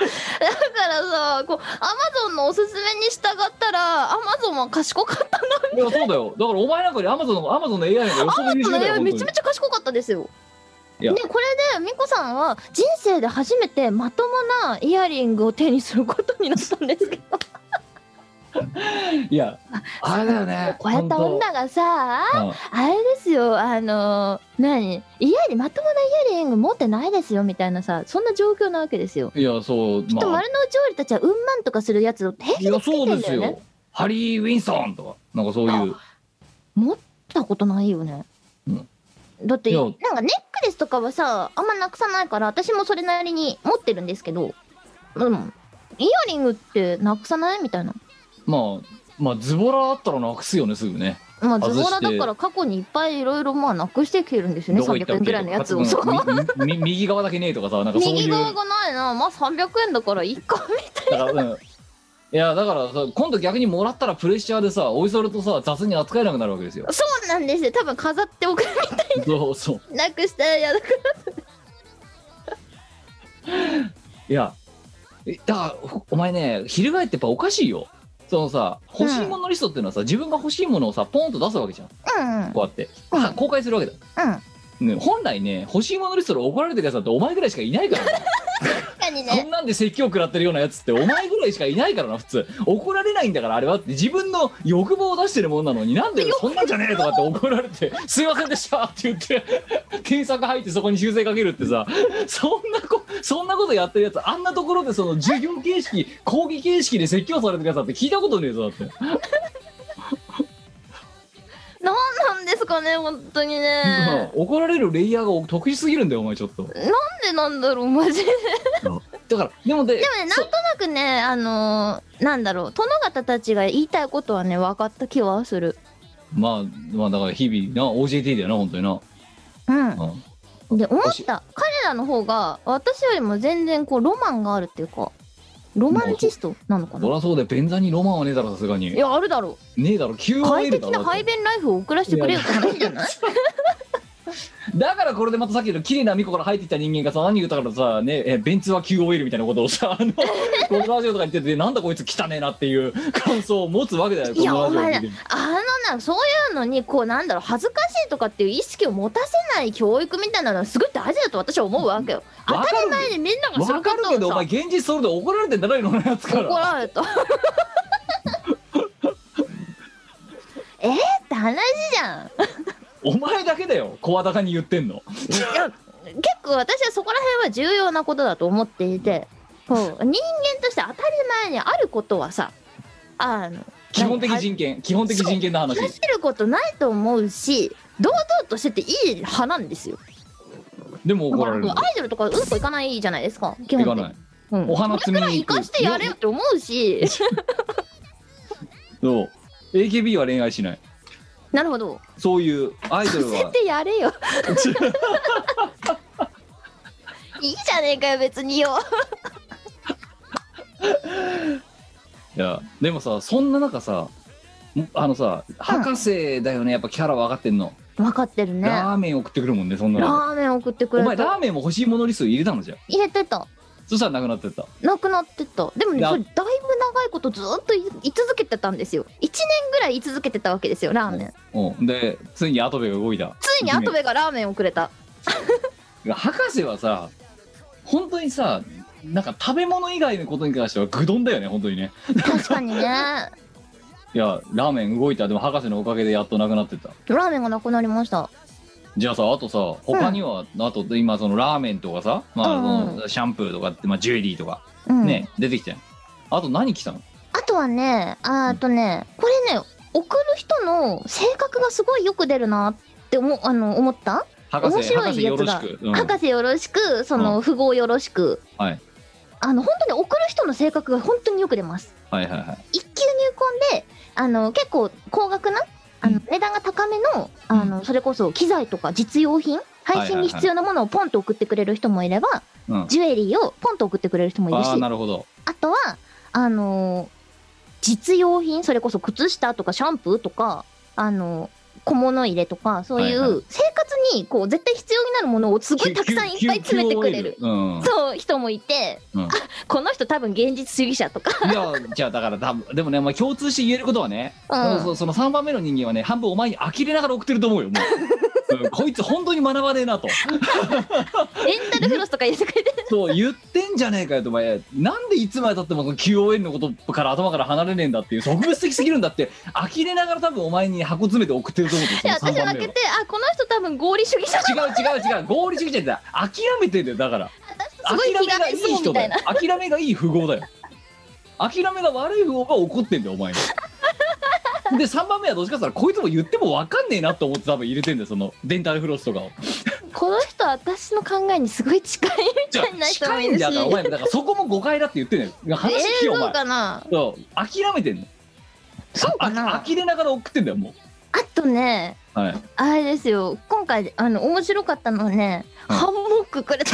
A: らさこうアマゾンのおすすめに従ったらアマゾンは賢かった
B: いやそうだよだからお前なんかよりアマゾンのアマゾンの AI なんかよそ見
A: の
B: だ
A: ね
B: よ本当に
A: めちゃめちゃ賢かったですよ
B: い
A: で
B: や
A: これで美子さんは人生で初めてまともなイヤリングを手にすることになったんですけ ど
B: いやあれだよね
A: こうやった
B: 本当
A: 女がさ
B: うん
A: あれですよ、あの何家にまともなイヤリング持ってないですよみたいなさ、そんな状況なわけですよ。
B: いやそう
A: きっと
B: まあ
A: 丸の内王子たちはうんまんとかするやつを平
B: い
A: 気で
B: や
A: つけて
B: そ
A: んだ
B: う
A: よ
B: です
A: ね
B: よ。ハリー・ウィンソンとかなんかそういう
A: 持ったことないよね。
B: うん
A: だって
B: いや
A: なんかネックレスとかはさあんまなくさないから私もそれなりに持ってるんですけどうんイヤリングってなくさないみたいな
B: まあまあズボラだったらなくすよねすぐね
A: まあ
B: 外
A: ズ
B: して
A: ボラだから過去にいっぱいいろいろまあなくしてきてるんですよね
B: どこ行った
A: 300円ぐらいのやつをそう
B: みみ右側だけねえとか さなんかそうい
A: 右
B: う
A: 側
B: だ
A: がないなまあ300円だからいいか
B: から、うん、いやだからさ今度逆にもらったらプレッシャーでさおいそれとさ雑に扱えなくなるわけ ですよ
A: そうなんですよ多分飾っておく
B: そうそう
A: なくしたらやだか
B: いやえだからお前ね翻ってやっぱおかしいよそのさ欲しいものリストっていうのはさ自分が欲しいものをさポンと出すわけじゃんこ
A: らうんうん
B: うやってあ公開するわけだ
A: 確
B: ね、本来ね欲しいものリストで怒られてくださいってお前ぐらいしかいないからね
A: かに
B: こんなんで説教食らってるようなやつってお前ぐらいしかいないからな普通怒られないんだからあれはって自分の欲望を出してるもんなのになんでそんなんじゃねえとかって怒られて「すいませんでした」って言って検索入ってそこに修正かけるってさそんなこそんなことやってるやつあんなところでその授業形式講義形式で説教されてくださいって聞いたことねえぞだって
A: 何なんですかね本当にねなん
B: うん怒られるレイヤーが特殊すぎるんだよお前ちょっと
A: でなんだろうマジで
B: だからでもで
A: でもねなんとなくねあのーなんだろう殿方たちが言いたいことはね分かった気はする
B: まあまあだから日々な OJT だよな本当にな、
A: うん
B: うん
A: で思った彼らの方が私よりも全然こうロマンがあるっていうかロマンチストなの
B: そ
A: かな
B: りゃそうだよ便座にロマンはねえだろさすがに
A: いやあるだろ
B: ねえだろ
A: う
B: QOL
A: 快
B: だ
A: 適な
B: ろだっ
A: 排
B: て
A: 便ライフを送らせてくれよって話じゃない
B: だからこれでまたさっきの綺麗な巫女から入ってきた人間がさ何言ったからさねえベンツは QOL みたいなことをさ あのこのラジオとか言っててなんだこいつ汚ねえなっていう感想を持つわけだよ
A: いや
B: このラジオを
A: お前
B: 聞いて
A: あのねなそういうのにこうなんだろう恥ずかしいとかっていう意識を持たせない教育みたいなのはすごい大事だと私は思うわけよ当
B: わかる
A: たり前にみんながする
B: わ
A: こ
B: かるけ
A: と
B: ど
A: を
B: お
A: さ
B: 前現実それで怒られてんだろいろんなやつか
A: 怒
B: ら
A: られた えーって話じゃん
B: お前だけだよ声高に言ってんの
A: いや結構私はそこら辺は重要なことだと思っていてこう人間として当たり前にあることはさあの
B: 基本的人権基本的人権の話
A: 恥ずかしることないと思うし堂々としてていい派なんですよ
B: でも怒られる
A: だからアイドルとかうんこ行かないじゃないですか基
B: 行か
A: 本的に
B: ない
A: うん
B: お花
A: こ
B: 摘
A: れ
B: み
A: から
B: に
A: 生
B: 行く
A: かしてやれよって思うし
B: そう AKB は恋愛しない
A: なるほど
B: そういうアイドル
A: させ
B: は
A: てや れよいいじゃねえかよ別によ
B: いやでもさそんな中さんあのさ博士だよねやっぱキャラ分かってんの、
A: 分かってるね
B: ラーメン送ってくるもんねそんな
A: ラ
B: の
A: ーメン送ってく
B: お
A: れ
B: 前
A: た
B: ラーメンも欲しいものリスト入れたのじゃん
A: 入れてた
B: そしたらなくなってった
A: なくなってったでもね
B: ラ
A: それだいぶ長いことずっとい居続けてたんですよ1年ぐらい居続けてたわけですよラーメン
B: うんでついにアトベが動いた
A: ついにアトベがラーメンをくれた
B: 博士はさ本当にさなんか食べ物以外のことに関しては愚鈍だよね本当にね
A: 確 かにねラ
B: いやラーメン動いたでも博士のおかげでやっとなくなってった
A: ーメンがなくなりました
B: じゃあさあとさ他には、あと今そのラーメンとかさ、まあ
A: うんうん
B: そのシャンプーとかって、まあ、ジュエリーとか
A: うん
B: ね、出てきたよあと何来たの
A: あとはねああとねこれね送る人の性格がすごいよく出るなって思うあの思った、
B: 博士
A: 面白
B: 博士
A: いや
B: よろ
A: つ
B: し
A: だ
B: く、うん
A: 博士よろしくその富豪よろしく、
B: はい
A: あの本当に送る人の性格が本当によく出ます
B: はいはいはい
A: 一級入魂であの結構高額なあの
B: うん
A: 値段が高めのあのそれこそ機材とか実用品配信に必要なものをポンと送ってくれる人もいれば、
B: うん
A: ジュエリーをポンと送ってくれる人もいるし
B: ああなるほど
A: あとは、あのー実用品、それこそ靴下とかシャンプーとか、あのー小物入れとか、そうい
B: はいは
A: う生活にこう絶対必要になるものをすごいたくさんいっぱい詰めてくれる。
B: 救急救急オイルうん
A: そう人もいて、
B: うん
A: あこの人多分現実主義者 とか、
B: いやじゃあだから多分でもね、まあ、共通して言えることはね、
A: うん
B: そのその3番目の人間はね半分お前に呆れながら送ってると思うよも う、うんこいつ本当に学ばねえなと
A: レンタルフロスとか言ってくれて、
B: そう言ってんじゃねえかよとお前なんでいつまでたってもその QOL のことから頭から離れねえんだっていう植物的すぎるんだって呆れながら多分お前に箱詰めて送ってると思うよ
A: で
B: その3
A: 私
B: 番
A: 負
B: 目
A: け
B: は
A: て、あ、この人多分合理主義者だ
B: 違う違う違う合理主義じゃない諦めてんだよだから
A: すごい
B: 諦
A: 気
B: め
A: が
B: が
A: め
B: いい
A: そうみ
B: 人
A: た
B: だ
A: い
B: よ
A: な。
B: 諦めがいい富豪だよ諦めが悪い富豪が怒ってんだよお 前にで3番目はどっちかって言ったらこいつも言っても分かんねえなと思って多分入れてんだよそのデンタルフロスとかを
A: この人私の考えにすごい近いみ
B: じゃ
A: たいな
B: あ
A: 人も
B: 近
A: い
B: いん
A: るし
B: だ。からお前だからそこも誤解だって言ってんだよいや話聞
A: え
B: け
A: ー
B: よお
A: そう
B: 前
A: かな
B: そう諦めてんの
A: そうかな
B: あ呆れながら送ってんだよも
A: あとね、
B: うはい
A: あれですよ今回あの面白かったのはね、
B: うん
A: ハンモックくれた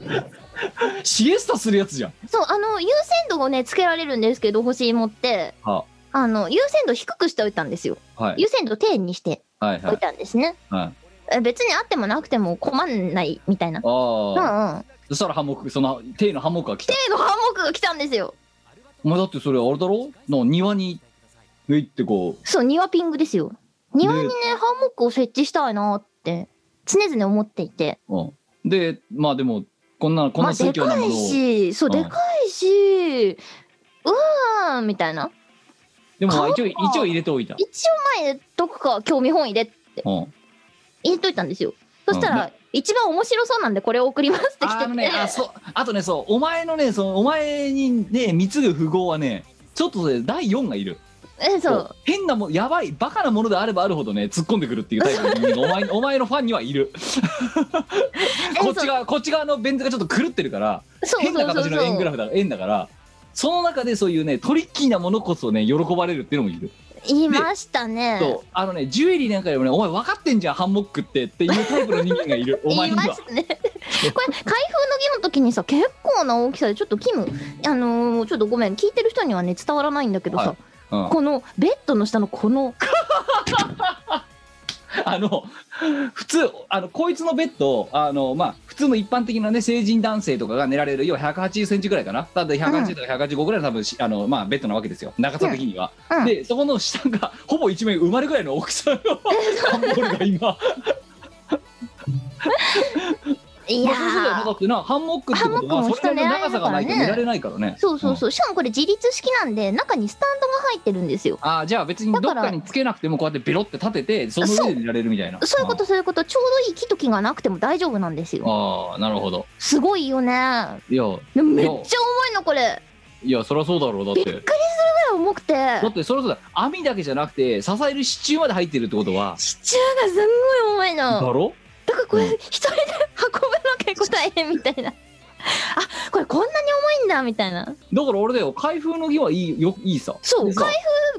B: シエスタするやつじゃん
A: そうあの優先度をねつけられるんですけど欲しいもって
B: は
A: あの優先度低くしておいたんですよ
B: はい
A: 優先度低にして
B: はい
A: お
B: はいい
A: たんですね、
B: はい
A: え別にあってもなくても困んないみたいな
B: あ
A: うんうん
B: あ、
A: ハン
B: そしたらハンモックその手のハンモックが来た
A: モックが来たんですよ
B: お前だってそれあれだろの庭に行ってこ
A: そう庭ピングですよ庭にね
B: ね
A: ハンモックを設置したいなって常々思っていて
B: う、うん、でまあでもこんなこん
A: まあ
B: な
A: で
B: 宗教な
A: か
B: も
A: い
B: のを、
A: しそう
B: うん
A: でかいしうーんみたいな
B: でも一応
A: 顔が
B: 一応入れておいた、
A: 一応前入れとくか興味本入れって
B: うん、
A: 入れといたんですよそした
B: うん
A: ら、一番面白そうなんでこれを送りますって来て
B: あ
A: て、
B: のねあそうあとねそうお前のねそのお前にね貢ぐ富豪はねちょっとね第4がいる
A: えそう
B: 変なもんやばいバカなものであればあるほどね突っ込んでくるっていうタイプの人間がお 前お前のファンにはいる
A: え
B: こっち側こっち側のベン図がちょっと狂ってるから
A: そうそ
B: 変
A: う
B: な
A: そう
B: 形の円グラ
A: そ
B: フだ円だからその中でそういうねトリッキーなものこそね喜ばれるっていうのもいる、
A: う言いましたね
B: そうあのねジュエリーなんかでもねお前分かってんじゃんハンモックってっていうタイプの人間がいるお
A: 言
B: 前
A: い
B: に
A: ま
B: は
A: したねこれ開封の儀の時にさ結構な大きさでちょっとキムあのーちょっとごめん聞いてる人にはね伝わらないんだけどさ、
B: はいうん
A: このベッドの下のこの
B: あの普通あのこいつのベッドあのまあ普通の一般的なね成人男性とかが寝られる要は1 8 0センチぐらいかなただ180とか185ぐらいの多分しあのまあベッドなわけですよ長さ的には、
A: うんうん
B: でそこの下がほぼ一面埋まるぐらいの大き さの段ボールが今
A: い
B: ま
A: や
B: あそうするよなだ
A: ー
B: ってなハンモックってことは
A: ハンモックも
B: それなりの
A: 下
B: 長さがないと
A: 狙えるからね
B: 寝られないからね
A: そうそうそう、しかもこれ自立式なんで中にスタンドが入ってるんですよ
B: ああじゃあ別にどっかにつけなくてもこうやってベロって立ててその上で寝られるみたいな
A: そういうことそういうことちょうどいい木と木がなくても大丈夫なんですよ
B: ああなるほど
A: すごいよね
B: いや
A: でもめっちゃ重いのこれ
B: いやそりゃそうだろうだっ
A: びってくりするぐらい重くて
B: だってそれこそ網だけじゃなくて支える支柱まで入ってるってことは
A: 支柱がすんごい重いの
B: だろ
A: だからこれ
B: うん
A: 一人で運ぶの結構大変みたいなあこれこんなに重いんだみたいな
B: だから俺だよ開封の儀はいいよいいさ
A: そう
B: でさ
A: 開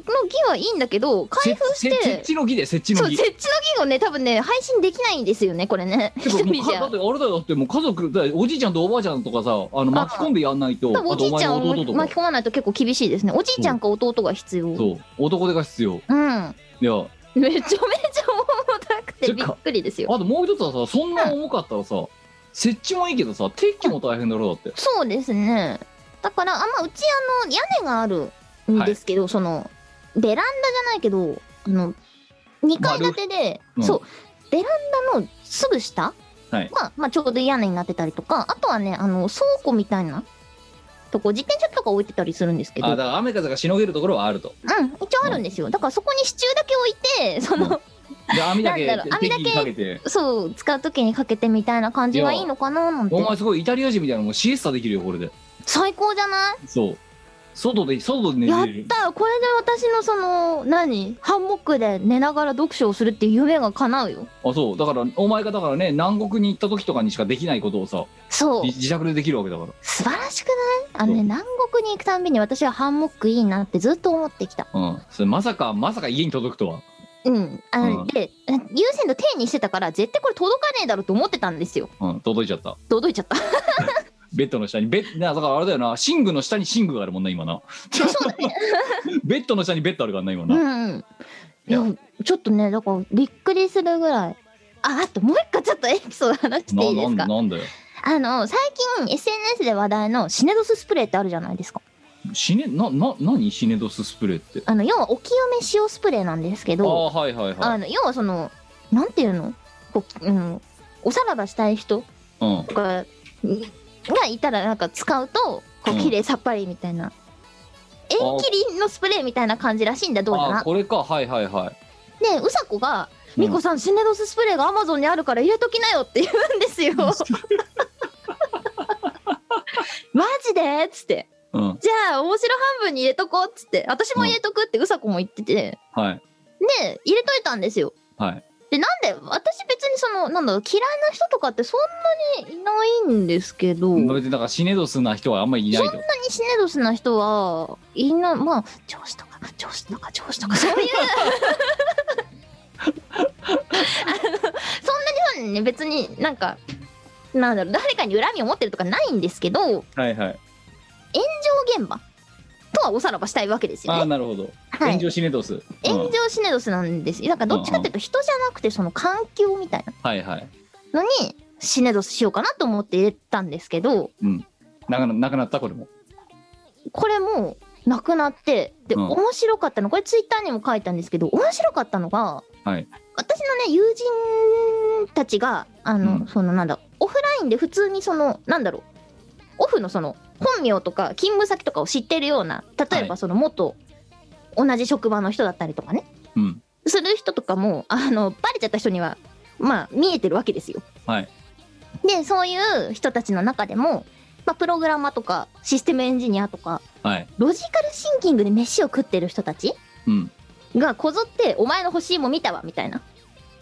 A: 封の儀はいいんだけど開封
B: せ
A: し
B: せ設
A: て
B: 置の儀で設置
A: そう
B: の儀
A: 設置の儀をね多分ね配信できないんですよねこれね
B: て
A: 一
B: かもう
A: 人じ
B: か
A: ゃ
B: だってあれだよだってもう家族だよおじいちゃんとおばあちゃんとかさあの巻き込んでやんないと
A: 多
B: あ
A: 分お
B: と
A: じ
B: お
A: い
B: 前
A: ちゃ
B: の
A: んを
B: 弟とか
A: 巻き込まないと結構厳しいですねおじいちゃんか弟が必要
B: そう男手が必要
A: うん
B: いやあ
A: めちゃめちゃ重たくてびっくりですよ
B: ともう一つはさそんな重かったらさ設置もいいけどさ撤去も大変だろうだって
A: そうですねだからあんまうちあの屋根があるんですけど、そのベランダじゃないけどあの2階建てで、
B: ルーフうん
A: そうベランダのすぐ下が、
B: はい
A: まあ、ちょうど屋根になってたりとかあとはねあの倉庫みたいなとこ自転車とか置いてたりするんですけど
B: あだから雨風がしのげるところはあると
A: うん一応あるんですよだからそこに支柱だけ置いてその、
B: で網だけ
A: なんだろう網だ
B: 適
A: け
B: 宜かけて
A: そう使う時にかけてみたいな感じがいいのかななんて
B: お前すごいイタリア人みたいなもうシエスタできるよこれで
A: 最高じゃない
B: そう外で外で寝
A: やっ
B: れる
A: たこれで私のその何ハンモックで寝ながら読書をするっていう夢が叶うよ
B: あそうだからお前がだからね南国に行った時とかにしかできないことをさ
A: そう
B: 自自宅でできるわけだから
A: 素晴らしくないあのね
B: そう
A: 南国に行くたんびに私はハンモックいいなってずっと思ってきた
B: うんそれまさかまさか家に届くとは
A: うんあの、
B: うん
A: で優先度手にしてたから絶対これ届かねえだろうと思ってたんですよ
B: うん届いちゃった
A: 届いちゃった
B: ベッドの下にベッなだからあれだよな寝具の下に寝具があるもんな今な
A: そうだね
B: ベッドの下にベッドあるからな今
A: う
B: な、
A: んうんいやちょっとねだからびっくりするぐらいああともう一個ちょっとエピソード話していいです
B: な
A: か
B: なんだよ
A: あの最近 SNS で話題のシネドススプレーってあるじゃないですか
B: シネなな何シネドススプレーって
A: あの要はお清め塩スプレーなんですけ
B: あ
A: ど
B: あはいはい
A: あ
B: はい
A: の要はそのなんていうのこう、うん、おさらばしたい人
B: うん
A: とかにがいたらなんか使うとこ
B: う
A: うん綺麗さっぱりみたいな、縁切りのスプレーみたいな感じらしいんだどうや
B: あ
A: ら
B: ーこれかはいはいは
A: でうさこが「
B: うん
A: みこさんシネドススプレーがアマゾンにあるから入れときなよ」って言うんで すよマジでっつって
B: いうん
A: じゃあ面白半分に入れとこうっつって私も入れとくってうさこも言ってて、
B: はい
A: で入れといたんですよ
B: はい
A: でなんで私別にそのなんだろう嫌いな人とかってそんなにいないんですけど、
B: 別にだからシネドスな人はあんまりいないと
A: そんなにシネドスな人はいないまあ上司とか上司とか上 司とかそういうあのそんなにそうね別になんかなんだろう誰かに恨みを持ってるとかないんですけど炎
B: はいはい
A: 上現場とはおさらばしたいわけです
B: あ
A: よ
B: あ
A: ね。
B: なるほど
A: はい
B: 炎上シネドス、うん
A: 炎上シネドスなんですよ。だからどっちかっていうと人じゃなくてその環境みたいな
B: はいはい
A: のにシネドスしようかなと思って入れたんですけど
B: なくななくなったこれも
A: これもなくなってで、
B: うん
A: 面白かったのこれツイッターにも書いたんですけど面白かったのが、
B: はい
A: 私のね友人たちがあの、
B: うん
A: そのなんだオフラインで普通にそのなんだろうオフのその本名とか勤務先とかを知ってるような例え
B: は
A: ばその元同じ職場の人だったりとかね
B: うん
A: する人とかもあのバレちゃった人にはまあ見えてるわけですよ。
B: はい
A: でそういう人たちの中でも、まあ、プログラマーとかシステムエンジニアとか
B: はい
A: ロジカルシンキングで飯を食ってる人たち
B: うん
A: がこぞって「お前の欲しいもん見たわ」みたいな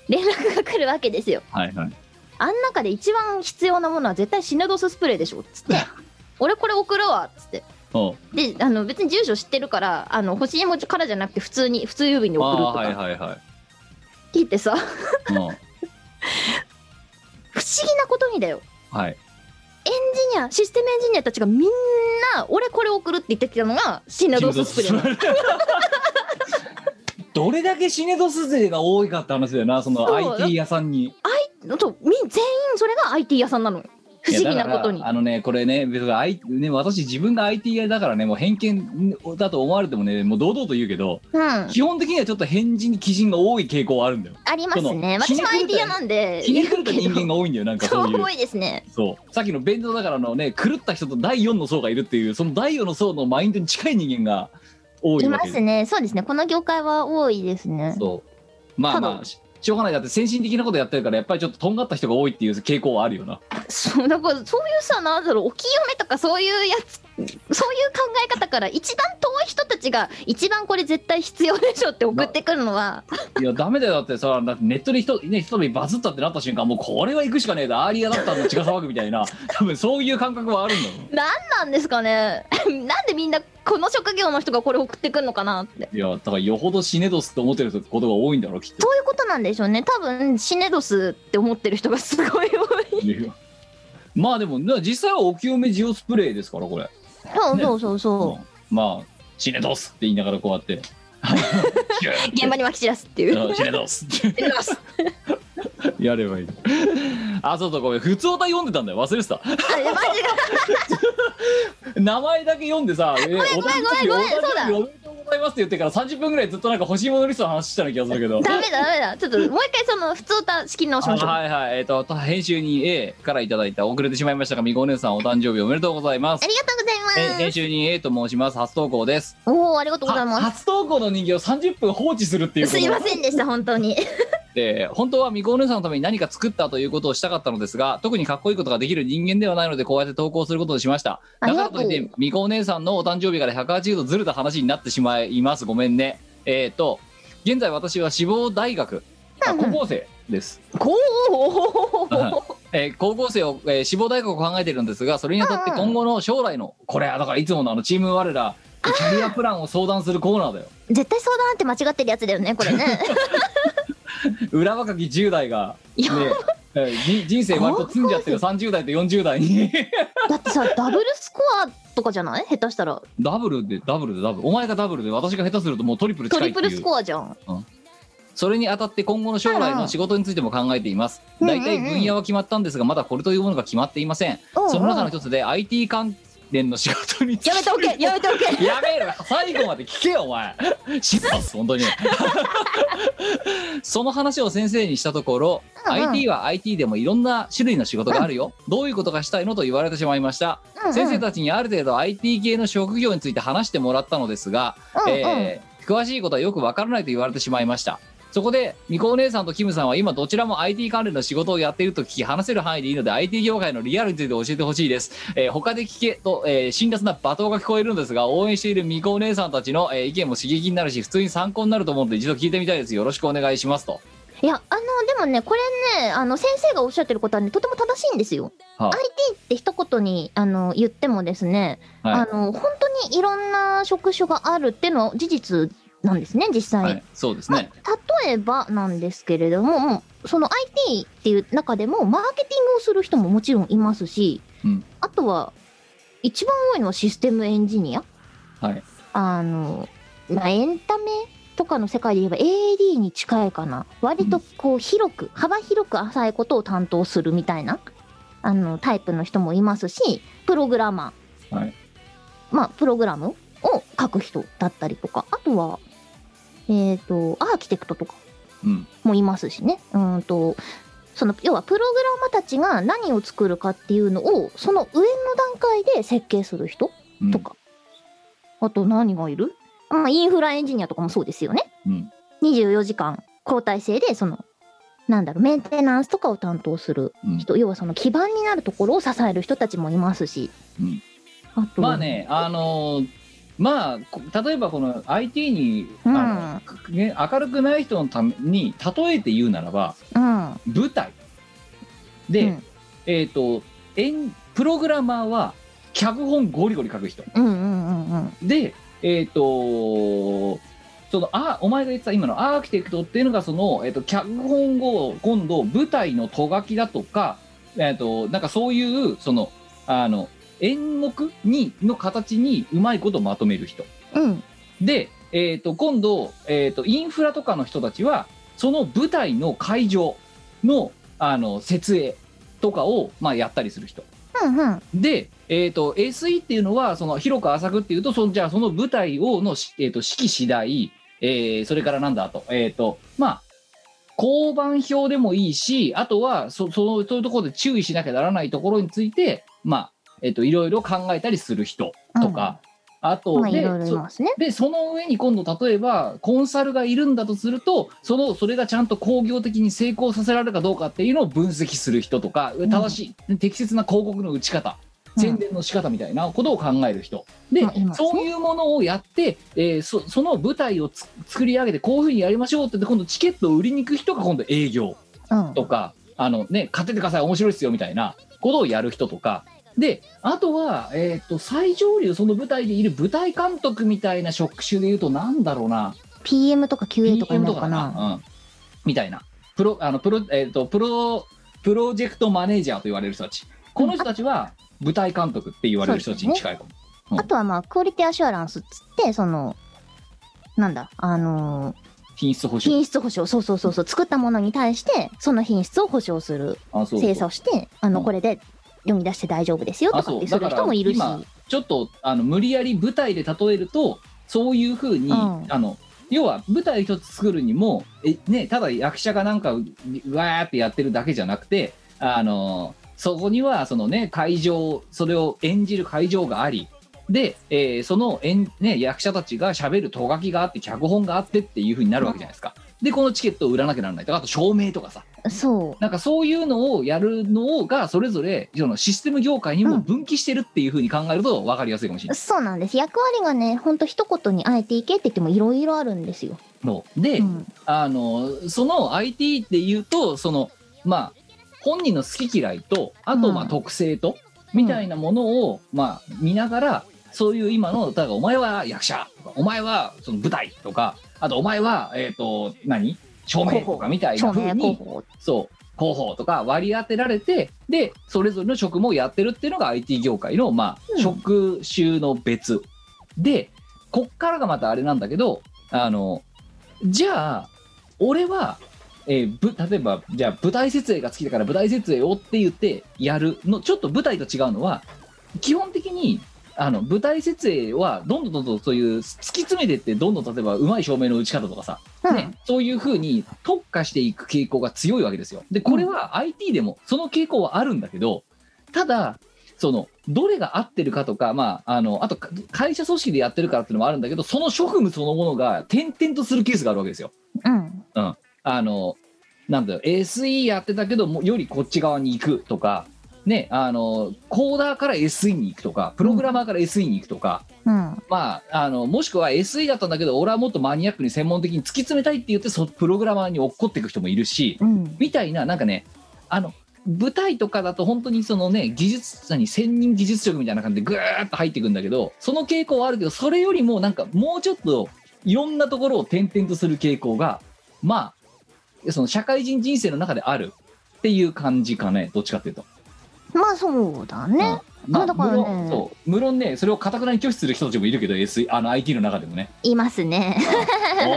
A: 連絡が来るわけですよ。
B: はいはい
A: あん中で一番必要なものは絶対シネドススプレーでしょっ つって「俺これ送るわ」っつって。
B: おう
A: であの別に住所知ってるからあの欲しいもんからじゃなくて普通に普通郵便に
B: あ
A: 送る
B: あ
A: と
B: はい
A: か
B: はいはい
A: 聞いてさ
B: おう
A: 不思議なことにだよ
B: はい
A: エンジニアシステムエンジニアたちがみんな俺これ送るって言ってきたのがシネドススプレーなの
B: シネドス どれだけシネドス勢が多いかって話だよなその
A: そう
B: IT 屋さんに
A: そうみ全員それが IT 屋さんなのよ不思議なこ
B: い
A: と
B: やだ
A: に
B: からあのねこれね別に、I ね、私自分が IT 屋だからねもう偏見だと思われてもねもう堂々と言うけど、
A: うんあ
B: 基本的にはちょっと変人に鬼人が多い傾向はあるんだよ
A: りますね
B: その
A: 私
B: ひ
A: も
B: ねく
A: IT
B: れた
A: 屋なんで
B: ひねくれた
A: 言うけ
B: 人
A: ど
B: 間が多いんだよなんかそうい
A: そう
B: う
A: 多いですね
B: そうさっきの弁当だからのね狂った人と第4の層がいるっていうその第4の層のマインドに近い人間が多い
A: い
B: わ
A: ま
B: けです
A: ねそうですねこの業界は多いですね
B: そうまあ
A: 多
B: まあ
A: 分
B: ししょうがないだって先進的なことやってるからやっぱりちょっととんがった人が多いっていう傾向はあるよな
A: そうだからそういうさなんだろうお清めとかそういうやつそういう考え方から一番遠い人たちが一番これ絶対必要でしょって送ってくるのはい
B: やダメだよだってさだってネットで人ね一人バズったってなった瞬間もうこれは行くしかねえだアーリアだったんだ血が騒ぐみたいな多分そういう感覚はあるんだろ
A: なんですかね なんでみんなこの職業の人がこれ送ってくるのかなって
B: ういやだからよほど死ねどすって思ってることが多いんだろうきっと
A: そういうことなんでしょうね多分シネドスって思ってる人がすごい多い
B: まあでもな実際はお清めジオスプレーですからこれ
A: そうそうそうそ
B: まあ死ねどすって言いながらこうやって
A: う 現場にまき散らすって いう
B: うん死ねどすって
A: シネドス
B: やればいいあそうそうごめん普通歌読んでたんだよ忘れてた
A: あれマジか
B: 名前だけ読んでさ「えーお誕生日
A: ご
B: お
A: めんごめん
B: 誕
A: そう
B: 生
A: だ
B: 日おめでとうございます」って言ってから30分ぐらいずっとなんか欲しいものリストの話してたような気がするけど
A: ダメだダメだちょっともう一回その普通歌仕切り直しましょう
B: あはいはいえっ、と編集に A からいただいた遅れてしまいましたがみこお姉さんお誕生日おめでとうございます
A: ありがとうござ
B: え
A: います
B: 編集に A と申します初投稿です
A: おおありがとうござい
B: は
A: ま
B: 初投稿の人形を30分放置するっていう
A: す
B: こと
A: すいませんでした本当に
B: で本当はみこお姉さんのために何か作ったということをしたかったのですが特にかっこいいことができる人間ではないのでこうやって投稿することにしました
A: あ
B: だ
A: り
B: か
A: が
B: ら
A: と
B: と
A: う
B: いってみこお姉さんのお誕生日から180度ずれた話になってしまいますごめんねえっ、と現在私は志望大学あ
A: うんうん
B: 高校生です、
A: こ
B: は
A: う
B: えー高校生を、えー志望大学を考えてるんですがそれにあたって
A: うんうん
B: 今後の将来のこれはだからいつものあのチーム我らキャリアプランを相談するコーナーだよ
A: 絶対相談って間違ってるやつだよねこ れね
B: 裏若き10代が、ね
A: いや
B: えーじ人生割と積んじゃってる30代と40代に
A: だってさダブルスコアとかじゃない下手したら
B: ダブルでダブルでダブルお前がダブルで私が下手するともうトリプル
A: ト
B: 近い
A: リ
B: ってい
A: プ
B: う
A: ルスコアじゃん
B: それにあたって今後の将来の仕事についても考えています
A: うん
B: 大体分野は決まったんですがまだこれというものが決まっていません
A: うんうん
B: その中の一つで IT 関連の仕事につい
A: やめてお けやめておけ
B: やめろ最後まで聞けよお前知ってます本当にその話を先生にしたところ、
A: うんうん
B: IT は IT でもいろんな種類の仕事があるよ、どういうことがしたいのと言われてしまいました、
A: うんうん
B: 先生たちにある程度 IT 系の職業について話してもらったのですが、
A: うんうん
B: えー詳しいことはよくわからないと言われてしまいましたそこでみこお姉さんとキムさんは今どちらも IT 関連の仕事をやっていると聞き話せる範囲でいいので IT 業界のリアルについて教えてほしいです、えー他で聞けと、えー辛辣な罵倒が聞こえるんですが応援しているみこお姉さんたちの、えー意見も刺激になるし普通に参考になると思うので一度聞いてみたいですよろしくお願いしますと、
A: いやあのでもねこれねあの先生がおっしゃってることはねとても正しいんですよ。
B: は
A: IT って一言にあの言ってもですね、
B: あはい
A: あの本当にいろんな職種があるっていうのは事実なんですね実際。
B: はい、そうですね、
A: まあ例えばなんですけれどももうその IT っていう中でもマーケティングをする人ももちろんいますし、
B: うん
A: あとは一番多いのはシステムエンジニア
B: はい
A: あの、まあ、エンタメとかの世界で言えば AD に近いかな。割とこう広く、幅広く浅いことを担当するみたいな、あの、タイプの人もいますし、プログラマー。
B: はい
A: まあ、プログラムを書く人だったりとか、あとは、えっ、と、アーキテクトとか
B: うん
A: もいますしね。うーんと、その、要はプログラマーたちが何を作るかっていうのを、その上の段階で設計する人
B: うん
A: とか、あと何がいる、まあ、インフラエンジニアとかもそうですよね
B: うん
A: 24時間交代制でそのなんだろうメンテナンスとかを担当する
B: うん
A: 人、要はその基盤になるところを支える人たちもいますし、
B: うん
A: あと
B: まあね、あのーまあこ例えばこの IT に、
A: うん
B: あのね、明るくない人のために例えて言うならば
A: うん
B: 舞台で、
A: うん
B: えっ、とえんプログラマーは脚本ゴリゴリ書く人
A: うんうんうんうん
B: でえっ、とそのあお前が言ってた今のアーキテクトっていうのがその、えー、と脚本を今度舞台のと書きだとか、えー、となんかそういうそのあの演目にの形にうまいことまとめる人
A: うん
B: で、えー、と今度、えー、とインフラとかの人たちはその舞台の会場のあの設営とかを、まあ、やったりする人
A: うんうん。
B: で、えー、と SE っていうのはその広く浅くっていうとそのじゃあその舞台をのし、えー、と指揮次第、えーそれからなんだあと,、えーとまあ、交番表でもいいしあとはそそのそういうところで注意しなきゃならないところについて、まあえー、といろいろ考えたりする人とか、あと
A: まあい
B: で
A: ろいろい
B: そ
A: ますね。
B: でその上に今度例えばコンサルがいるんだとするとそのそれがちゃんと工業的に成功させられるかどうかっていうのを分析する人とか
A: ん
B: 正しい適切な広告の打ち方
A: うん
B: 宣伝の仕方みたいなことを考える人で
A: まあいますね
B: そういうものをやって、えーそその舞台をつ作り上げてこういうふうにやりましょうって言って今度チケットを売りに行く人が今度営業
A: うん。
B: とか、あのね、買ってってください、面白いですよみたいなことをやる人とか、で、あとは、えっ、と、最上流、その舞台でいる舞台監督みたいな職種で言うと、なんだろうな、
A: PM とか QA とか
B: PM
A: にな
B: とか
A: るか
B: か
A: な。
B: な、うん、みたいな、プロ、あの、プロ、えっ、と、プロ、プロジェクトマネージャーと言われる人たち、この人たちは舞台監督って言われる人たちに近いかも。うん
A: あとはまあ、クオリティアシュアランスっつって、その、なんだ、あのー
B: 品質保証。
A: 品質保証、そうそうそうそう、作ったものに対して、その品質を保証する
B: あ、そうそう
A: 精査をして、あの、
B: うん
A: これで読み出して大丈夫ですよとかって
B: あそ
A: す
B: うだ
A: る
B: から
A: 人もいるし、
B: 今ちょっとあの無理やり舞台で例えるとそういうふうに、
A: うん
B: あの要は舞台一つ作るにもえ、ね、ただ役者がなんかううわーってやってるだけじゃなくてあのそこにはその、ね、会場それを演じる会場がありで、えーその演、ね、役者たちがしゃべると書きがあって脚本があってっていうふうになるわけじゃないですか。でこのチケットを売らなきゃならないとかあと照明とかさ
A: そう。
B: なんかそういうのをやるのがそれぞれそのシステム業界にも分岐してるっていうふうに考えると分かりやすいかもしれない。
A: そうなんです。役割がね、ほんと一言にあえていけって言ってもいろいろあるんですよ。
B: そうで、
A: うん。
B: あのその IT っていうとそのまあ本人の好き嫌いとあとま
A: う
B: あ
A: ん
B: 特性と、みたいなものを、まあ、見ながらそういう今のだからお前は役者とかお前はその舞台とかあとお前はえっ、と何照明とかみたいな
A: 照
B: ふう
A: 明
B: に
A: 候補。
B: そう広報とか割り当てられてでそれぞれの職務をやってるっていうのが IT 業界の、ま
A: う
B: あ、
A: ん
B: 職種の別、でこっからがまたあれなんだけどあのじゃあ俺は、えーぶ例えばじゃあ舞台設営が好きだから舞台設営をって言ってやるのちょっと舞台と違うのは基本的にあの舞台設営はどんどんどんどんそういう突き詰めてってどんどん例えばうまい照明の打ち方とかさ
A: うん。
B: ね、そういうふうに特化していく傾向が強いわけですよ。でこれは IT でもその傾向はあるんだけどただそのどれが合ってるかとか、まあ、あのあとか会社組織でやってるからっていうのもあるんだけどその職務そのものが転々とするケースがあるわけですよ。
A: うん。
B: あのなんだよ SE やってたけどもよりこっち側に行くとか、ね、あのコーダーから SE に行くとかプログラマーから SE に行くとか、
A: うん。
B: まあ、あのもしくは SE だったんだけど俺はもっとマニアックに専門的に突き詰めたいって言ってそプログラマーに落っこっていく人もいるし
A: うん。
B: みたいななんかねあの舞台とかだと本当にそのね技術何専任技術職みたいな感じでぐーっと入っていくんだけどその傾向はあるけどそれよりもなんかもうちょっといろんなところを転々とする傾向がまあその社会人人生の中であるっていう感じかねどっちかっていうと。
A: まあそうだね。
B: うんまあ
A: だからね
B: 無論そう無論ねそれをかたくなに拒否する人たちもいるけど SE あの IT の中でもね
A: いますね。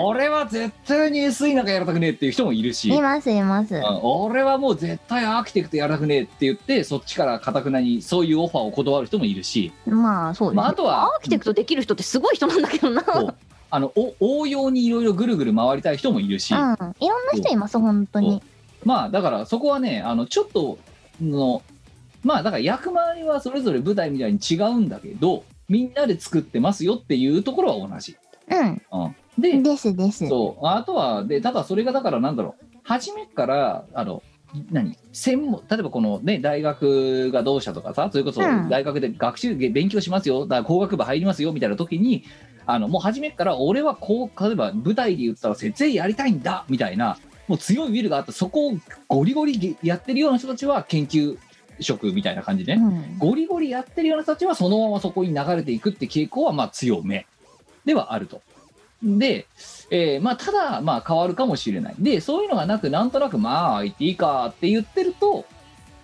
B: 俺は絶対に SE なんかやりたくねえっていう人もいるし、
A: いうますいます。
B: ん俺はもう絶対アーキテクトやらなくねえって言ってそっちからかたくなにそういうオファーを断る人もいるし、
A: まあそうですね。
B: まあ、あとは
A: アーキテクトできる人ってすごい人なんだけどな。
B: こうあのお応用にいろいろぐるぐる回りたい人もいるし、
A: うん、いろんな人います、本当に。
B: まあだからそこはねあのちょっとのまあだから役回りはそれぞれ舞台みたいに違うんだけどみんなで作ってますよっていうところは同じ。
A: う
B: うん、で
A: ん、ですです。
B: そうあとはでただそれがだからなんだろう初めからあの何専門例えばこのね大学がどうしたとかさそれこそ
A: うん
B: 大学で学習勉強しますよだから工学部入りますよみたいな時にあのもう初めから俺はこう例えば舞台で言ったら設営やりたいんだみたいなもう強いビルがあってそこをゴリゴリやってるような人たちは研究職みたいな感じね、
A: うん、
B: ゴリゴリやってるような人たちはそのままそこに流れていくって傾向はまあ強めではあると。で、えーまあ、ただまあ変わるかもしれない。でそういうのがなくなんとなくまあ IT かって言ってると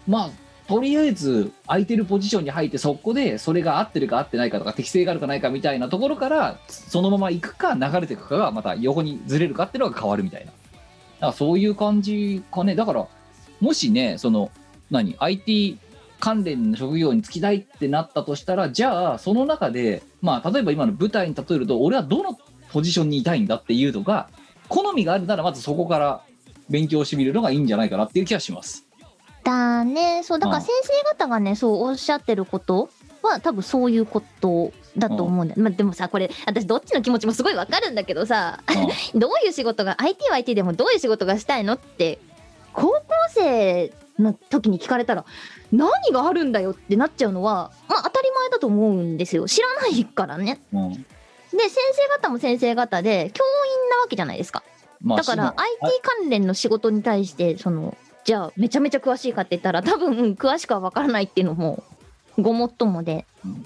B: まあとりあえず空いてるポジションに入ってそこでそれが合ってるか合ってないかとか適性があるかないかみたいなところからそのまま行くか流れていくかがまた横にずれるかっていうのが変わるみたいなだからそういう感じかねだからもしねその何 IT 関連の職業に就きたいってなったとしたらじゃあその中でまあ例えば今の舞台に例えると俺はどのポジションにいたいんだっていうのが好みがあるならまずそこから勉強してみるのがいいんじゃないかなっていう気がします。
A: だねそうだ
B: う
A: から
B: ん
A: 先生方がねそうおっしゃってることは多分そういうことだと思うんだよ、まあ、でもさこれ私どっちの気持ちもすごいわかるんだけどさ
B: うん
A: どういう仕事が IT は IT でもどういう仕事がしたいのって高校生の時に聞かれたら何があるんだよってなっちゃうのはまあ当たり前だと思うんですよ知らないからね
B: うん
A: で先生方も先生方で教員なわけじゃないですか
B: まあ
A: だから
B: そ
A: IT 関連の仕事に対してそのじゃあめちゃめちゃ詳しいかって言ったら多分詳しくは分からないっていうのもごもっともで、
B: うん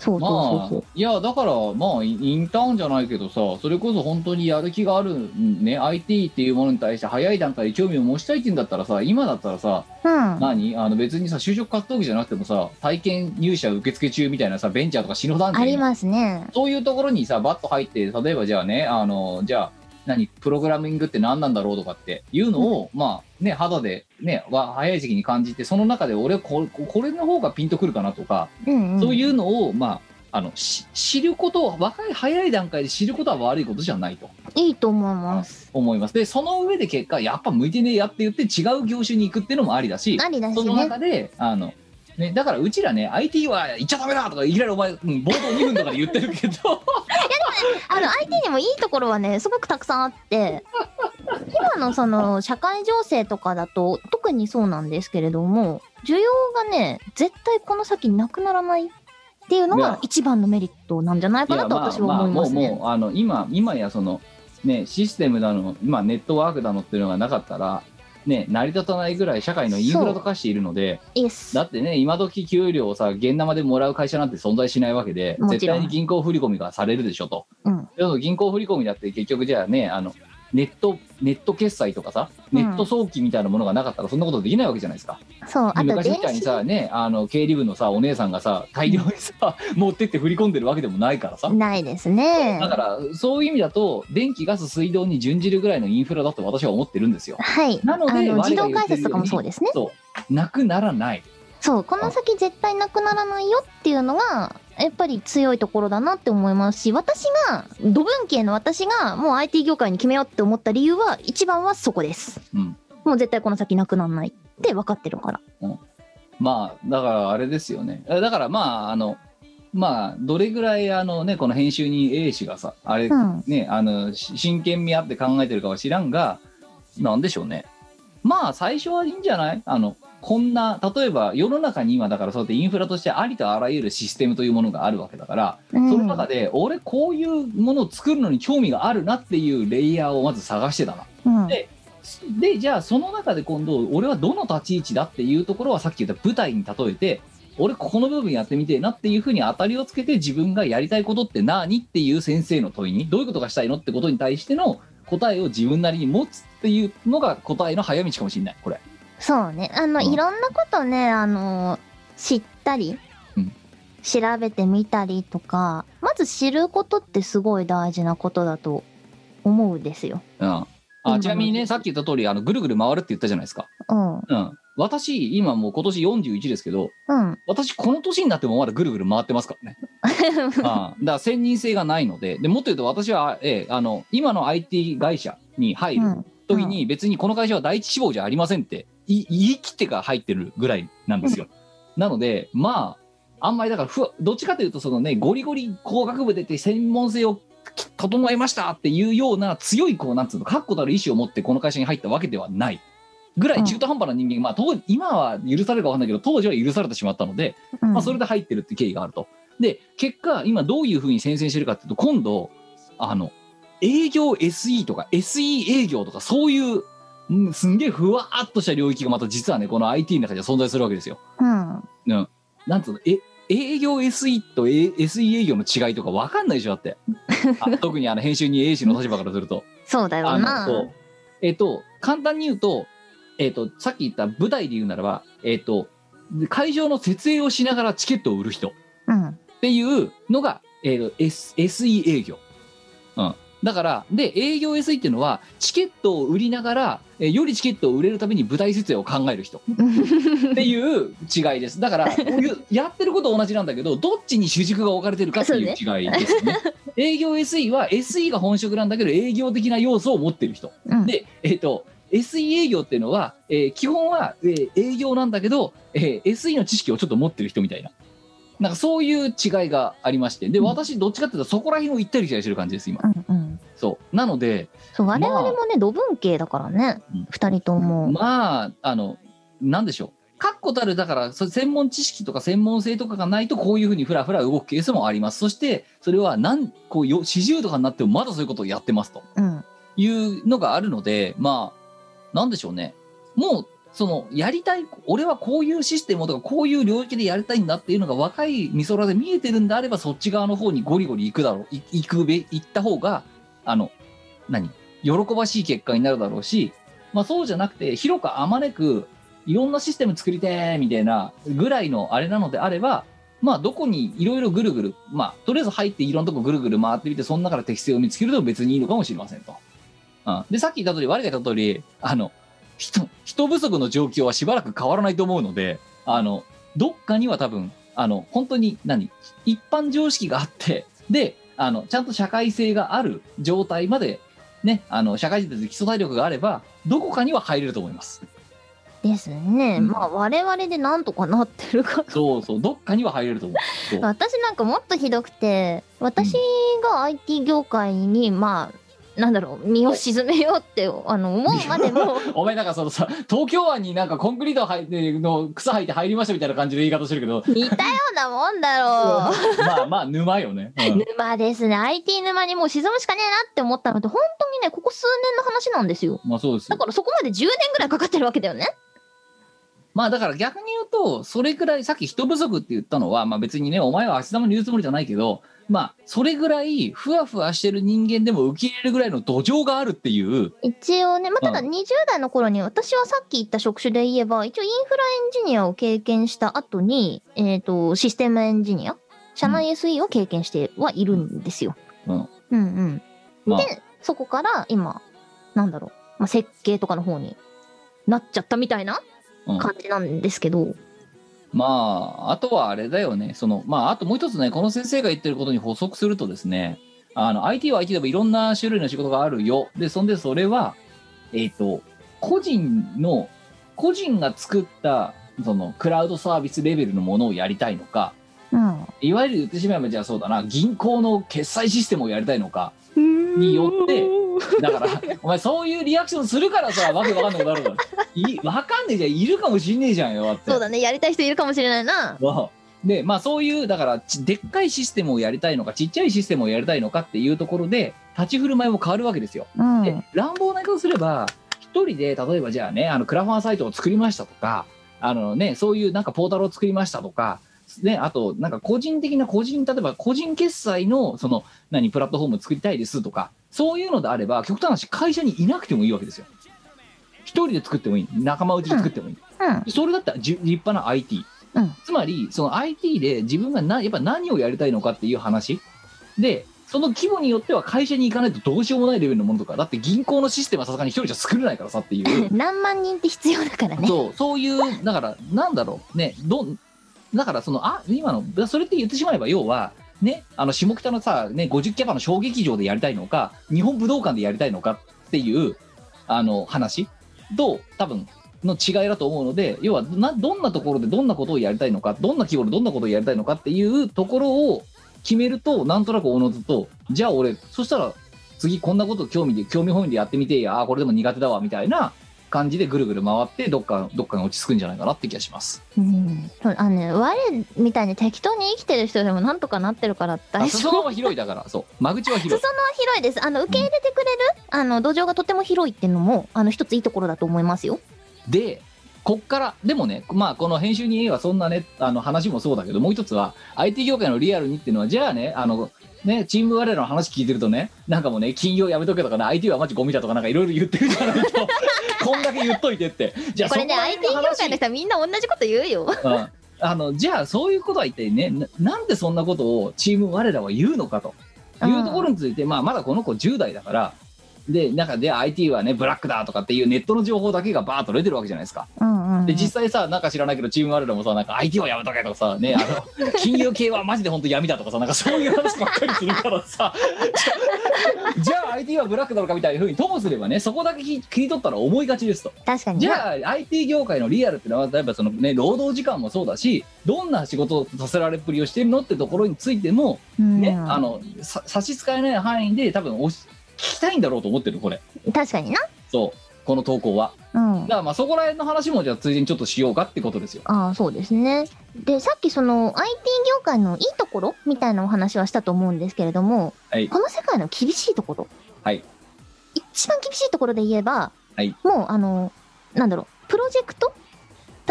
A: そうそうそうそう
B: まあ、いやだからまあインインターンじゃないけどさそれこそ本当にやる気があるんね IT っていうものに対して早い段階で興味を持ちたいって言うんだったらさ今だったらさ、
A: うん
B: 何あの別にさ就職活動期じゃなくてもさ体験入社受付中みたいなさベンチャーとか死ぬ段
A: あ
B: 階
A: りますね
B: そういうところにさバッと入って例えばじゃあねあのじゃあ何プログラミングって何なんだろうとかっていうのを、まあね肌でねわ早い時期に感じてその中で俺ここれの方がピンとくるかなとか
A: うん、うん、
B: そういうのを、まあ、あのし知ることを若い早い段階で知ることは悪いことじゃないと
A: いいと思います
B: 思います。でその上で結果やっぱ向いてねえやって言って違う業種に行くっていうのもありだし
A: ありだし
B: その
A: ね
B: 中であの、ね、だからうちらね IT は行っちゃダメだとかいきなりお前、うん冒頭2分とかで言ってるけど
A: あの IT にもいいところはねすごくたくさんあって今のその社会情勢とかだと特にそうなんですけれども需要がね絶対この先なくならないっていうの
B: いや
A: が一番のメリットなんじゃないかなと私は思い
B: もう
A: ますね。
B: もうあの今今やその、ね、システムだの、まあ、ネットワークだのっていうのがなかったら、ね、成り立たないぐらい社会のインフラと化しているので。
A: イエス
B: だってね、今時給料をさ、現生でもらう会社なんて存在しないわけで、
A: も
B: 絶
A: ちろん
B: 対に銀行振り込みがされるでしょと。
A: うん
B: でも銀行振り込みだって結局じゃあね、あの、ネット、ネット決済とかさ、
A: うん
B: ネット送金みたいなものがなかったらそんなことできないわけじゃないですか。
A: そうあと
B: 昔
A: 電
B: みたいに
A: 子
B: さ、ね、あの、経理部のさ、お姉さんがさ、大量にさ、持ってって振り込んでるわけでもないからさ。
A: ないですね
B: だ。から、そういう意味だと、電気、ガス、水道に準じるぐらいのインフラだと私は思ってるんですよ。
A: はい。
B: なので
A: あの
B: 我
A: 自
B: が
A: 動
B: 言っ
A: 解
B: てるように
A: 説とかもそうですね。
B: そう。なくならない。
A: そうこの先絶対なくならないよっていうのがやっぱり強いところだなって思いますし私が土文系の私がもう IT 業界に決めようって思った理由は一番はそこです
B: うん。
A: もう絶対この先なくならないって分かってるから
B: まあだからあれですよねだからまああのまあどれぐらいあのねこの編集人 A 氏がさあれ、
A: うん
B: ねあのし真剣味あって考えてるかは知らんがなんでしょうねまあ最初はいいんじゃないあのこんな例えば世の中に今だからそうやってインフラとしてありとあらゆるシステムというものがあるわけだから、
A: うん
B: その中で俺こういうものを作るのに興味があるなっていうレイヤーをまず探してたな
A: うん
B: ででじゃあその中で今度俺はどの立ち位置だっていうところはさっき言った舞台に例えて俺ここの部分やってみてえなっていうふうに当たりをつけて自分がやりたいことって何っていう先生の問いにどういうことがしたいのってことに対しての答えを自分なりに持つっていうのが答えの早道かもしれないこれ
A: そうねあの、
B: うん
A: いろんなことねあの知ったり、
B: うん
A: 調べてみたりとかまず知ることってすごい大事なことだと思うんですよ。
B: うんあちなみにねさっき言った通りあのぐるぐる回るって言ったじゃないですか
A: うん、うん、
B: うん私今もう今年41ですけど私この年になってもまだぐるぐる回ってますからね ああだから専任性がないのででもっと言うと私は、ええあの今の IT 会社に入
A: う
B: る
A: ん
B: 時に別にこの会社は第一志望じゃありませんってい言い切ってから入ってるぐらいなんですよ。なのでまああんまりだからふわどっちかというとそのねゴリゴリ工学部出て専門性をき整えましたっていうような強いこうなんつうの確固たる意思を持ってこの会社に入ったわけではないぐらい中途半端な人間が、まあ当今は許されるかわかんないけど当時は許されてしまったので
A: うん
B: まあ、それで入ってるって経緯があると。で、結果、今どういうふうに先制してるかっていうと、今度、あの、営業 SE とか SE 営業とかそういう、うんすんげえふわーっとした領域がまた実はね、この IT の中では存在するわけですよ。
A: うん
B: なんつうの、え、営業 SE と A- SE 営業の違いとかわかんないでしょ、だって。 あ特にあの編集に A 氏の立場からすると。
A: そうだよ
B: あの
A: な。
B: そうえっ、と簡単に言うと,、えっとさっき言った舞台で言うならば、えっと会場の設営をしながらチケットを売る人
A: うん。
B: っていうのが、えーと S、SE 営業。うん。だから、で、営業 SE っていうのは、チケットを売りながら、えーよりチケットを売れるために舞台設営を考える人っていう違いです。だから、 こういうやってることは同じなんだけど、どっちに主軸が置かれてるかっていう違いですね。営業 SE は SE が本職なんだけど、営業的な要素を持ってる人。
A: うん。
B: で、えっ、と、SE 営業っていうのは、えー基本は、えー営業なんだけど、えー SE の知識をちょっと持ってる人みたいな。なんかそういう違いがありまして。で、
A: うん
B: 私、どっちかっていうと、そこら辺を行ったり来たりしてる感じです、今
A: う。んうん。
B: そう。なので、
A: そう、我々
B: ま
A: もね、土文系だからね
B: うん、
A: 二人とも。
B: まあ、あの、なんでしょう。確固たる、だから、そ専門知識とか専門性とかがないと、こういうふうにふらふら動くケースもあります。そして、それは、なん、こうよ、40とかになっても、まだそういうことをやってますと。
A: うん。
B: いうのがあるので、まあ、なんでしょうね。もう、その、やりたい、俺はこういうシステムをとか、こういう領域でやりたいんだっていうのが若い美空で見えてるんであれば、そっち側の方にゴリゴリ行くだろう。い行くべ、行った方が、あの、何喜ばしい結果になるだろうし、まあそうじゃなくて、広くあまねく、いろんなシステム作りてーみたいなぐらいのあれなのであれば、まあどこにいろいろぐるぐる、まあとりあえず入っていろんなとこぐるぐる回ってみて、その中で適性を見つけると別にいいのかもしれませんと。うん、で、さっき言った通り、我が言った通り、あの、人、人不足の状況はしばらく変わらないと思うので、あの、どっかには多分、あの、本当に何、一般常識があって、で、あの、ちゃんと社会性がある状態まで、ね、あの、社会人として基礎体力があれば、どこかには入れると思います。
A: ですね。
B: うん
A: まあ、我々でなんとかなってるか。
B: そうそう、どっかには入れると思う。そう
A: 私なんかもっとひどくて、私が IT 業界に、まあ、なんだろう、身を沈めようって、あの、思うまでも、
B: お前なんかそのさ、東京湾になんかコンクリート入っての草入って入りましたみたいな感じの言い方してるけど、
A: 似たようなもんだろう。
B: まあまあ沼よね。うん
A: 沼ですね IT 沼にもう沈むしかねえなって思ったのって本当にねここ数年の話なんですよ
B: まあそうですよ
A: だからそこまで10年ぐらいかかってるわけだよね
B: まあだから逆に言うと、それくらい、さっき人不足って言ったのは、まあ別にね、お前は足玉に言うつもりじゃないけど、まあそれぐらいふわふわしてる人間でも受け入れるぐらいの土壌があるっていう、
A: 一応ねまあただ
B: う
A: 20代の頃に私はさっき言った職種で言えば一応インフラエンジニアを経験した後にえっ、とシステムエンジニア社内 SE を経験してはいるんですよ、
B: うん
A: うんうん
B: まあ、
A: そこから今なんだろう、まあ、設計とかの方になっちゃったみたいな
B: うん
A: 感じなんですけど、
B: まあ、あとはあれだよね、その、まああともう一つね、この先生が言ってることに補足するとですね、あの、IT は IT でもいろんな種類の仕事があるよ。で、そんでそれは、えっ、と、個人の、個人が作った、その、クラウドサービスレベルのものをやりたいのか、
A: うん
B: いわゆる言ってしまえばじゃあそうだな銀行の決済システムをやりたいのか
A: に
B: によってだ からお前そういうリアクションするからさわけわかんないことあるからいわかんねえじゃんいるかもしんねえじゃんよだって
A: そうだねやりたい人いるかもしれないな
B: そうでまあそういうだからちでっかいシステムをやりたいのかちっちゃいシステムをやりたいのかっていうところで立ち振る舞いも変わるわけですよ
A: うん
B: で乱暴な言い方をすれば一人で例えばじゃあねあのクラファンサイトを作りましたとかあのねそういうなんかポータルを作りましたとか、ね、あとなんか個人的な個人例えば個人決済のその何プラットフォームを作りたいですとかそういうのであれば極端な話会社にいなくてもいいわけですよ一人で作ってもいい仲間内で作ってもいい、
A: うん
B: それだったらじゅ立派な IT、
A: うん
B: つまりその IT で自分がなやっぱ何をやりたいのかっていう話でその規模によっては会社に行かないとどうしようもないレベルのものとかだって銀行のシステムはさすがに一人じゃ作れないからさっていう、
A: 何万人って必要だからね
B: そうそういうだからなんだろうねどんだからそのあ今のそれって言ってしまえば要はねあの下北のさ、ね、50キャパの小劇場でやりたいのか日本武道館でやりたいのかっていうあの話と多分の違いだと思うので要はなどんなところでどんなことをやりたいのかどんな規模でどんなことをやりたいのかっていうところを決めるとなんとなくおのずとじゃあ俺そしたら次こんなこと興味で興味本位でやってみてやあーこれでも苦手だわみたいな感じでぐるぐる回ってどっかどっかに落ち着くんじゃないかなって気がします。
A: うんそうあのね我みたいに適当に生きてる人でもなんとかなってるから
B: あ
A: 大丈
B: 裾
A: 夫
B: 野は広いだからそう間口は
A: 裾野
B: 広い
A: は広いですあの受け入れてくれる、あの土壌がとても広いっていうのもあの一ついいところだと思いますよ
B: でこっからでもねまあこの編集に A はそんなねあの話もそうだけどもう一つは IT 業界のリアルにっていうのはじゃあねあのねチーム我らの 話聞いてるとねなんかもうね金曜やめとけとかね IT はマジゴミだとかなんかいろいろ言ってるじゃないとここんだけ言っといてってじゃあ
A: こ
B: そ
A: れ
B: こ
A: ね
B: ら
A: IT
B: 辺の
A: 業界
B: 話
A: の人はみんな同じこと言うよ
B: うんあのじゃあそういうことは一体ねななんでそんなことをチーム我らは言うのかというところについて、まあ、まだこの子10代だからでなんかで IT はねブラックだとかっていうネットの情報だけがバーッと出てるわけじゃないですか
A: うんうん
B: で実際さなんか知らないけどチーム我らもさなんか IT はやめとけとかさねあ の金融系はマジで本当闇だとかさなんかそういう話ばっかりするからさじゃじゃあ IT はブラックなのかみたいなふうにともすればねそこだけ聞切り取ったら思いがちですと。
A: 確かに
B: じ
A: な
B: ゃあ IT 業界のリアルってのは例えばそのね労働時間もそうだしどんな仕事をさせられっぷりをしてるのってところについても
A: うん
B: ね、あのさ差し支えない範囲で多分おし聞きたいんだろうと思ってるこれ
A: 確かにな
B: そうこの投稿は
A: うん
B: だからまあそこら辺の話もじゃあついでにちょっとしようかってことですよ
A: ああそうですね。でさっきその IT 業界のいいところみたいなお話はしたと思うんですけれども、
B: はい
A: この世界の厳しいところ、
B: はい
A: 一番厳しいところで言えば、
B: はい
A: もうあのなんだろうプロジェクト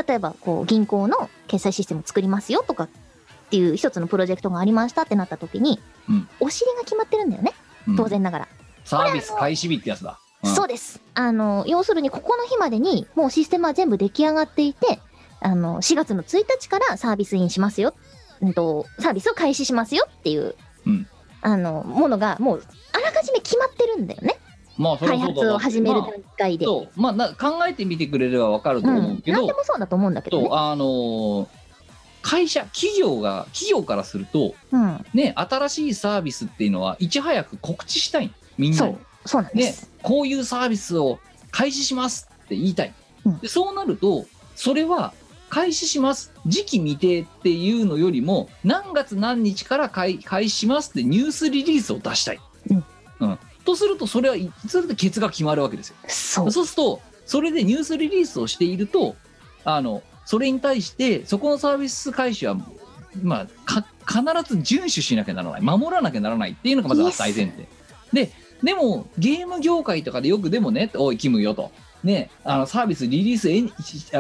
A: 例えばこう銀行の決済システム作りますよとかっていう一つのプロジェクトがありましたってなった時に、
B: うん
A: お尻が決まってるんだよね
B: うん
A: 当然ながら。
B: サービス開始日ってやつだ、うん
A: そうです。あの、要するにここの日までにもうシステムは全部出来上がっていて、あの、4月の1日からサービスインしますよ。うんと、サービスを開始しますよっていう、
B: うん
A: あの、ものがもうあらかじめ決まってるんだよね。
B: まあそれ
A: 開
B: はそうだ
A: 発を始める
B: まあ
A: 段階で。
B: そうまあな考えてみてくれればわかると
A: う。
B: 思うんけど、
A: 何でもそうだと思うんだけど、
B: そう
A: ね。
B: あのー会社企業が企業からすると
A: うん。
B: ね新しいサービスっていうのはいち早く告知したいみんな
A: そ
B: に
A: う。そうなんで
B: ね
A: す。
B: こういうサービスを開始しますって言いたい、
A: うん
B: でそうなるとそれは開始します時期未定っていうのよりも何月何日から開開始しますってニュースリリースを出したい、
A: うん
B: うんとするとそれはいそれでケツが決まるわけですよ
A: そう。
B: そうすると、それでニュースリリースをしていると、あのそれに対して、そこのサービス開始は、まあ、か必ず遵守しなきゃならない、守らなきゃならないっていうのがまず
A: Yes
B: 大前提。で、でも、ゲーム業界とかでよく、でもね、おい、キムよと、ね、あのサービスリリース延、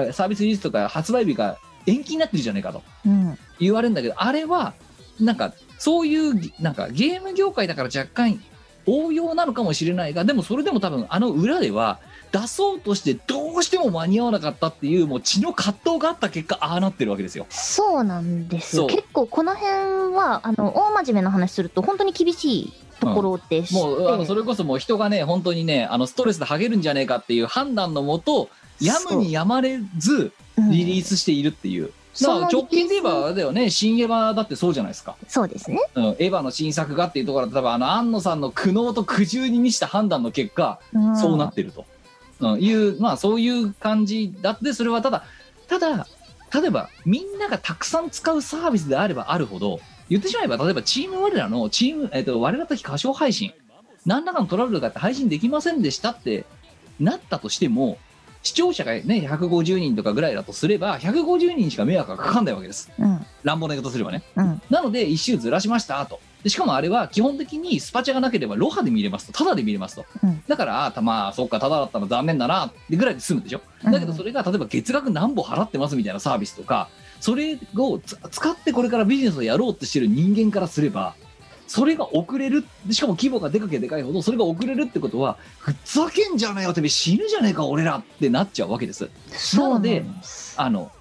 B: あサービスリリースとか発売日が延期になってるじゃないかと
A: うん。
B: 言われるんだけど、あれは、なんか、そういう、なんか、ゲーム業界だから若干応用なのかもしれないが、でもそれでも多分、あの裏では、出そうとしてどうしても間に合わなかったっていう、もう血の葛藤があった結果、ああなってるわけですよ。
A: そうなんですよ。
B: そう
A: 結構この辺は、あの、大真面目な話すると本当に厳しいところでして、
B: もう、あのそれこそもう人がね、本当にね、あの、ストレスでハゲるんじゃねえかっていう判断のもと、やむにやまれず、
A: うん
B: リリースしているっていう。だから直近で言えば、あれだよね、新エヴァだってそうじゃないですか。
A: そうですね。
B: うん、エヴァの新作がっていうところだと多分あの安野さんの苦悩と苦渋に満ちた判断の結果、
A: ん
B: そうなってると、うん、いうまあそういう感じだってそれはただただ例えばみんながたくさん使うサービスであればあるほど言ってしまえば例えばチーム我らのチーム、えっと我ら的歌唱配信何らかのトラブルがあって配信できませんでしたってなったとしても視聴者がね150人とかぐらいだとすれば150人しか迷惑がかかんないわけです
A: うん。
B: 乱暴な言い方すればね
A: うん。
B: なので1周ずらしましたとでしかもあれは基本的にスパチャがなければロハで見れますとタダで見れますと、
A: うん
B: だからあーたまあそっかタダだったら残念だなってぐらいで済むでしょだけどそれが例えば月額何本払ってますみたいなサービスとかそれをつ使ってこれからビジネスをやろうとしてる人間からすればそれが遅れるでしかも規模がでかけでかいほどそれが遅れるってことはふざけんじゃないよてめえ死ぬじゃねえか俺らってなっちゃうわけです
A: そうなん
B: なのあの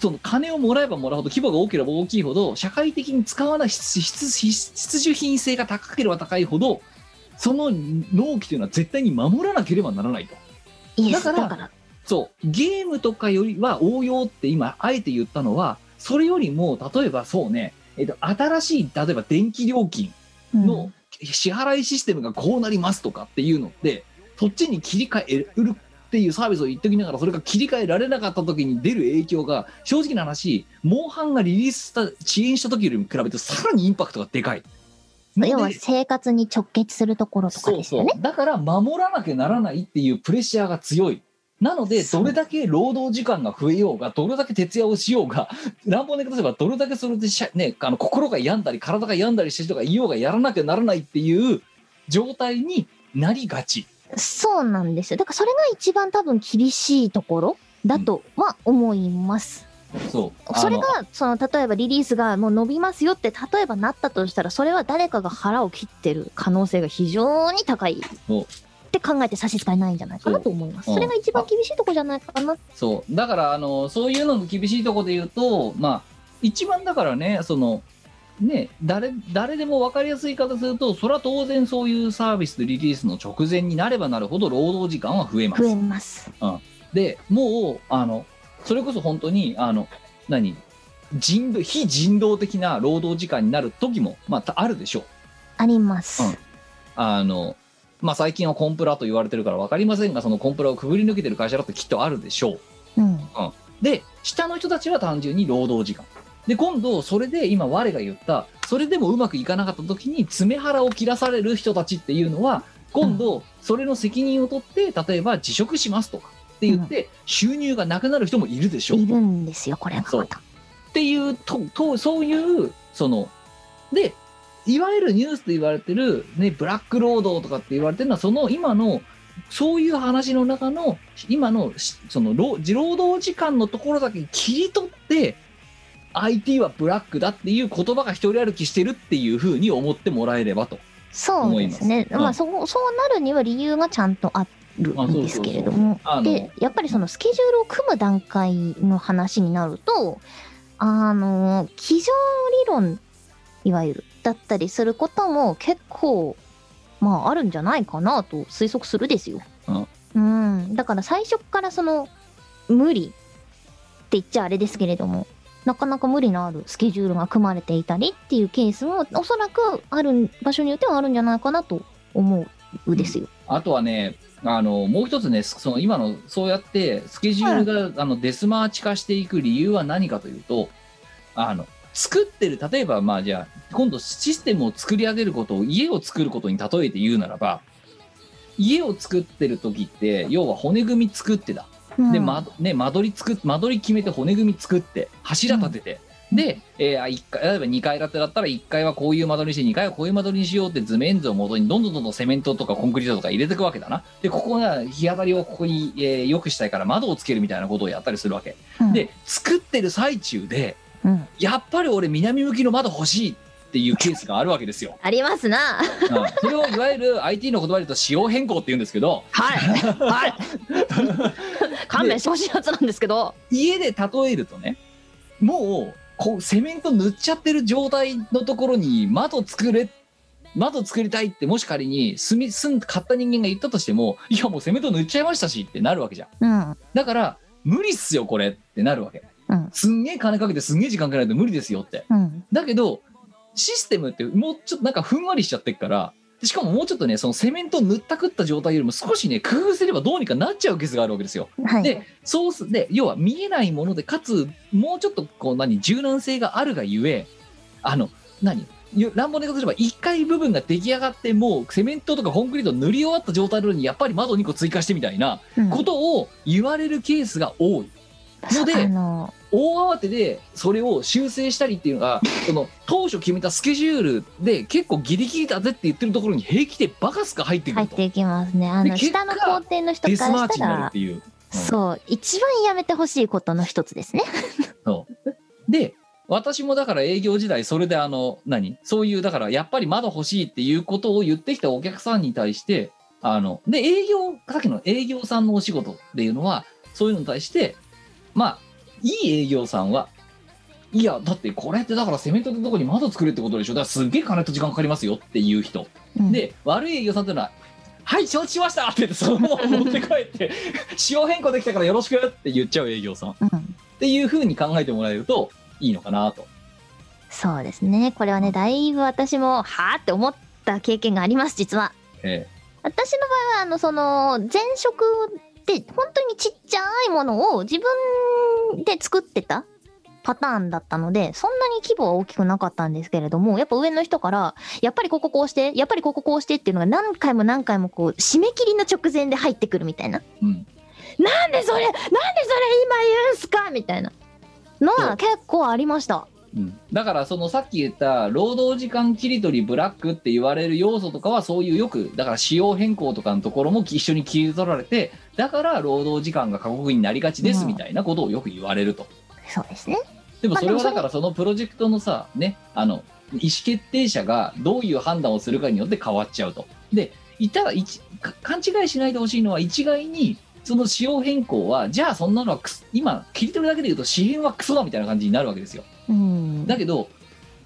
B: その金をもらえばもらうほど規模が大きければ大きいほど社会的に使わない必必必必需品性が高ければ高いほどその納期というのは絶対に守らなければならないと
A: いいで
B: だ
A: すだ
B: から
A: から
B: そうゲームとかよりは応用って今あえて言ったのはそれよりも例えばそうね、えっと、新しい例えば電気料金
A: う
B: の
A: ん
B: 支払いシステムがこうなりますとかっていうのってそっちに切り替えるっていうサービスを言っときながらそれが切り替えられなかった時に出る影響が正直な話モンハンがリリースした遅延した時よりも比べてさらにインパクトがでかい。
A: 要は
B: で
A: 生活に直結するところとかですよね。
B: そうそうだから守らなきゃならないっていうプレッシャーが強いなので
A: そう
B: どれだけ労働時間が増えようがどれだけ徹夜をしようが乱暴な言い方すればどれだけそれでしゃ、ね、あの心が病んだり体が病んだりしてる人がいようがやらなきゃならないっていう状態になりがち
A: そうなんですよ。だからそれが一番多分厳しいところだとは思います。
B: そう
A: それ
B: あの
A: がその例えばリリースがもう伸びますよって例えばなったとしたらそれは誰かが腹を切ってる可能性が非常に高い。って考えて差し支えないんじゃないかなと思います。
B: そう
A: それが一番厳しいとこじゃないかな。
B: そうだからあのそういうのの厳しいところで言うとまあ一番だからねそのね誰誰でも分かりやすい言い方するとそれは当然そういうサービスリリースの直前になればなるほど労働時間は増えます
A: 増えます。
B: でもうあのそれこそ本当にあの何人道非人道的な労働時間になる時も、まあ、たあるでしょう
A: あります。
B: うんあの、まあ、最近はコンプラと言われてるから分かりませんがそのコンプラをくぐり抜けてる会社だってきっとあるでしょう
A: うん。
B: で下の人たちは単純に労働時間で今度それで今我が言ったそれでもうまくいかなかった時に爪腹を切らされる人たちっていうのは今度それの責任を取って例えば辞職しますとかって言って収入がなくなる人もいるでしょ
A: いるんですよ、これが
B: そう
A: また。
B: っていうととそういうそのでいわゆるニュースと言われてる、ね、ブラック労働とかって言われてるのはその今のそういう話の中の今のしその労労働時間のところだけ切り取って IT はブラックだっていう言葉が一人歩きしてるっていうふうに思ってもらえればと。
A: そうです
B: 思い
A: ね。
B: ます
A: まあ、そう、そうなるには理由がちゃんとある
B: あそうそうそうん
A: ですけれども。
B: あの
A: で、やっぱりそのスケジュールを組む段階の話になると、あの、机上理論、いわゆる、だったりすることも結構、まあ、あるんじゃないかなと推測するですよ。うん。だから最初からその、無理って言っちゃあれですけれども、なかなか無理のあるスケジュールが組まれていたりっていうケースも、おそらくある場所によってはあるんじゃないかなと思うですよ。
B: あとはね、あのもう一つね、その今のそうやってスケジュールが、あのデスマーチ化していく理由は何かというと、あの作ってる、例えばまあじゃあ、今度システムを作り上げることを、家を作ることに例えて言うならば、家を作ってる時って、要は骨組み作ってだ。
A: うん
B: で、まね、間取り作っ間取り決めて骨組み作って柱立てて、で、えーあ一階例えば2階建てだったら1階はこういう間取りにして2階はこういう間取りにしようって図面図を元にどんどんどんどんセメントとかコンクリートとか入れていくわけだなでここが日当たりをここに、えー良くしたいから窓をつけるみたいなことをやったりするわけ、
A: うん、
B: で作ってる最中で
A: うん、
B: やっぱり俺南向きの窓欲しいっていうケースがあるわけですよ
A: ありますな。
B: うんそれをいわゆる IT の言葉で言うと仕様変更って言うんですけ ど
A: はい。はい。勘弁してほしいやつなんですけど。
B: 家で例えるとねもうこうセメント塗っちゃってる状態のところに窓作れ窓作りたいってもし仮に住み住ん買った人間が言ったとしてもいやもうセメント塗っちゃいましたしってなるわけじゃん
A: うん。
B: だから無理っすよこれってなるわけ
A: うん。
B: すんげえ金かけてすんげえ時間かけないと無理ですよって
A: うん。
B: だけどシステムってもうちょっとなんかふんわりしちゃってっからしかももうちょっとねそのセメント塗ったくった状態よりも少しね工夫すればどうにかなっちゃうケースがあるわけですよ
A: はい。
B: でそうすで要は見えないものでかつもうちょっとこう何柔軟性があるがゆえあの何ゆ乱暴な言い方すれば1階部分が出来上がってもうセメントとかコンクリートを塗り終わった状態なのにやっぱり窓2個追加してみたいな
A: うん
B: ことを言われるケースが多いので
A: あの、
B: 大慌てでそれを修正したりっていうのがその当初決めたスケジュールで結構ギリギリだぜって言ってるところに平気でバカすか入ってく
A: 入っ
B: ると
A: ていきますね。あの、
B: で結果
A: 下の工程の人
B: デ
A: か
B: スマ
A: ら
B: ー
A: し
B: チ
A: た
B: になるっ
A: ら、
B: ていう。うん
A: そう、一番やめてほしいことの一つですね。
B: で私もだから営業時代それであの何そういうだからやっぱり窓欲しいっていうことを言ってきたお客さんに対してあので営業さっきの営業さんのお仕事っていうのはそういうのに対してまあいい営業さんはいやだってこれってだからセメントのとこに窓作るってことでしょだからすっげえ金と時間かかりますよっていう人
A: うん、
B: で悪い営業さんっていうのは「はい承知しました!」って言ってそのまま持って帰って 仕様変更できたからよろしくって言っちゃう営業さんっ
A: うん。
B: ていうふうに考えてもらえるといいのかなと。
A: そうですね。これはね、だいぶ私も、はぁって思った経験があります、実は。
B: え
A: 私の場合は、あの、その、前職で、本当にちっちゃいものを自分で作ってたパターンだったので、そんなに規模は大きくなかったんですけれども、やっぱ上の人から、やっぱりこここうして、やっぱりこここうしてっていうのが何回も何回もこう、締め切りの直前で入ってくるみたいな。
B: えうん、
A: なんでそれ、なんでそれ今言うんすかみたいなのは結構ありました。
B: うん、だからそのさっき言った労働時間切り取りブラックって言われる要素とかはそういうよくだから仕様変更とかのところも一緒に切り取られてだから労働時間が過酷になりがちです
A: うん
B: みたいなことをよく言われると。
A: そうですね。
B: でも
A: まあ
B: それ
A: でも
B: は
A: そ
B: だ
A: れ
B: からそのプロジェクトのさねあの意思決定者がどういう判断をするかによって変わっちゃうと。でいたら一か勘違いしないでほしいのは一概にその仕様変更はじゃあそんなのはクス今切り取るだけで言うと紙幣はクソだみたいな感じになるわけですよ
A: うん。
B: だけど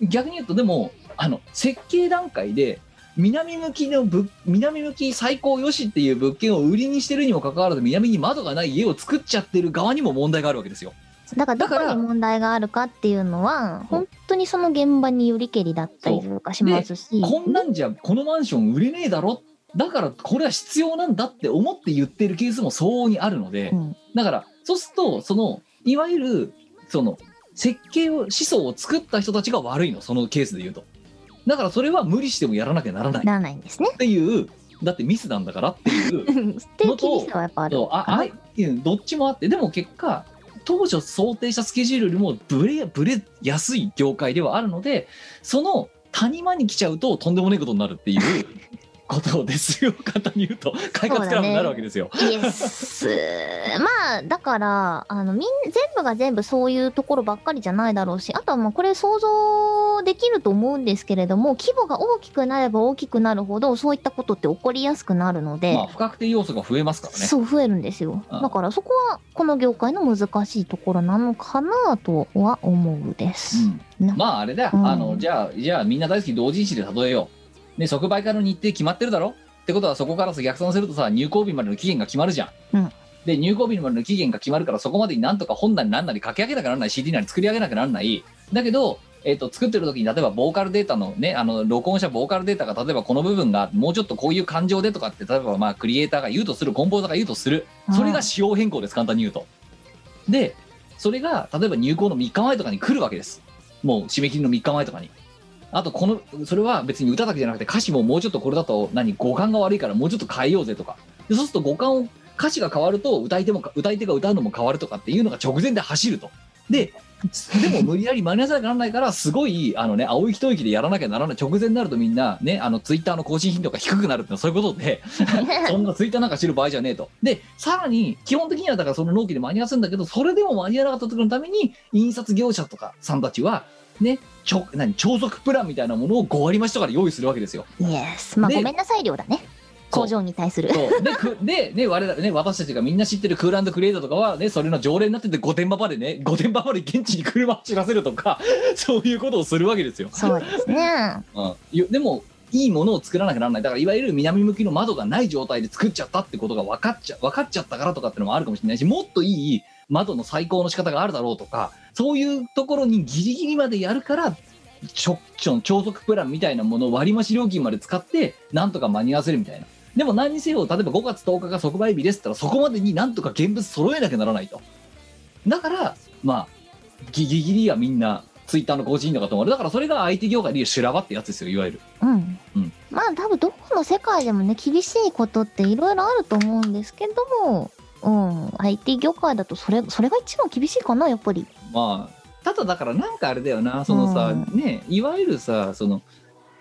B: 逆に言うとでもあの設計段階で南向きのぶ南向き最高よしっていう物件を売りにしてるにもかかわらず南に窓がない家を作っちゃってる側にも問題があるわけですよ
A: だからど
B: だか
A: こ
B: ら
A: に問題があるかっていうのは本当にその現場によりけりだったりとかしますし
B: こんなんじゃこのマンション売れねえだろだからこれは必要なんだって思って言ってるケースも相応にあるので、
A: うん
B: だからそうするとそのいわゆるその設計を思想を作った人たちが悪いのそのケースで言うとだからそれは無理してもやらなきゃならない
A: ならないんですね。
B: っていうだってミスなんだからっていう
A: っていう厳しさはやっぱある
B: そうあ
A: かな
B: あいうんどっちもあってでも結果当初想定したスケジュールよりもブレブレやすい業界ではあるのでその谷間に来ちゃうととんでもないことになるっていう ことですよ 簡単に言うと快活クラブになるわけですよ。
A: イエスまあだからあのみん全部が全部そういうところばっかりじゃないだろうしあとはまあこれ想像できると思うんですけれども規模が大きくなれば大きくなるほどそういったことって起こりやすくなるので、
B: まあ不確定要素が増えますからね。
A: そう増えるんですよ
B: ああ
A: だからそこはこの業界の難しいところなのかなとは思うです、
B: うん
A: な
B: まああれだよ、
A: うん
B: あのじゃあじゃあみんな大好き同人誌で例えよう、ね、即売会の日程決まってるだろってことはそこからさ逆算するとさ入校日までの期限が決まるじゃん、
A: うん
B: で入校日までの期限が決まるからそこまでになんとか本なりなんなり書き上げなきゃならない CD なり作り上げなきゃならないだけどえっと作ってる時に例えばボーカルデータのねあの録音したボーカルデータが例えばこの部分がもうちょっとこういう感情でとかって例えばまあクリエイターが言うとするコンポーザーが言うとするそれが仕様変更です簡単に言うとでそれが例えば入校の3日前とかに来るわけですもう締め切りの3日前とかにあとこのそれは別に歌だけじゃなくて歌詞ももうちょっとこれだと何語感が悪いからもうちょっと変えようぜとかでそうすると語感を歌詞が変わると歌い手も歌い手が歌うのも変わるとかっていうのが直前で走るとででも無理やり間に合わせなきゃならないからすごいあのね青い一息でやらなきゃならない直前になるとみんなねあのツイッターの更新頻度が低くなるってのはそういうことで そんなツイッターなんかしてる場合じゃねえと。で、さらに、基本的にはだからその納期で間に合わせるんだけど、それでも間に合わなかった時のために、印刷業者とかさんたちは、ね、ちょ何超速プランみたいなものを5割増しとかで用意するわけですよ。
A: イエスまあ
B: で
A: ごめんなさい量だね
B: そう
A: 工場に対 する
B: そうでくで、ね我々ね、私たちがみんな知ってるクーランドクリエイターとかは、ね、それの常連になってて御殿場までね御殿場まで現地に車を走らせるとかそういうことをするわけですよ。
A: そうですね
B: うんゆ、でもいいものを作らなきゃならないだからいわゆる南向きの窓がない状態で作っちゃったってことが分かっちゃ分かっちゃったからとかってのもあるかもしれないしもっといい窓の最高の仕方があるだろうとかそういうところにギリギリまでやるからちょちょ超速プランみたいなものを割増料金まで使ってなんとか間に合わせるみたいなでも何にせよ例えば5月10日が即売日ですったらそこまでになんとか現物揃えなきゃならないとだからまあギリギリはみんなツイッターの更新とか止まるだからそれが IT 業界でいう修羅場ってやつですよいわゆる
A: うん、
B: うん
A: まあ多分どこの世界でもね厳しいことっていろいろあると思うんですけどもうん、IT 業界だとそれそれが一番厳しいかなやっぱり
B: まあただだからなんかあれだよなそのさ、
A: う
B: ねいわゆるさその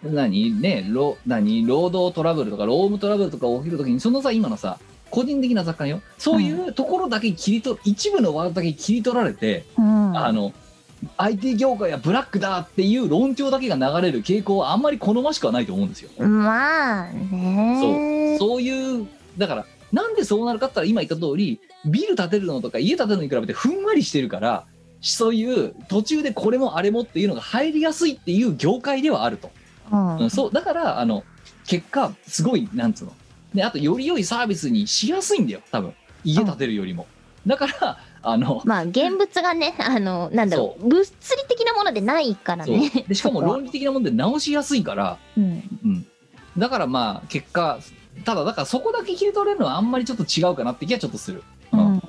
B: 何ね労何労働トラブルとか労務トラブルとか起きるときにそのさ今のさ個人的な作家よそういうところだけ切り取る、一部のワードだけ切り取られて、
A: うん
B: あの IT 業界はブラックだっていう論調だけが流れる傾向はあんまり好ましくはないと思うんですよ。
A: まあね
B: そういうだからなんでそうなるかって言ったら今言った通りビル建てるのとか家建てるのに比べてふんわりしてるからそういう途中でこれもあれもっていうのが入りやすいっていう業界ではあると、
A: うん
B: うんそうだからあの結果すごいなんつうのであとより良いサービスにしやすいんだよ多分家建てるよりも、だからあの
A: まあ現物がね、あの、なんだろう、物理的なものでないから
B: そう
A: ね。
B: でしかも
A: そこは
B: 論理的なもんで直しやすいから
A: うん、
B: うん、だからまあ結果ただだからそこだけ切り取れるのはあんまりちょっと違うかなって気はちょっとする、
A: う
B: うん
A: ん、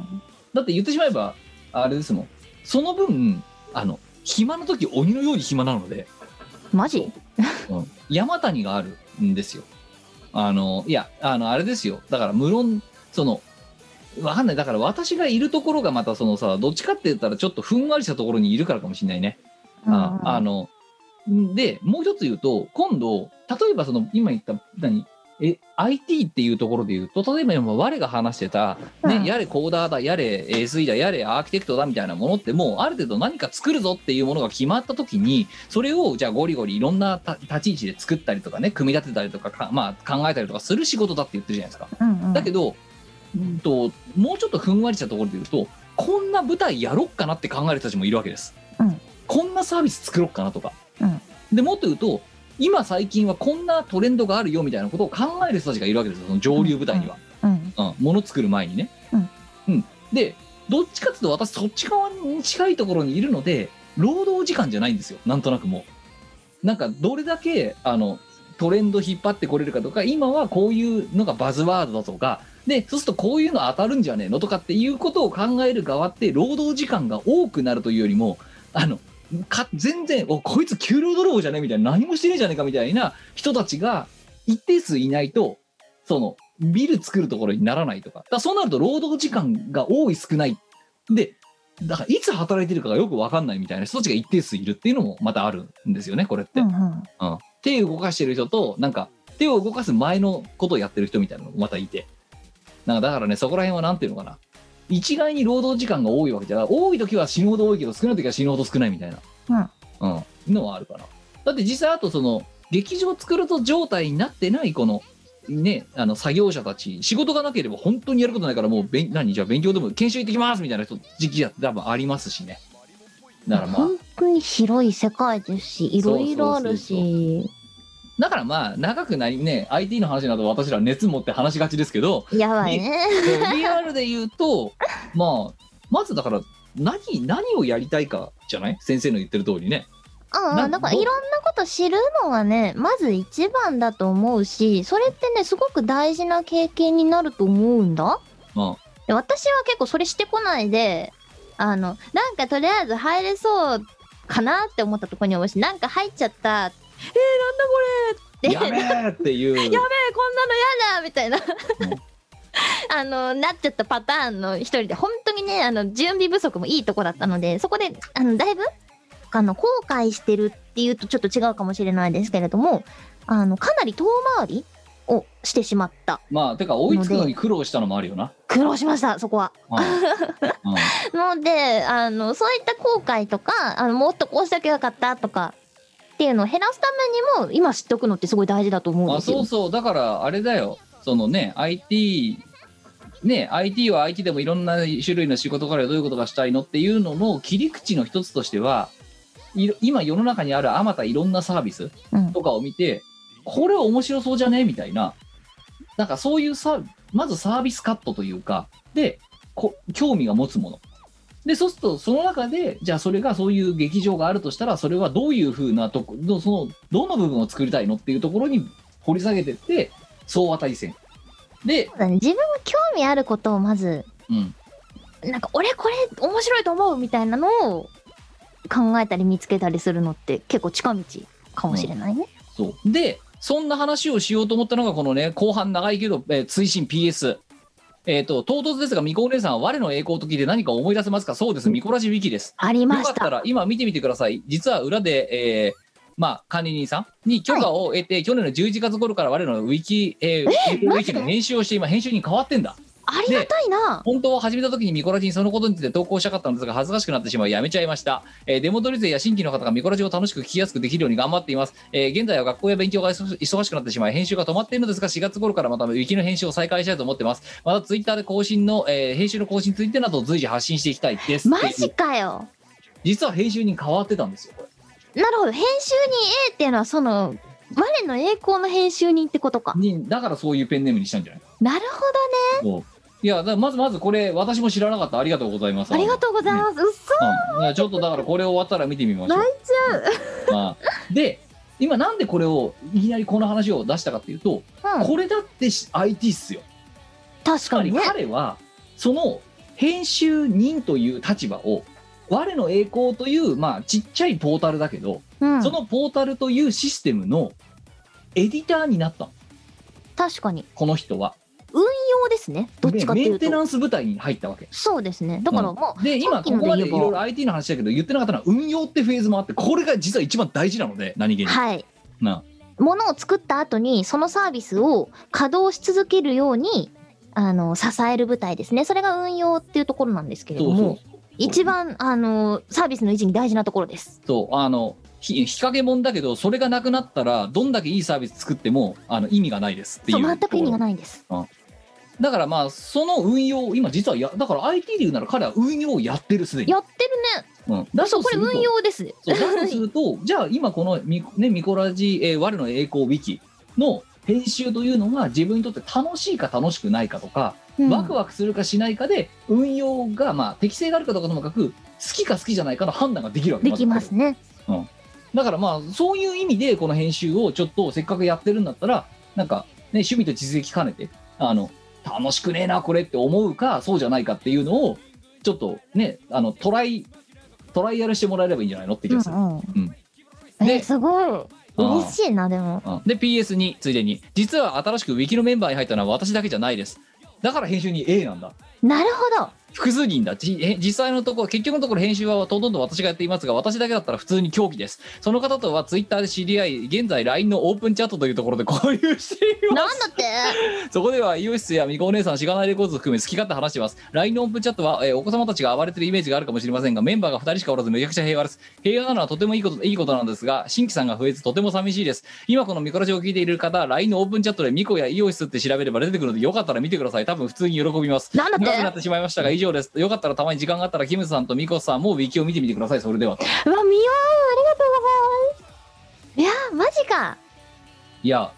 B: だって言ってしまえばあれですもんその分あの暇の時鬼のように暇なので、
A: マジ
B: うん、山谷があるんですよあのいやあのあれですよだから無論そのわかんないだから私がいるところがまたそのさどっちかって言ったらちょっとふんわりしたところにいるからかもしれないねああの、で、もう一つ言うと、今度、例えばその、今言った、何、え IT っていうところで言うと例えば今我が話してた、ね
A: うん
B: やれコーダーだやれ SE だやれアーキテクトだみたいなものってもうある程度何か作るぞっていうものが決まった時にそれをじゃあゴリゴリいろんなた立ち位置で作ったりとかね組み立てたりとかか、まあ、考えたりとかする仕事だって言ってるじゃないですか。
A: うんうん
B: だけど、うんともうちょっとふんわりしたところで言うとこんな舞台やろっかなって考える人たちもいるわけです、
A: うん
B: こんなサービス作ろっかなとか、
A: うん
B: でもっと言うと今最近はこんなトレンドがあるよみたいなことを考える人たちがいるわけですよその上流舞台には、
A: うん
B: うんもの作る前にね、
A: うん
B: うんでどっちかっていうと私そっち側に近いところにいるので労働時間じゃないんですよなんとなくもうなんかどれだけあのトレンド引っ張ってこれるかとか今はこういうのがバズワードだとかでそうするとこういうの当たるんじゃねえのとかっていうことを考える側って労働時間が多くなるというよりもあのか全然おこいつ給料泥棒じゃねえみたいな何もしてねえじゃねえかみたいな人たちが一定数いないとそのビル作るところにならないとかだからそうなると労働時間が多い少ないでだからいつ働いてるかがよく分かんないみたいな人たちが一定数いるっていうのもまたあるんですよねこれって。
A: うんうん
B: うん、手を動かしてる人となんか手を動かす前のことをやってる人みたいなのもまたいてなんかだからねそこら辺はなんていうのかな一概に労働時間が多いわけじゃない多い時は死ぬほど多いけど少ない時は死ぬほど少ないみたいな、うんのはあるかなだって実際あとその劇場作ると状態になってないこのねあの作業者たち仕事がなければ本当にやることないからもうべん何じゃあ勉強でも研修行ってきますみたいな人時期だって多分ありますしねだからまあ
A: 本当に広い世界ですしいろいろある
B: そうそ
A: し
B: だからまあ長くなりね IT の話など私ら熱持って話しがちですけ ど
A: やばいね
B: リアルで言うとまあまずだから何何をやりたいかじゃない先生の言ってる通りね
A: うん
B: な
A: うん、だからい
B: どう
A: ろんなこと知るのがねまず一番だと思うしそれってねすごく大事な経験になると思うんだ
B: うん
A: で私は結構それしてこないであのなんかとりあえず入れそうかなって思ったところに思うしなんか入っちゃったえー、
B: や
A: なんだこれって
B: べえっていう
A: やべえこんなのやだみたいなあのなっちゃったパターンの一人で本当にねあの準備不足もいいとこだったのでそこであのだいぶあの後悔してるっていうとちょっと違うかもしれないですけれどもあのかなり遠回りをしてしまった
B: まあてか追いつくのに苦労したのもあるよな、
A: 苦労しましたそこは。
B: うんうん
A: のであのそういった後悔とかあのもっとこうしておけばよかったとかっていうのを減らすためにも今知っとくのってすごい大事だと思うん
B: あ
A: ですよ。
B: そうそうだからあれだよそのね IT ね IT は IT でもいろんな種類の仕事からどういうことがしたいのっていうのの切り口の一つとしてはいろ今世の中にあるあまたいろんなサービス
A: うん
B: とかを見て、これ面白そうじゃねみたいななんかそういうさまずサービスカットというかでこ興味が持つものでそうするとその中でじゃあそれがそういう劇場があるとしたらそれはどういうふうなとこどそのどの部分を作りたいのっていうところに掘り下げてって総当たり戦で、
A: そうだね自分が興味あることをまず
B: うん、
A: なんか俺これ面白いと思うみたいなのを考えたり見つけたりするのって結構近道かもしれないね。
B: そうでそんな話をしようと思ったのがこのね後半長いけど、えー追伸 PS えっ、と唐突ですがみこお姉さんは我の栄光と聞いて何か思い出せますかそうですみこらじウィキです
A: ありま
B: よか
A: し
B: った
A: た。
B: ら今見てみてください実は裏で、えーまあ管理人さんに許可を得て、去年の11月頃から我々のウィキ、えー、ウィキの編集をして今編集に変わってんだ
A: ありがたいな。
B: 本当は始めた時にミコラジにそのことについて投稿したかったんですが恥ずかしくなってしまいやめちゃいました、えーデモ取り勢や新規の方がミコラジを楽しく聞きやすくできるように頑張っています、えー現在は学校や勉強が忙忙しくなってしまい編集が止まっているのですが4月頃からまたウィキの編集を再開したいと思ってますまたツイッターで更新の、えー編集の更新についてなどを随時発信していきたいです
A: マジかよ。
B: 実は編集に変わってたんですよこれ
A: なるほど。編集人 A っていうのはその我の栄光の編集人ってことか。
B: にだからそういうペンネームにしたんじゃない
A: なるほ
B: そういやだからまずまずこれ私も知らなかったありがとうございます
A: どね。ありがとうございます。うっそ
B: うん、だからちょっとだからこれ終わったら見てみましょう。
A: 泣
B: ちゃう、まあ、で今なんでこれをいきなりこの話を出したかっていうと、
A: うん、
B: これだってし IT っすよ。
A: 確
B: つま
A: かに
B: り
A: ね。
B: 彼はその編集人という立場を我の栄光という、まあ、ちっちゃいポータルだけど、
A: うん
B: そ、のポータルというシステムのエディターになったの
A: 確かに。
B: この人は。
A: 運用ですね。どっちかって
B: で
A: い
B: メン
A: う
B: テナ
A: と。
B: ンス部隊に入ったわけ。
A: そうですね。だからもう、
B: で
A: さ
B: 今
A: っき
B: こ
A: の
B: こまで
A: 言
B: い
A: えば
B: ろいろ IT の話だけど言ってなかったのは運用ってフェーズもあってこれが実は一番大事なので何気に。
A: はい。
B: な
A: ものを作った後にそのサービスを稼働し続けるようにあの支える部隊ですねそれが運用っていうところなんですけれど
B: そう
A: も
B: そう
A: 一番あのサービスの維持に大事なところです
B: そうあのひ日陰もんだけどそれがなくなったらどんだけいいサービス作ってもあの意味がないですっていう
A: そう全く意味が
B: い
A: ないんです
B: だからまあその運用を今実はやだから IT で言うなら彼は運用をやってるすでに
A: やってるね
B: うん、だ
A: そうこれ運用です
B: そうだとするとじゃあ今このミ,、ね、ミコラジ、えー我の栄光ウィキの編集というのが自分にとって楽しいか楽しくないかとか、
A: うん
B: ワクワクするかしないかで運用がまあ適性があるかどうかともかく好きか好きじゃないかの判断ができるわけ
A: できますね
B: だからまあそういう意味でこの編集をちょっとせっかくやってるんだったらなんか、ね、趣味と実績兼ねてあの楽しくねえなこれって思うかそうじゃないかっていうのをちょっとねあのトライトライアルしてもらえればいいんじゃないのって気
A: うん
B: がする。
A: うん
B: ん
A: え
B: です
A: ごい嬉しいなでも
B: うんで PS2 ついでに実は新しく Wiki のメンバーに入ったのは私だけじゃないですだから編集に A なんだ
A: なるほど
B: 複数人だじえ実際のところ結局のところ編集はほとんど私がやっていますが私だけだったら普通に狂気ですその方とは Twitter で知り合い現在 LINE のオープンチャットというところで 交流していま
A: なん
B: す
A: だって
B: そこではイオシスやみこお姉さんしがないレコードを含め好き勝手話してます LINE のオープンチャットは、えーお子様たちが暴れてるイメージがあるかもしれませんがメンバーが2人しかおらずめちゃくちゃ平和です平和なのはとてもいいこといいことなんですが新規さんが増えずとても寂しいです今このミコラジを聞いている方 LINE のオープンチャットでミコやイオシスって調べれば出てくるのでよかったら見てください多分普通に喜びます
A: なんだって
B: 長くなってしまいましたが以上ですよかったらたまに時間があったらキムさんとミコさんもウィキを見てみてくださいそれでは
A: うわみようありがとうございますいやーマジか
B: いや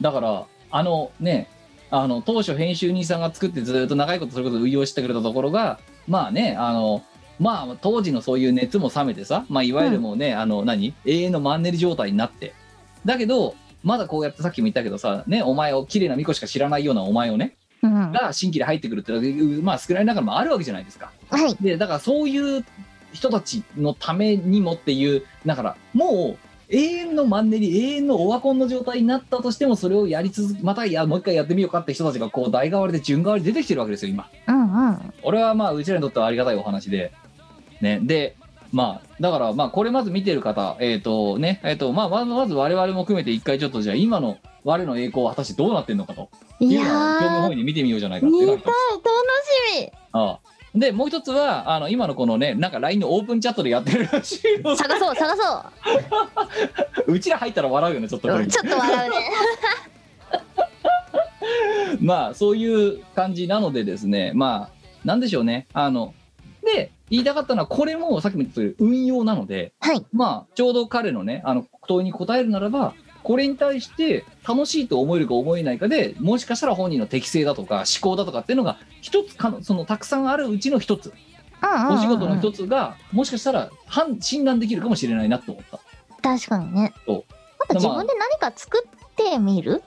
B: だからあのねあの当初編集人さんが作ってずっと長いことそれこそ運用してくれたところがまあねあのまあ当時のそういう熱も冷めてさ、まあ、いわゆるもうね、あの何永遠のマンネリ状態になってだけどまだこうやってさっきも言ったけどさねお前を綺麗な巫女しか知らないようなお前をね
A: うんは
B: が新規で入ってくるってのはまあ少ない中でもあるわけじゃないですか
A: い
B: でだからそういう人たちのためにもっていうだからもう永遠のマンネリ永遠のオワコンの状態になったとしてもそれをやり続けまたいやもう一回やってみようかって人たちがこう代替わりで順代わりで出てきてるわけですよ今
A: うんうん
B: 俺はまあうちらにとってはありがたいお話でねでまあだからまあこれまず見てる方えっ、とねえっ、とまあまずまず我々も含めて一回ちょっとじゃあ今の我の栄光は果たしてどうなってんのかと
A: い
B: いう
A: や
B: のを興味
A: ー
B: 本位で見てみようじゃないかって
A: 見
B: いう
A: たい
B: わ
A: 楽
B: け
A: しみ
B: ああでもう一つはあの今のこのねなんか LINE のオープンチャットでやってるらし いの
A: 探そう探そう
B: うちら入ったら笑うよねちょっとこれ
A: ちょっと笑 うね。
B: まあそういう感じなのでですねまあなんでしょうねあので言いたかったのはこれもさっきも言ったように運用なので
A: はい。
B: まあちょうど彼のねあの問いに答えるならばこれに対して楽しいと思えるか思えないかでもしかしたら本人の適性だとか思考だとかっていうのが一つかのそのたくさんあるうちの一つお仕事の一
A: つ。
B: つがもしかしたら判診断できるかもしれないなと思った。
A: 確かにね。
B: そう
A: なんか自分で何か作ってみる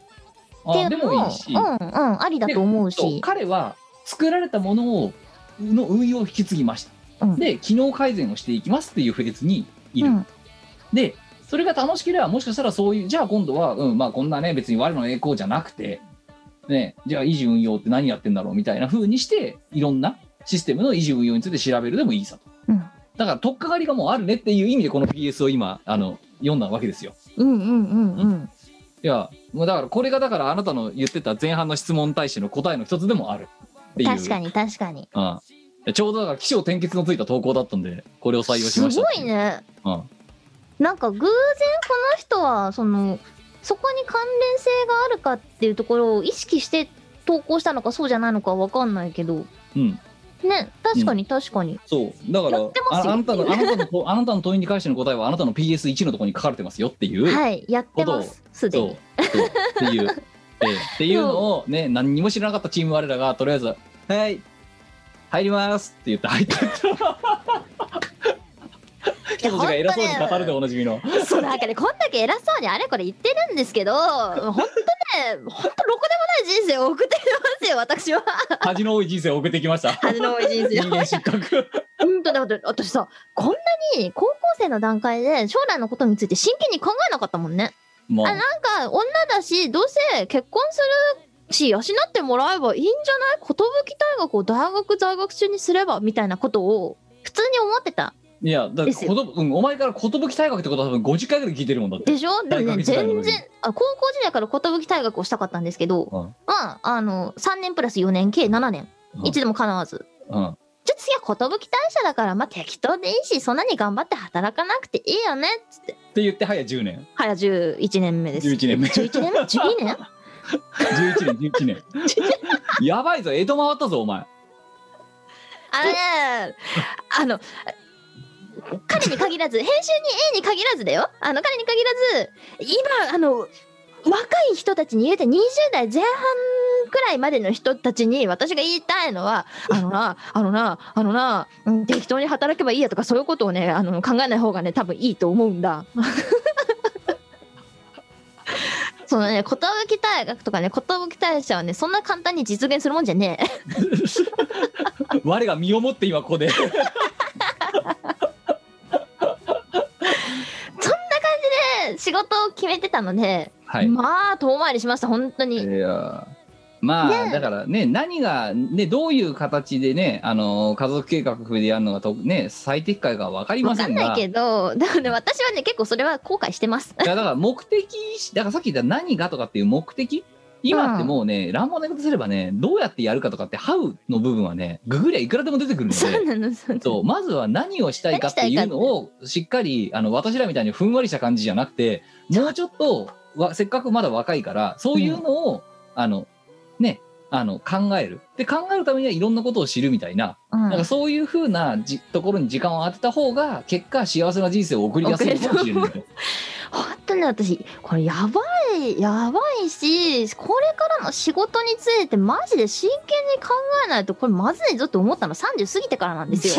A: ってい
B: あ
A: う
B: で
A: の
B: もい
A: も、
B: いし、
A: うんうん、ありだと思う
B: そう
A: し。
B: 彼は作られたものをの運用を引き継ぎました、
A: うん
B: で機能改善をしていきますっていうフェーズにいる、
A: うん
B: でそれが楽しければもしかしたらそういうじゃあ今度は、うんまあ、こんなね別に我の栄光じゃなくて、ね、じゃあ維持運用って何やってんだろうみたいな風にしていろんなシステムの維持運用について調べるでもいいさと
A: うん
B: だから取っかかりがもうあるねっていう意味でこの PS を今あの読んだわけですよ
A: うんうんうんうん。
B: いやもうだからこれがだからあなたの言ってた前半の質問に対しての答えの一つでもあるっていう
A: 確かに確かに。
B: うん、ちょうどだから起承転結のついた投稿だったんでこれを採用し
A: す
B: ました
A: ごいね。
B: うん
A: なんか偶然この人は、その、そこに関連性があるかっていうところを意識して投稿したのかそうじゃないのかわかんないけど、
B: うん
A: ね、確かに確かに。
B: そうだから
A: やってます
B: あ
A: よ
B: あなたのあなたのとあなたの問いに関しての答えはあなたの PS1 のところに書かれてますよっていう、
A: はい、やってます。すで
B: そう
A: に。
B: そうっていう、ええっていうのをね何にも知らなかったチーム我らがとりあえず「はい入ります」って言って入ってった 人たちが偉そうに語るでおなじみの
A: そうなんかねこんだけ偉そうにあれこれ言ってるんですけど本当ね本当ろくでもない人生を送ってますよ私は
B: 恥の多い人生を送ってきました
A: 恥の多い人生
B: 人間失格
A: 本当だって私さこんなに高校生の段階で将来のことについて真剣に考えなかったもんね
B: もう
A: あなんか女だしどうせ結婚するし養ってもらえばいいんじゃない寿大学を大学在学中にすればみたいなことを普通に思ってた
B: いやだから
A: ですよ
B: ことぶうんお前から寿大学ってことは多分50回ぐらい聞いてるもんだって
A: でしょで
B: 大
A: も
B: 学
A: ね
B: 時代の
A: 全然あ高校時代から寿大学をしたかったんですけど、
B: うん
A: まああの3年プラス4年計7年
B: うん
A: いつでもかなわず
B: うん
A: じゃあ次は寿大社だからまあ適当でいいしそんなに頑張って働かなくていいよねっつって
B: って言って早10年
A: 早11年目です
B: 11年目
A: 11年目 ?12 年
B: 11年11年 やばいぞ江戸回ったぞお前
A: あのねあの彼に限らず編集に A に限らずだよあの彼に限らず今あの若い人たちに言うて20代前半くらいまでの人たちに私が言いたいのはあのなあのなあのな、うん、適当に働けばいいやとかそういうことをねあの考えない方がね多分いいと思うんだ。 そのね寿大学とかね寿大社はねそんな簡単に実現するもんじゃねえ。
B: 我が身をもって今こ こで
A: で 仕事を決めてたので、
B: はい
A: まあ遠回りしました本当に、
B: いやまあ、
A: ね
B: だからね何がねどういう形でねあの家族計画でやるのがとね最適解か分かりま
A: 分
B: せ
A: か
B: ん
A: ん
B: が
A: ないけどでもね私はね結構それは後悔してます
B: いやだから目的しだからさっき言った何がとかっていう目的今ってもうね、乱暴な言い方すればねどうやってやるかとかって「How」の部分はねググりゃいくらでも出てくるの
A: そう
B: で。
A: なのそうなの
B: そうまずは何をしたいかっていうのをしっかりあの私らみたいにふんわりした感じじゃなくてもうちょっとわせっかくまだ若いからそういうのを、あのねあの考えるで考えるためにはいろんなことを知るみたいな,、
A: うん
B: なんかそういうふうなじところに時間を当てた方が結果幸せな人生を送り出せるかもしれないと。
A: 本当に私これやばいやばいしこれからの仕事についてマジで真剣に考えないとこれまずいぞって思ったの30過ぎてからなんですよ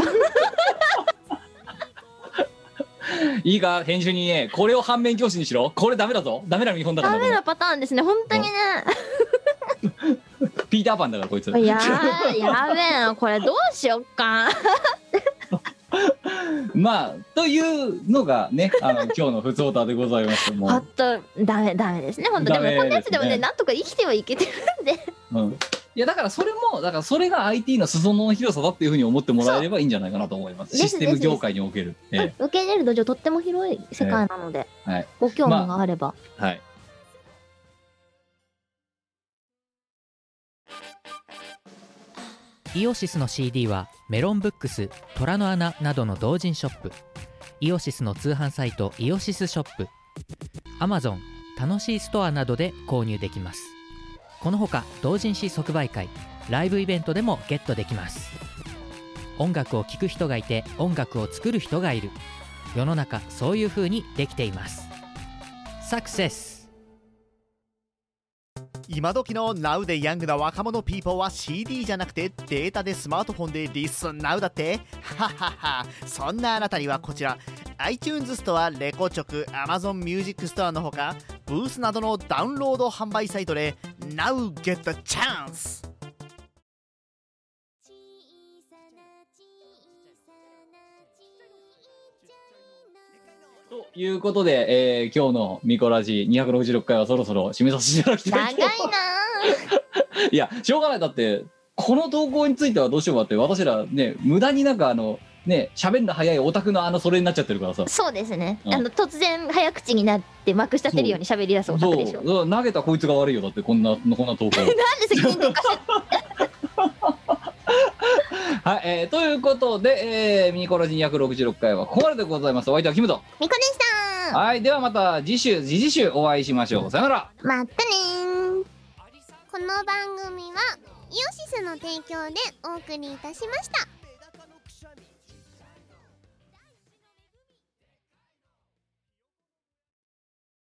B: いいか編集にねこれを反面教師にしろこれダメだぞダメな見本だから
A: ダ
B: な
A: メなパターンですね本当にね
B: これピーターパンだからこいつ
A: いやーやべえなこれどうしよっか
B: まあというのがね あの今日の「ふつおた」でございましたも
A: ほん
B: う、
A: とダメダメですね本当
B: ダ
A: で
B: メ
A: もこんなやつでも
B: で
A: ね
B: すね
A: なんとか生きてはいけてるんで
B: うん、いやだからそれもだからそれが IT の裾野の広さだっていうふうに思ってもらえればいいんじゃないかなと思います
A: そう
B: システム業界における、え
A: 受け入れる土壌とっても広い世界なので、
B: えはい
A: ご興味があれば、
B: えはい
D: イオシスの CD はメロンブックス虎の穴などの同人ショップイオシスの通販サイトイオシスショップ Amazon 楽しいストアなどで購入できますこのほか同人誌即売会ライブイベントでもゲットできます音楽を聴く人がいて音楽を作る人がいる世の中そういう風にできていますサクセス
E: 今時の Now でヤングな若者ピーポーは CD じゃなくてデータでスマートフォンでリスン Now だってはははそんなあなたにはこちら iTunes ストア、レコチョク、Amazon Music ストアのほかブースなどのダウンロード販売サイトで Now get the chance!
B: ということで、えー今日の「ミコラジ」266回はそろそろ締めさせていただきた
A: 長
B: い
A: い
B: と
A: な
B: ないやしょうがないだってこの投稿についてはどうしようかって私らね無駄になんかあのね喋んの早いオタクのあのそれになっちゃってるからさ
A: ーそうですね、
B: うん
A: あの突然早口になってまくし立てるように喋り出すオタクでしょなん
B: そう投げたこいつが悪いよだってこんなこん な投稿
A: で責任とかして
B: はい、えーということで、えーミニコラジ266回はここまででございますお相手はキムト
A: みこでした
B: はいではまた次週次々週お会いしましょうさよなら
A: まったねー
F: この番組はイオシスの提供でお送りいたしました。